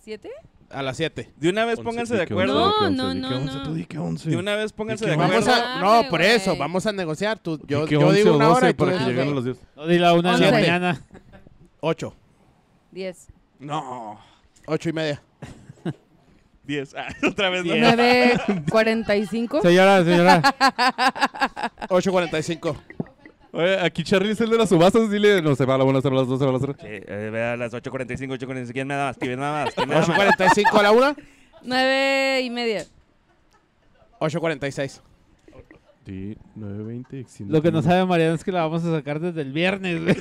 Speaker 6: ¿Siete?
Speaker 2: a las siete.
Speaker 3: De una vez
Speaker 4: Once,
Speaker 3: pónganse
Speaker 4: di
Speaker 3: de
Speaker 4: que
Speaker 3: acuerdo.
Speaker 6: No,
Speaker 4: once, di
Speaker 6: no,
Speaker 4: que
Speaker 6: no,
Speaker 4: once,
Speaker 6: no.
Speaker 4: tú di que once.
Speaker 3: De una vez pónganse
Speaker 4: que
Speaker 3: de acuerdo.
Speaker 2: Vamos a, no,
Speaker 6: Dame,
Speaker 2: por eso,
Speaker 6: güey.
Speaker 2: vamos a negociar. Tú,
Speaker 4: Di
Speaker 2: yo,
Speaker 4: que
Speaker 2: yo
Speaker 4: once
Speaker 2: digo
Speaker 4: o
Speaker 2: una hora
Speaker 4: doce
Speaker 2: y tú
Speaker 4: para que
Speaker 6: dices-
Speaker 4: lleguen a
Speaker 6: Ok.
Speaker 4: las 10.
Speaker 1: No, di la una de la
Speaker 6: Once.
Speaker 1: mañana.
Speaker 2: ocho,
Speaker 6: Diez.
Speaker 3: No.
Speaker 2: ocho y media.
Speaker 3: 10. Ah, otra vez. ¿no?
Speaker 6: Nueve cuarenta y cinco.
Speaker 1: Señora, señora.
Speaker 2: Ocho cuarenta y cinco.
Speaker 4: Oye, aquí Charlie es el de las subastas, dile, no se va a la buena, se va a las dos, se va a las tres.
Speaker 3: Sí, eh, ve a las 8.45, 8.45. ¿Quién me da más? ¿Quién me da más? ¿Quién me da
Speaker 2: Ocho
Speaker 3: más?
Speaker 2: cuarenta y cinco a la una.
Speaker 6: Nueve y media.
Speaker 2: Ocho cuarenta y seis.
Speaker 4: Sí, 9, 20, 19.
Speaker 1: Lo que no sabe Mariano es que la vamos a sacar desde el viernes, güey.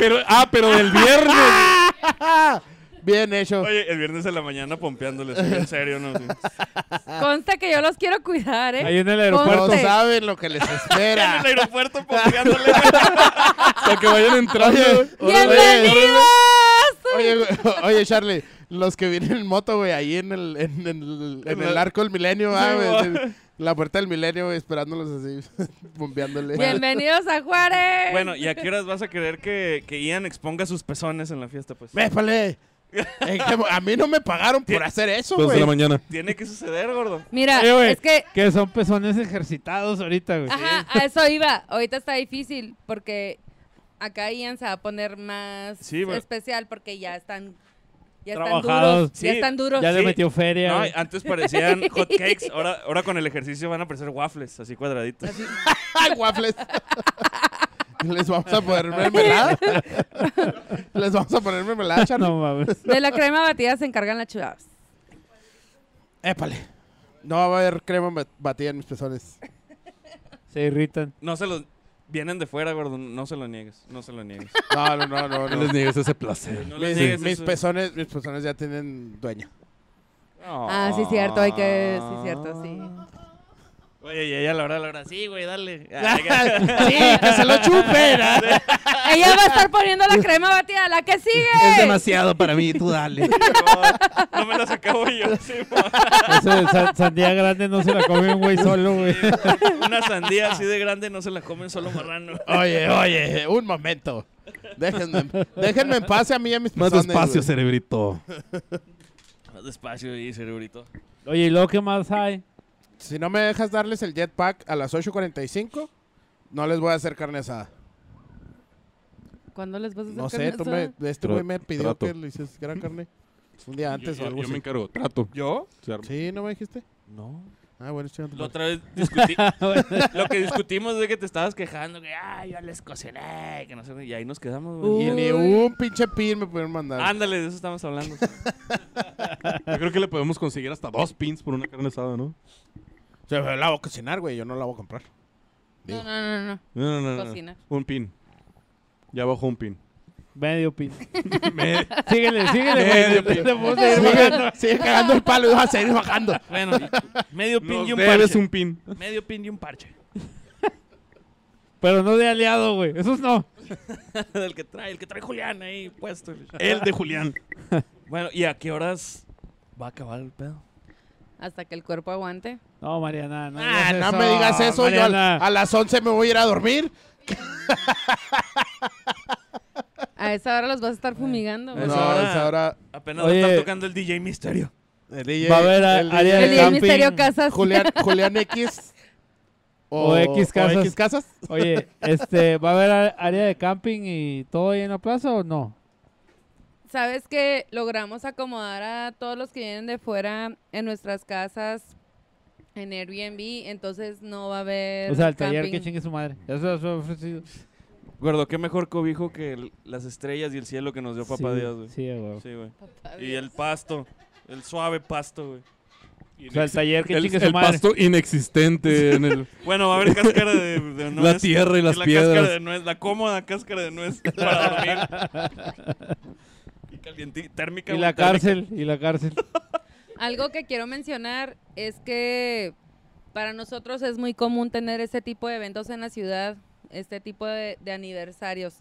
Speaker 3: Pero, ah, pero del viernes.
Speaker 2: Bien hecho.
Speaker 3: Oye, el viernes en la mañana pompeándoles. En serio, ¿no? Sí.
Speaker 2: Ah.
Speaker 6: Consta que yo los quiero cuidar, ¿eh?
Speaker 1: Ahí en el
Speaker 6: aeropuerto.
Speaker 2: No
Speaker 1: aeropuerto.
Speaker 6: Ponte.
Speaker 2: saben lo que les
Speaker 3: En el
Speaker 2: espera.
Speaker 3: aeropuerto pompeándole. güey.
Speaker 4: Para que vayan entrando.
Speaker 2: Oye,
Speaker 6: ¡Bienvenidos!
Speaker 2: Oye, güey, oye, Charlie, los que vienen en moto, güey, ahí en el, en, en el, en el arco del milenio, ah, güey, así, la puerta del milenio, güey, esperándolos así, bombeándole.
Speaker 6: Bienvenidos a Juárez.
Speaker 3: Bueno, ¿y a qué horas vas a querer que, que Ian exponga sus pezones en la fiesta? Pues
Speaker 2: ¡Mépale! Es que Eh, A mí no me pagaron por hacer eso,
Speaker 4: Dos de
Speaker 2: güey.
Speaker 4: la mañana.
Speaker 3: tiene que suceder, gordo.
Speaker 6: Mira,
Speaker 1: Eh, güey.
Speaker 6: es que
Speaker 1: Que son pezones ejercitados ahorita, güey.
Speaker 6: Ajá, a eso iba. Ahorita está difícil porque acá Ian se va a poner más
Speaker 3: Sí, güey.
Speaker 6: especial porque ya están ya
Speaker 1: Trabajados.
Speaker 6: están duros, ya
Speaker 3: Sí,
Speaker 6: están duros.
Speaker 1: Ya le
Speaker 3: Sí.
Speaker 1: metió feria.
Speaker 3: No,
Speaker 1: güey.
Speaker 3: antes parecían hot cakes, ahora, ahora con el ejercicio van a parecer waffles, así cuadraditos.
Speaker 2: ¡Ay, waffles! ¿Les vamos a poner mermelada? ¿Les vamos a poner mermelada, Charlie?
Speaker 1: no mames.
Speaker 6: De la crema batida se encargan las chivas.
Speaker 2: ¡Épale! No va a haber crema bat- batida en mis pezones.
Speaker 1: Se irritan.
Speaker 3: No se los... Vienen de fuera, gordo, no se lo niegues, no se lo niegues.
Speaker 2: No, no, no, no.
Speaker 4: No
Speaker 2: no.
Speaker 4: les niegues ese placer.
Speaker 3: No les
Speaker 2: Mis,
Speaker 3: niegues
Speaker 2: mis
Speaker 3: eso.
Speaker 2: pezones, mis pezones ya tienen dueño.
Speaker 6: Ah, sí, cierto, hay que- sí, cierto, sí.
Speaker 3: Oye, y ella a la hora, a la hora, sí, güey, dale.
Speaker 4: Ah,
Speaker 2: ¡Sí, que se lo chupen! ah.
Speaker 6: Ella va a estar poniendo la crema batida, la que sigue.
Speaker 4: demasiado para mí, tú dale.
Speaker 3: no me las acabo yo. sí, mo.
Speaker 1: Eso de san- sandía grande no se la come un güey solo, güey.
Speaker 3: Una sandía así de grande no se la comen solo marrano.
Speaker 2: Oye, oye, un momento. Déjenme, déjenme en paz a mí y a mis
Speaker 4: Más
Speaker 2: pezones.
Speaker 4: despacio,
Speaker 2: güey.
Speaker 4: cerebrito.
Speaker 3: Más despacio y cerebrito.
Speaker 1: Oye, ¿y luego qué más hay?
Speaker 2: Si no me dejas darles el jetpack a las 8.45, no les voy a hacer carne asada.
Speaker 6: ¿Cuándo les vas a hacer
Speaker 2: No sé,
Speaker 6: carne
Speaker 2: tú me,
Speaker 6: asada?
Speaker 2: este
Speaker 4: Tra-
Speaker 2: güey me pidió
Speaker 4: trato.
Speaker 2: que le hicieras gran carne un día antes
Speaker 4: yo,
Speaker 2: o algo
Speaker 4: me
Speaker 2: así.
Speaker 4: encargo. Trato.
Speaker 3: ¿Yo?
Speaker 4: Se arma.
Speaker 2: Sí, ¿no me dijiste?
Speaker 3: No.
Speaker 2: Ah, bueno, chingando.
Speaker 3: La otra vez discutí. lo que discutimos es que te estabas quejando que, ah, yo les cociné, que no sé, qué, y ahí nos quedamos, güey.
Speaker 2: Y ni
Speaker 6: Uy.
Speaker 2: un pinche pin me pudieron mandar.
Speaker 4: Ah,
Speaker 3: Ándale, de eso estamos hablando.
Speaker 4: Yo creo que le podemos conseguir hasta dos pins por una carne asada, ¿no?
Speaker 2: O sea, la voy a cocinar, güey, yo no la voy a comprar.
Speaker 6: No, no, no, no.
Speaker 4: No, no, no, no.
Speaker 6: Cocina.
Speaker 4: Un pin. Ya bajó un pin.
Speaker 1: Medio pin. Síguele, síguele,
Speaker 4: Medio
Speaker 1: güey.
Speaker 4: pin.
Speaker 1: Te podemos seguir bajando.
Speaker 2: Sigue, sigue cagando el palo y vas a seguir bajando.
Speaker 3: bueno, y- medio pin
Speaker 4: Nos
Speaker 3: y un
Speaker 4: debes
Speaker 3: parche.
Speaker 4: un pin.
Speaker 3: Medio pin y un parche.
Speaker 1: Pero no de aliado, güey. Esos no.
Speaker 3: el que trae, el que trae Julián ahí puesto.
Speaker 4: El de Julián.
Speaker 3: Bueno, ¿y a qué horas va a acabar el pedo?
Speaker 6: Hasta que el cuerpo aguante.
Speaker 1: No, Mariana, no.
Speaker 2: Ah, no me digas eso, yo al-
Speaker 1: Mariana.
Speaker 2: a las 11 me voy a ir a dormir.
Speaker 6: A esa hora los vas a estar fumigando.
Speaker 3: A
Speaker 2: No,
Speaker 3: esa
Speaker 6: güey.
Speaker 3: hora-
Speaker 2: es ahora
Speaker 3: Apenas
Speaker 1: Oye.
Speaker 3: va a estar totocando el DJ Misterio.
Speaker 2: el DJ,
Speaker 1: Va a haber a-
Speaker 2: el
Speaker 1: área
Speaker 6: El
Speaker 1: de
Speaker 6: día del
Speaker 1: camping.
Speaker 6: misterio casas.
Speaker 2: Julián, Julián X
Speaker 1: O X Casas.
Speaker 2: X Casas.
Speaker 1: Oye, este, ¿va a haber a- área de camping y todo ahí en la plaza o no?
Speaker 6: Sabes que logramos acomodar a todos los que vienen de fuera en nuestras casas en Airbnb, entonces no va a haber.
Speaker 1: O sea, el taller que
Speaker 6: camping.
Speaker 1: chingue su madre. Ya se los he ofrecido.
Speaker 3: Gordo, qué mejor cobijo que el- las estrellas y el cielo que nos dio papá
Speaker 1: Sí,
Speaker 3: Dios, güey.
Speaker 1: Sí, güey.
Speaker 3: Sí, güey. Y el pasto, el suave pasto, güey.
Speaker 1: O sea, el taller que
Speaker 4: El,
Speaker 1: chingue
Speaker 4: el
Speaker 1: su madre.
Speaker 4: pasto inexistente en el...
Speaker 3: Bueno, va a haber cáscara de, de nuez.
Speaker 4: La tierra y las
Speaker 3: la
Speaker 4: piedras.
Speaker 3: Cáscara de nuez, la cómoda cáscara de nuez para dormir. y calientita, térmica.
Speaker 1: Y
Speaker 3: güey,
Speaker 1: la
Speaker 3: térmica.
Speaker 1: cárcel, y la cárcel.
Speaker 6: Algo que quiero mencionar es que para nosotros es muy común tener este tipo de eventos en la ciudad, este tipo de, de aniversarios.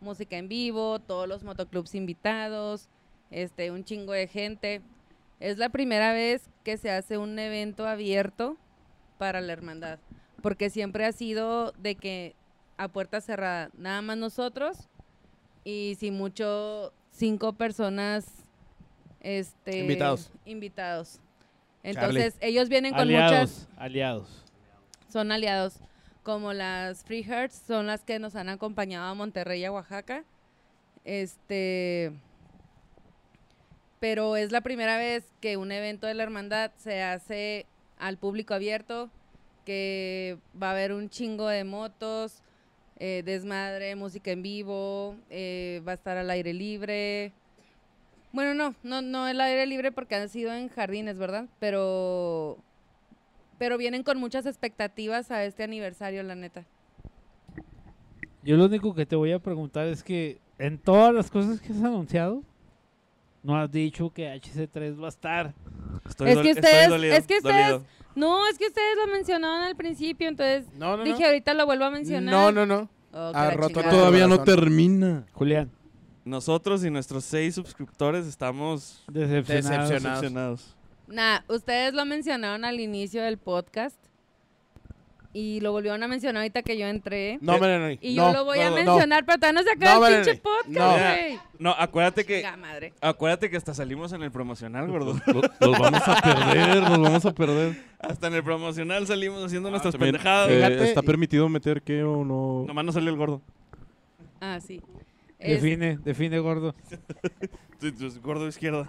Speaker 6: Música en vivo, todos los motoclubs invitados, este, un chingo de gente. Es la primera vez que se hace un evento abierto para la hermandad, porque siempre ha sido de que a puerta cerrada, nada más nosotros y si mucho cinco personas este
Speaker 2: Invitados.
Speaker 6: invitados.
Speaker 2: Chale.
Speaker 6: Entonces, ellos vienen con muchas
Speaker 1: aliados, aliados.
Speaker 6: son aliados, como las Free Hearts, son las que nos han acompañado a Monterrey y a Oaxaca. Este pero es la primera vez que un evento de la hermandad se hace al público abierto, que va a haber un chingo de motos, eh, desmadre, música en vivo, eh, va a estar al aire libre. Bueno, no, no, no el aire libre porque han sido en jardines, ¿verdad? Pero pero vienen con muchas expectativas a este aniversario, la neta.
Speaker 1: Yo lo único que te voy a preguntar es que en todas las cosas que has anunciado, no has dicho que HC3 va a estar.
Speaker 3: Estoy
Speaker 6: Es
Speaker 3: dol-
Speaker 6: que
Speaker 3: estoy
Speaker 6: ustedes-
Speaker 3: dolido,
Speaker 6: es que ustedes-
Speaker 3: dolido.
Speaker 6: No, es que ustedes lo mencionaron al principio, entonces
Speaker 2: No, no,
Speaker 6: dije,
Speaker 2: no.
Speaker 6: ahorita lo vuelvo a mencionar.
Speaker 2: No, no, no.
Speaker 6: Oh, que
Speaker 2: Ah,
Speaker 6: la
Speaker 2: roto
Speaker 6: chingada.
Speaker 2: todo.
Speaker 4: Todavía no
Speaker 2: Razón.
Speaker 4: termina.
Speaker 1: Julián,
Speaker 3: Nosotros y nuestros seis suscriptores estamos
Speaker 1: decepcionado.
Speaker 2: Decepcionado. Decepcionados.
Speaker 3: decepcionados.
Speaker 6: Nah, ustedes lo mencionaron al inicio del podcast y lo volvieron a mencionar ahorita que yo entré.
Speaker 2: No, Melanie.
Speaker 6: Y
Speaker 2: no,
Speaker 6: yo lo voy
Speaker 2: no,
Speaker 6: a
Speaker 2: no.
Speaker 6: mencionar, pero todavía no se acaba
Speaker 2: No,
Speaker 6: el pinche
Speaker 2: Melanie,
Speaker 6: podcast,
Speaker 2: no.
Speaker 6: güey.
Speaker 3: No, acuérdate que,
Speaker 6: Chinga madre.
Speaker 3: acuérdate que hasta salimos en el promocional, gordo.
Speaker 4: Los, los vamos a perder, los vamos a perder.
Speaker 3: Hasta en el promocional salimos haciendo nuestras
Speaker 4: También,
Speaker 3: pendejadas.
Speaker 4: eh,
Speaker 2: Fíjate.
Speaker 4: ¿Está permitido meter qué o no?
Speaker 3: Nomás no salió el gordo.
Speaker 6: Ah, sí. Es-
Speaker 1: Define, define, gordo.
Speaker 3: Tu- tu Gordo izquierda.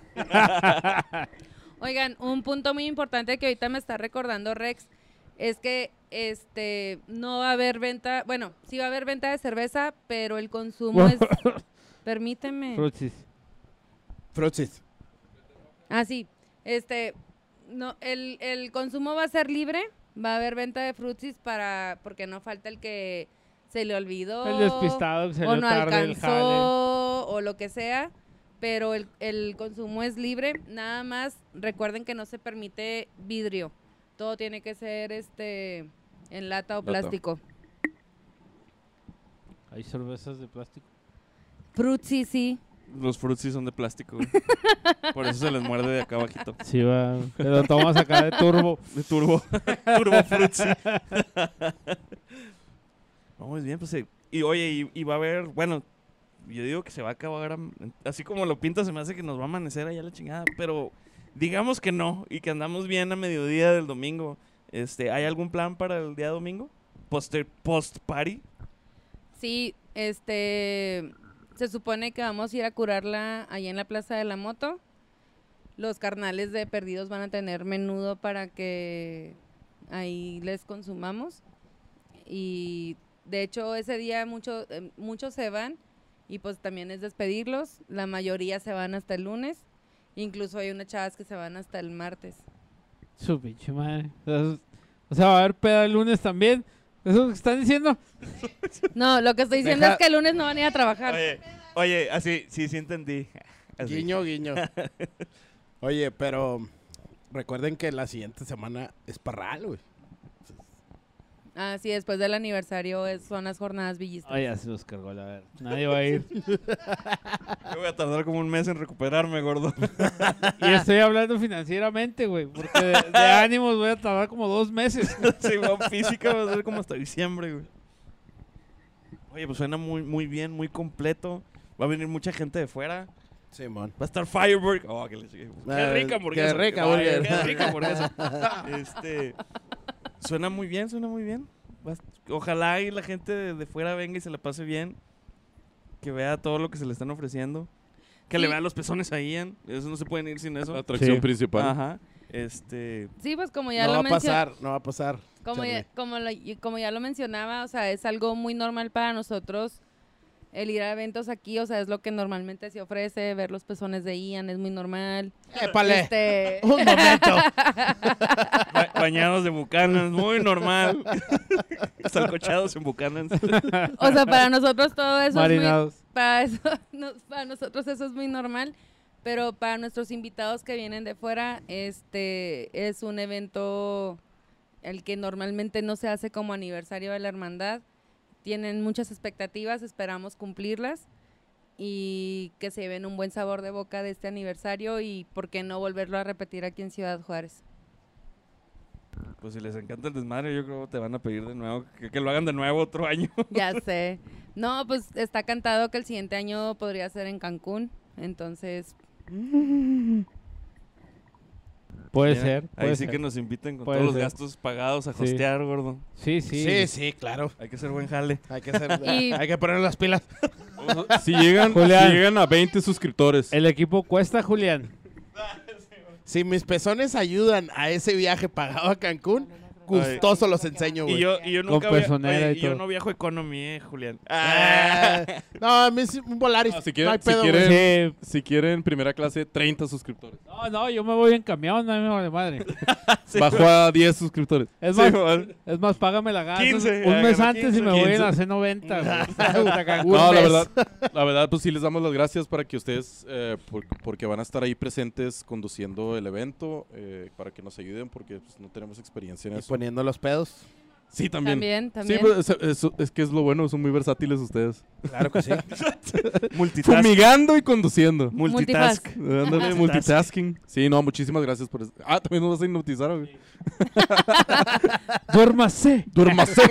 Speaker 6: oigan, un punto muy importante que ahorita me está recordando Rex es que este no va a haber venta, bueno, sí va a haber venta de cerveza, pero el consumo es permíteme.
Speaker 1: Fruchis.
Speaker 2: Fruchis.
Speaker 6: Ah, sí. Este, no, el, el consumo va a ser libre. Va a haber venta de frutis para, porque no falta el que se le olvidó.
Speaker 1: El despistado que salió
Speaker 6: Oh, o no
Speaker 1: tarde del jale.
Speaker 6: alcanzó, o lo que sea. Pero el, el consumo es libre. Nada más recuerden que no se permite vidrio. Todo tiene que ser este en lata o
Speaker 4: Lata.
Speaker 6: plástico.
Speaker 1: Hay cervezas de plástico.
Speaker 6: Frutsi, sí.
Speaker 3: Los frutsis son de plástico. güey. Por eso se les muerde de acá abajito.
Speaker 1: Sí, va. Te lo tomas acá de turbo.
Speaker 3: De turbo. turbo frutsi. no, es bien, pues. eh, Y oye, y, y va a haber. Bueno, yo digo que se va a acabar. am- Así como lo pinta, se me hace que nos va a amanecer allá la chingada. Pero digamos que no. Y que andamos bien a mediodía del domingo. Este, ¿Hay algún plan para el día domingo? Poster, post party.
Speaker 6: Sí, este se supone que vamos a ir a curarla allá en la Plaza de la Moto. Los carnales de perdidos van a tener menudo para que ahí les consumamos. Y de hecho ese día mucho, eh, muchos se van y pues también es despedirlos. La mayoría se van hasta el lunes. Incluso hay unas chavas que se van hasta el martes.
Speaker 1: Su pinche madre. Entonces, O sea, va a haber peda el lunes también. ¿Eso es lo que están diciendo?
Speaker 6: No, lo que estoy diciendo
Speaker 2: Deja-
Speaker 6: es que el lunes no van a ir a trabajar.
Speaker 3: Oye, oye, así, sí, sí entendí. Así.
Speaker 2: Guiño, guiño. Oye, pero recuerden que la siguiente semana es parral, güey.
Speaker 6: Ah, sí, después del aniversario es- son las jornadas villistas.
Speaker 1: Ay, ya se los cargó, la verdad. Nadie va a ir.
Speaker 3: Yo voy a tardar como un mes en recuperarme, gordo.
Speaker 1: Y estoy hablando financieramente, güey. Porque de, de ánimos voy a tardar como dos meses.
Speaker 3: Sí, weón, física va a ser como hasta diciembre, güey. Oye, pues suena muy, muy bien, muy completo. Va a venir mucha gente de fuera.
Speaker 2: Simón.
Speaker 3: Va a estar Fireburg. Oh, que le sigue. Qué
Speaker 2: Ah,
Speaker 3: rica hamburguesa.
Speaker 2: qué rica
Speaker 3: Ay,
Speaker 2: hamburguesa.
Speaker 3: Qué rica hamburguesa. este, suena muy bien, suena muy bien. Va a- Ojalá y la gente de, de fuera venga y se la pase bien. Que vea todo lo que se le están ofreciendo. Que le
Speaker 6: Sí.
Speaker 3: vean los pezones a Ian. Eso no se pueden ir sin eso.
Speaker 4: La atracción
Speaker 1: Sí.
Speaker 4: principal.
Speaker 3: Ajá. Este.
Speaker 6: Sí, pues como ya
Speaker 2: No va
Speaker 6: lo
Speaker 2: a
Speaker 6: mencioné.
Speaker 2: pasar, no va a pasar.
Speaker 6: Como ya,
Speaker 2: Charlie.
Speaker 6: como, lo- y como ya lo mencionaba, o sea, es algo muy normal para nosotros el ir a eventos aquí, o sea, es lo que normalmente se ofrece, ver los pezones de Ian es muy normal.
Speaker 2: ¡Épale!
Speaker 6: Este,
Speaker 2: Un momento.
Speaker 3: Ba- bañados de bucanas, muy normal. Salcochados en bucanas.
Speaker 6: o sea, para nosotros todo eso es muy,
Speaker 1: Marinados.
Speaker 6: para, eso, no- para nosotros eso es muy normal, pero para nuestros invitados que vienen de fuera, este es un evento el que normalmente no se hace como aniversario de la hermandad. Tienen muchas expectativas, esperamos cumplirlas y que se lleven un buen sabor de boca de este aniversario y por qué no volverlo a repetir aquí en Ciudad Juárez.
Speaker 3: Pues si les encanta el desmadre, yo creo que te van a pedir de nuevo, que, que lo hagan de nuevo otro año.
Speaker 6: Ya sé. No, pues está cantado que el siguiente año podría ser en Cancún, entonces
Speaker 1: Puede
Speaker 3: Mira,
Speaker 1: ser.
Speaker 3: Ahí
Speaker 1: puede
Speaker 3: sí
Speaker 1: ser.
Speaker 3: que nos inviten con
Speaker 1: Puede
Speaker 3: todos
Speaker 1: ser.
Speaker 3: los gastos pagados a
Speaker 1: Sí.
Speaker 3: hostear, gordo.
Speaker 1: Sí, sí.
Speaker 2: Sí, sí, claro.
Speaker 3: Hay que ser buen jale.
Speaker 2: Hay que, hacer,
Speaker 6: Y-
Speaker 2: hay que poner las pilas.
Speaker 4: Si llegan, si
Speaker 1: Julián.
Speaker 4: llegan a 20 suscriptores.
Speaker 1: El equipo cuesta, Julián.
Speaker 2: Si mis pezones ayudan a ese viaje pagado a Cancún, gustoso los enseño, güey.
Speaker 3: Y yo, y yo nunca
Speaker 1: Con
Speaker 3: via-
Speaker 1: pezonera
Speaker 3: oye,
Speaker 1: y
Speaker 3: y yo
Speaker 1: todo.
Speaker 3: no viajo economy, eh, Julián.
Speaker 2: Ah, no, a mí sí, un Volaris.
Speaker 4: Ah, si
Speaker 2: no
Speaker 4: quieren,
Speaker 2: hay
Speaker 4: si
Speaker 2: pedo, güey.
Speaker 4: quieren-
Speaker 1: Sí.
Speaker 4: Si quieren, primera clase, 30 suscriptores.
Speaker 1: No, no, yo me voy en camión, no me vale madre.
Speaker 3: Sí,
Speaker 4: Bajo a 10 suscriptores.
Speaker 1: Es
Speaker 3: sí,
Speaker 1: más,
Speaker 3: man.
Speaker 1: es más, págame la gasa
Speaker 3: 15,
Speaker 1: un mes
Speaker 3: hágame
Speaker 1: antes y me
Speaker 3: 15.
Speaker 1: voy en la C90.
Speaker 2: Un
Speaker 1: güey.
Speaker 4: no, la
Speaker 2: mes.
Speaker 4: verdad, la verdad, pues sí les damos las gracias para que ustedes, eh, por- porque van a estar ahí presentes conduciendo el evento, eh, para que nos ayuden, porque pues, no tenemos experiencia en
Speaker 2: Y
Speaker 4: eso.
Speaker 2: poniendo los pedos.
Speaker 4: Sí, también.
Speaker 6: También,
Speaker 4: Sí,
Speaker 6: también.
Speaker 4: pues, es, es- es que es lo bueno, son muy versátiles ustedes.
Speaker 2: Claro que sí.
Speaker 3: Multitask.
Speaker 4: Fumigando y conduciendo.
Speaker 3: Multitask.
Speaker 6: Multifac.
Speaker 4: Ándale, multitasking. Sí, no, muchísimas gracias por eso. Ah, también nos vas a hipnotizar, güey.
Speaker 1: Duérmase.
Speaker 4: Duérmase.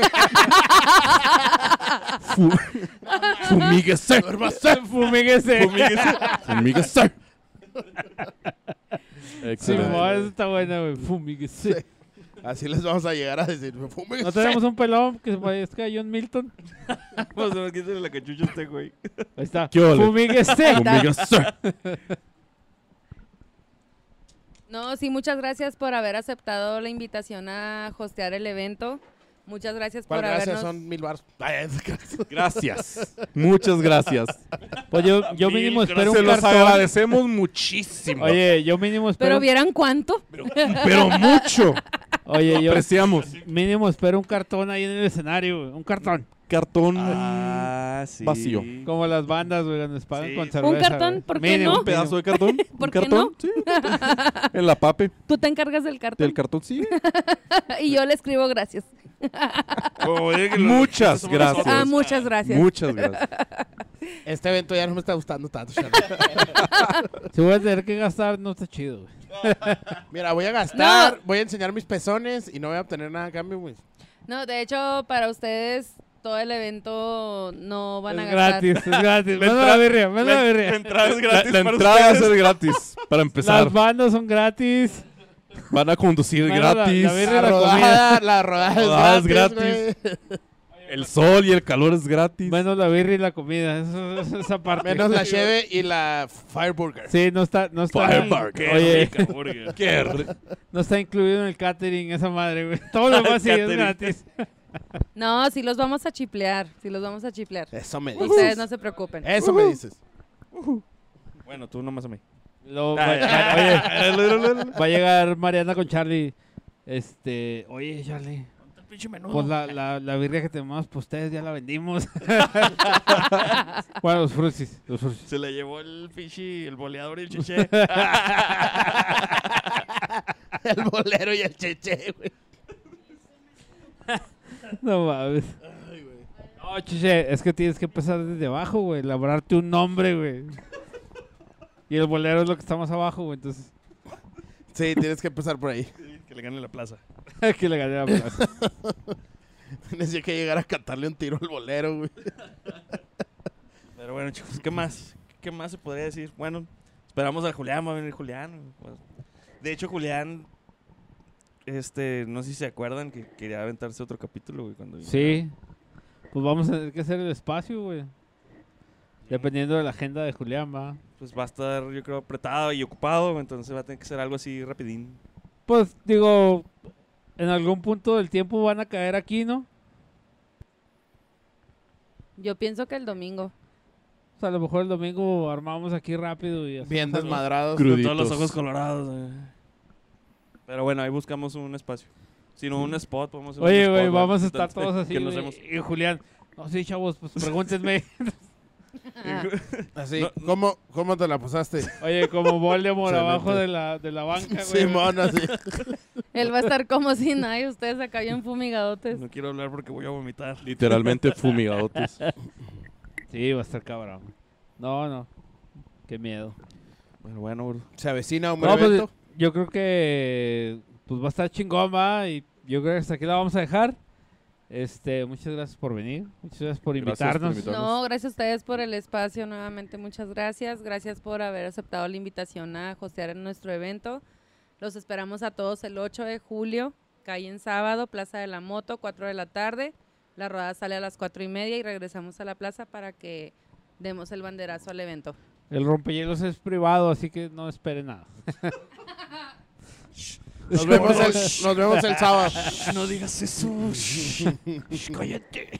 Speaker 4: Fu- Fumíguese. Duérmase.
Speaker 1: Fumíguese.
Speaker 4: Fumíguese.
Speaker 1: Sí,
Speaker 4: Excelente.
Speaker 1: mo, esa está buena, güey. Fumíguese.
Speaker 2: Así les vamos a llegar a decir, "Me fumes".
Speaker 1: ¿No tenemos un pelón que se parezca a John Milton?
Speaker 3: Vamos a ver, quítale la cachucha a este güey.
Speaker 1: Ahí está.
Speaker 4: ¿Qué ole?
Speaker 1: Fumíguese.
Speaker 4: Fumíguese.
Speaker 6: No, sí, muchas gracias por haber aceptado la invitación a hostear el evento. Muchas gracias por
Speaker 2: ¿Cuál gracias?
Speaker 6: habernos...
Speaker 2: Son mil bars. Ay, es que-
Speaker 4: Gracias. Muchas gracias.
Speaker 1: Pues yo, yo
Speaker 3: Mil
Speaker 1: mínimo espero
Speaker 4: Se
Speaker 1: un
Speaker 4: los
Speaker 1: cartón.
Speaker 4: agradecemos muchísimo.
Speaker 1: Oye, yo mínimo espero.
Speaker 6: Pero vieran cuánto.
Speaker 4: Pero mucho.
Speaker 1: Oye, yo
Speaker 4: Apreciamos.
Speaker 1: mínimo espero un cartón ahí en el escenario, güey. Un cartón.
Speaker 4: Cartón.
Speaker 3: Ah, sí.
Speaker 4: Vacío.
Speaker 1: Como las bandas, güey, cuando se pagan
Speaker 3: Sí.
Speaker 1: con
Speaker 3: Un
Speaker 1: cerveza.
Speaker 6: cartón,
Speaker 1: güey.
Speaker 6: ¿por qué
Speaker 1: Mínimo,
Speaker 6: no?
Speaker 4: Un pedazo de cartón.
Speaker 6: ¿Por
Speaker 4: un
Speaker 6: qué
Speaker 4: cartón.
Speaker 6: no?
Speaker 4: Sí. En la pape.
Speaker 6: Tú te encargas del cartón
Speaker 4: Del cartón, sí.
Speaker 6: y yo le escribo gracias.
Speaker 3: Como dije que los artistas
Speaker 4: Muchas
Speaker 3: somos
Speaker 4: gracias.
Speaker 3: nosotros.
Speaker 6: Ah, muchas gracias.
Speaker 4: Muchas gracias.
Speaker 2: Este evento ya no me está gustando tanto, Charlie.
Speaker 1: Si voy a tener que gastar, no está chido, güey.
Speaker 2: Mira, voy a gastar, voy a enseñar mis pezones y no voy a obtener nada a cambio, güey.
Speaker 6: No, de hecho, para ustedes todo el evento no van a
Speaker 1: Es
Speaker 6: gastar.
Speaker 1: gratis, es gratis.
Speaker 3: La
Speaker 1: Ven a la
Speaker 3: entrada-
Speaker 1: birria, ven a la
Speaker 3: La, la
Speaker 1: birria.
Speaker 3: entrada es gratis
Speaker 4: la
Speaker 3: para
Speaker 4: entrada
Speaker 3: ustedes.
Speaker 4: es gratis. Para empezar,
Speaker 1: Las bandas son gratis.
Speaker 4: van a conducir
Speaker 1: Bueno, la-
Speaker 4: gratis.
Speaker 1: la birria-
Speaker 2: La
Speaker 1: la
Speaker 2: rodada, la rodada
Speaker 4: Rodadas
Speaker 2: es gratis,
Speaker 4: gratis.
Speaker 2: güey.
Speaker 4: el sol y el calor es gratis.
Speaker 1: Menos la birria y la comida. Eso, eso- esa parte.
Speaker 2: Menos la cheve y la fireburger.
Speaker 1: Sí, no está, no está.
Speaker 4: Firebar,
Speaker 3: Qué
Speaker 1: Oye,
Speaker 3: rica burger.
Speaker 4: Qué re-
Speaker 1: no está incluido en el catering esa madre, güey. Todo lo demás sí es
Speaker 3: Catering.
Speaker 1: gratis.
Speaker 6: No, sí los vamos a chiplear, sí los vamos a chiplear.
Speaker 2: Eso me dices.
Speaker 6: Ustedes no se preocupen.
Speaker 1: Eh.
Speaker 2: Eso me dices.
Speaker 3: Bueno, tú nomás a mí.
Speaker 1: Luego
Speaker 3: Ah,
Speaker 1: va-
Speaker 3: ya.
Speaker 1: va- oye, va a llegar Mariana con Charlie. Este, oye, Charlie. Pues la, la, la birria que tenemos, pues ustedes ya la vendimos. bueno, los frutis, los frutis.
Speaker 3: Se la llevó el pichi, el boleador y el chiche.
Speaker 2: El bolero y el cheche, güey.
Speaker 1: No mames. No, chiche, es que tienes que empezar desde abajo, güey. Labrarte un nombre, güey. Y el bolero es lo que está más abajo, güey. Entonces,
Speaker 2: Sí, tienes que empezar por ahí.
Speaker 3: que le gane la plaza.
Speaker 1: que le gané la plaza.
Speaker 2: Tienes que llegar a cantarle un tiro al bolero, güey.
Speaker 3: Pero bueno, chicos, ¿qué más? ¿Qué más se podría decir? Bueno, esperamos a Julián, va a venir Julián. pues. De hecho, Julián, este, no sé si se acuerdan que quería aventarse otro capítulo, güey, cuando
Speaker 1: Sí. Pues vamos a tener que hacer el espacio, güey. Dependiendo de la agenda de Julián, va.
Speaker 3: pues va a estar, yo creo, apretado y ocupado, entonces va a tener que ser algo así rapidín.
Speaker 1: Pues digo, en algún punto del tiempo van a caer aquí, ¿no?
Speaker 6: Yo pienso que el domingo.
Speaker 1: O sea, a lo mejor el domingo armamos aquí rápido y hacemos
Speaker 2: Bien
Speaker 1: algo.
Speaker 2: desmadrados.
Speaker 4: Crudo.
Speaker 3: Con todos los
Speaker 4: Cruditos.
Speaker 3: ojos colorados, güey. Pero bueno, ahí buscamos un espacio. Si no, un spot, podemos hacer un
Speaker 1: Oye,
Speaker 3: spot,
Speaker 1: güey,
Speaker 3: güey,
Speaker 1: vamos a estar
Speaker 3: entonces,
Speaker 1: todos así.
Speaker 3: que nos
Speaker 1: güey,
Speaker 3: vemos.
Speaker 1: Y Julián, no, sí, chavos, pues pregúntenme.
Speaker 2: Así.
Speaker 3: No, no.
Speaker 2: ¿Cómo, ¿Cómo te la pasaste?
Speaker 1: Oye, como Voldemort
Speaker 2: Excelente.
Speaker 1: abajo de la, de la banca, güey.
Speaker 2: Simón, así.
Speaker 6: Él va a estar como si nadie, ustedes acá bien fumigadotes.
Speaker 3: No quiero hablar porque voy a vomitar.
Speaker 4: Literalmente fumigadotes.
Speaker 1: Sí, va a estar cabrón. No, no. Qué miedo.
Speaker 3: Bueno, bueno, bro.
Speaker 2: Se avecina un
Speaker 1: No,
Speaker 2: buen
Speaker 1: pues,
Speaker 2: evento.
Speaker 1: Yo creo que pues va a estar chingón, va. Y yo creo que hasta aquí la vamos a dejar. Este, muchas gracias por venir. Muchas gracias por
Speaker 4: Gracias por
Speaker 1: invitarnos.
Speaker 4: invitarnos.
Speaker 6: No, gracias a ustedes por el espacio nuevamente, muchas gracias. Gracias por haber aceptado la invitación a hostear en nuestro evento. Los esperamos a todos el 8 de julio, calle en sábado, Plaza de la Moto, 4 de la tarde. La rodada sale a las 4 y media y regresamos a la plaza para que demos el banderazo al evento.
Speaker 1: El rompehielos es privado, así que no espere nada.
Speaker 2: Nos vemos el, nos vemos el sábado.
Speaker 3: No digas eso. cállate.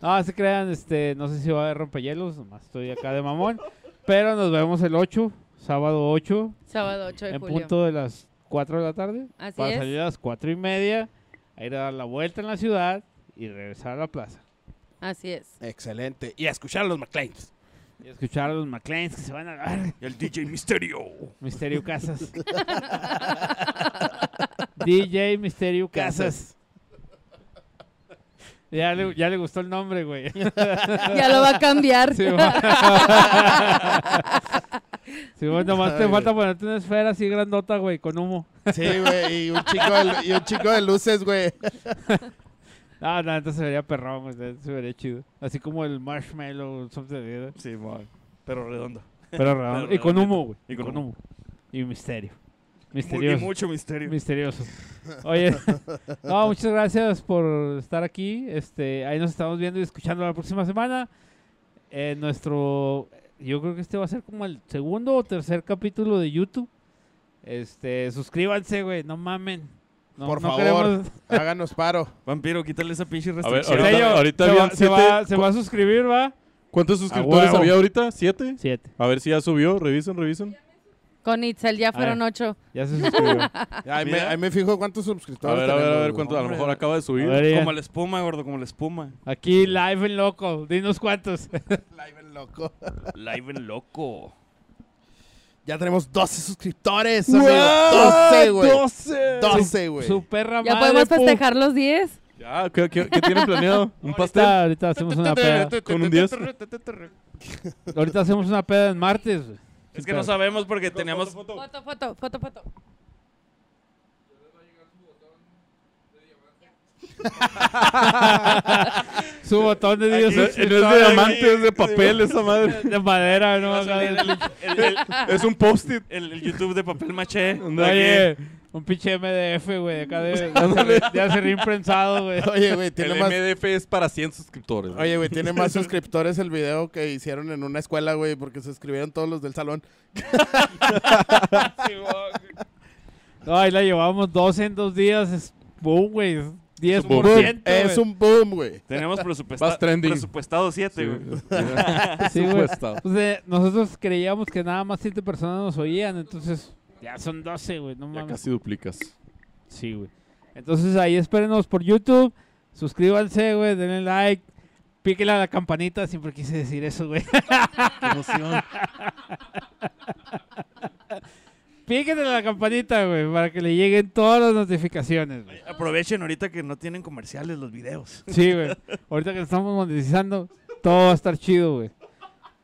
Speaker 1: No, se crean, este, no sé si va a haber rompehielos, nomás estoy acá de mamón. Pero nos vemos el 8, sábado 8,
Speaker 6: Sábado 8 de
Speaker 1: en
Speaker 6: julio.
Speaker 1: punto de las 4 de la tarde.
Speaker 6: Así
Speaker 1: para
Speaker 6: es.
Speaker 1: salir a las 4 y media, a ir a dar la vuelta en la ciudad y regresar a la plaza.
Speaker 6: Así es.
Speaker 2: Excelente. Y a escuchar a los McLeans.
Speaker 1: Y escuchar a los McLeans que se van a dar.
Speaker 3: El DJ Misterio.
Speaker 1: Misterio Casas. DJ Misterio Casas. Ya le, ya le gustó el nombre, güey.
Speaker 6: Ya lo va a cambiar.
Speaker 1: Sí, va. Sí, güey, nomás te
Speaker 2: Ay,
Speaker 1: falta ponerte una esfera así grandota, güey, con humo.
Speaker 2: Sí, güey. Y un chico de, lu- y un chico de luces, güey.
Speaker 1: Ah, no, entonces se vería perrón, güey, se vería chido. Así como el marshmallow, something like that.
Speaker 3: Sí, mo- Pero redondo.
Speaker 1: Pero redondo. y con humo, güey.
Speaker 3: Y
Speaker 1: Y
Speaker 3: con
Speaker 1: con,
Speaker 3: humo.
Speaker 1: humo. Y misterio.
Speaker 3: Mu-
Speaker 1: Misterioso.
Speaker 3: Y mucho misterio.
Speaker 1: Misterioso. Oye, no, muchas gracias por estar aquí. Este, ahí nos estamos viendo y escuchando la próxima semana. Eh, nuestro, yo creo que este va a ser como el segundo o tercer capítulo de YouTube. Este, suscríbanse, güey, no mamen. No,
Speaker 2: Por
Speaker 1: no
Speaker 2: favor.
Speaker 1: queremos-
Speaker 2: Háganos paro.
Speaker 3: Vampiro, quítale esa pinche
Speaker 4: A ver,
Speaker 3: restricción.
Speaker 1: ¿En serio?
Speaker 4: ahorita, ahorita
Speaker 1: se,
Speaker 4: habían
Speaker 1: va, se, va,
Speaker 4: siete-
Speaker 1: se va a suscribir, va.
Speaker 4: ¿Cuántos suscriptores
Speaker 1: huevo.
Speaker 4: había ahorita? ¿Siete?
Speaker 1: Siete.
Speaker 4: A ver si ya subió. Revisen, revisen.
Speaker 6: Con Itzel ya fueron
Speaker 1: Ay.
Speaker 6: ocho.
Speaker 1: Ya se suscribió. A
Speaker 2: Ahí me,
Speaker 3: Mira.
Speaker 2: ahí me fijo cuántos
Speaker 4: A
Speaker 2: suscriptores
Speaker 4: ver, a ver, a
Speaker 2: tenemos,
Speaker 4: ver
Speaker 2: güey.
Speaker 4: cuánto. A lo
Speaker 3: hombre.
Speaker 4: mejor acaba de subir.
Speaker 1: ver, ya.
Speaker 3: Como la espuma, gordo, como la espuma.
Speaker 1: aquí live en loco. Dinos cuántos.
Speaker 2: Live en loco.
Speaker 3: Live en loco.
Speaker 2: Ya tenemos 12 suscriptores, amigo. 12, güey.
Speaker 3: 12.
Speaker 2: 12, güey.
Speaker 1: Su perra
Speaker 6: Ya
Speaker 1: madre,
Speaker 6: podemos
Speaker 1: pu.
Speaker 6: festejar los 10.
Speaker 4: Ya, ¿qué, qué, qué tienen planeado? ¿Un
Speaker 1: Ahorita-
Speaker 4: pastel?
Speaker 1: Ahorita hacemos una peda.
Speaker 4: ¿Con un 10?
Speaker 1: Ahorita hacemos una peda en martes. güey.
Speaker 3: Es que no sabemos porque teníamos.
Speaker 6: Foto, foto, foto, foto.
Speaker 1: Su botón de Dios.
Speaker 4: No, no es de diamante, es de papel esa madre.
Speaker 1: De madera, no
Speaker 3: Va a salir el, el- el-
Speaker 4: Es un post-it.
Speaker 3: el- el YouTube de papel maché.
Speaker 1: Oye, un pinche MDF, güey, acá de,
Speaker 4: Ándale.
Speaker 1: de hacer imprensado, güey.
Speaker 2: Oye, güey, tiene
Speaker 4: El
Speaker 2: más.
Speaker 4: MDF es para 100 suscriptores. güey.
Speaker 2: Oye, güey, tiene más suscriptores el video que hicieron en una escuela, güey, porque se suscribieron todos los del salón.
Speaker 1: No, ahí la llevamos 12 en dos días. Es boom, güey. es 10%.
Speaker 4: boom.
Speaker 2: Es un boom, güey.
Speaker 3: Teníamos
Speaker 4: Vas
Speaker 3: presupuesta
Speaker 4: trending.
Speaker 3: presupuestado 7,
Speaker 4: Sí,
Speaker 3: güey.
Speaker 4: güey.
Speaker 1: Sí, güey.
Speaker 4: Supuesto.
Speaker 1: O sea, Pues, eh, nosotros creíamos que nada más 7 personas nos oían, entonces ya son 12, güey, no
Speaker 4: Ya
Speaker 1: mames.
Speaker 4: casi duplicas.
Speaker 1: Sí, güey. Entonces ahí espérenos por YouTube. Suscríbanse, güey. Denle like. Píquenle a la campanita. Siempre quise decir eso, güey. Píquenle a la campanita, güey. Para que le lleguen todas las notificaciones, güey.
Speaker 3: Aprovechen ahorita que no tienen comerciales los videos.
Speaker 1: Sí, güey. Ahorita que estamos monetizando, todo va a estar chido, güey.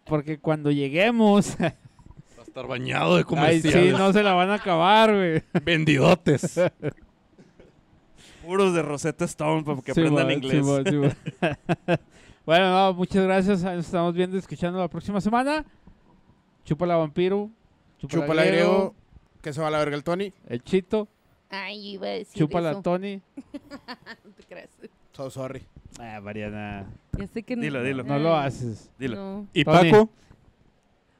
Speaker 1: Porque cuando lleguemos,
Speaker 4: Va a estar bañado de
Speaker 1: ahí sí
Speaker 4: comerciales.
Speaker 1: no se la van a acabar, güey.
Speaker 4: Vendidotes.
Speaker 3: Puros de Rosetta Stone para que
Speaker 1: Sí,
Speaker 3: aprendan
Speaker 1: mon, sí,
Speaker 3: inglés.
Speaker 1: mon, sí, mon. bueno, no, muchas gracias. Ahí Nos estamos viendo y escuchando la próxima semana. Chúpala vampiro.
Speaker 2: Chúpala griego, que se va a la verga el Tony.
Speaker 1: El chito.
Speaker 6: Ay, iba a decir
Speaker 1: chúpala Tony.
Speaker 2: So sorry.
Speaker 1: Ah, Mariana.
Speaker 6: Ya sé que no. Eh,
Speaker 3: Dilo, dilo.
Speaker 1: No lo haces.
Speaker 3: Dilo.
Speaker 6: No.
Speaker 4: Y
Speaker 1: Tony.
Speaker 4: Paco.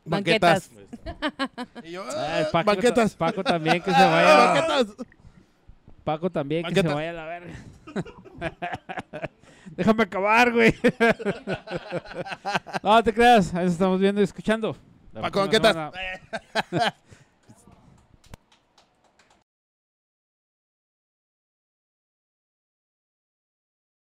Speaker 6: Banquetas.
Speaker 2: Y yo,
Speaker 1: Ah,
Speaker 2: ah,
Speaker 4: eh,
Speaker 1: Paco,
Speaker 2: banquetas.
Speaker 1: Paco también que se
Speaker 2: Ah,
Speaker 1: vaya.
Speaker 2: banquetas.
Speaker 1: Paco también que
Speaker 2: Banquetas.
Speaker 1: se vaya a la verga. Déjame acabar, güey. no te creas. Ahí nos estamos viendo y escuchando. La
Speaker 2: Paco,
Speaker 1: próxima
Speaker 2: banquetas.
Speaker 1: semana.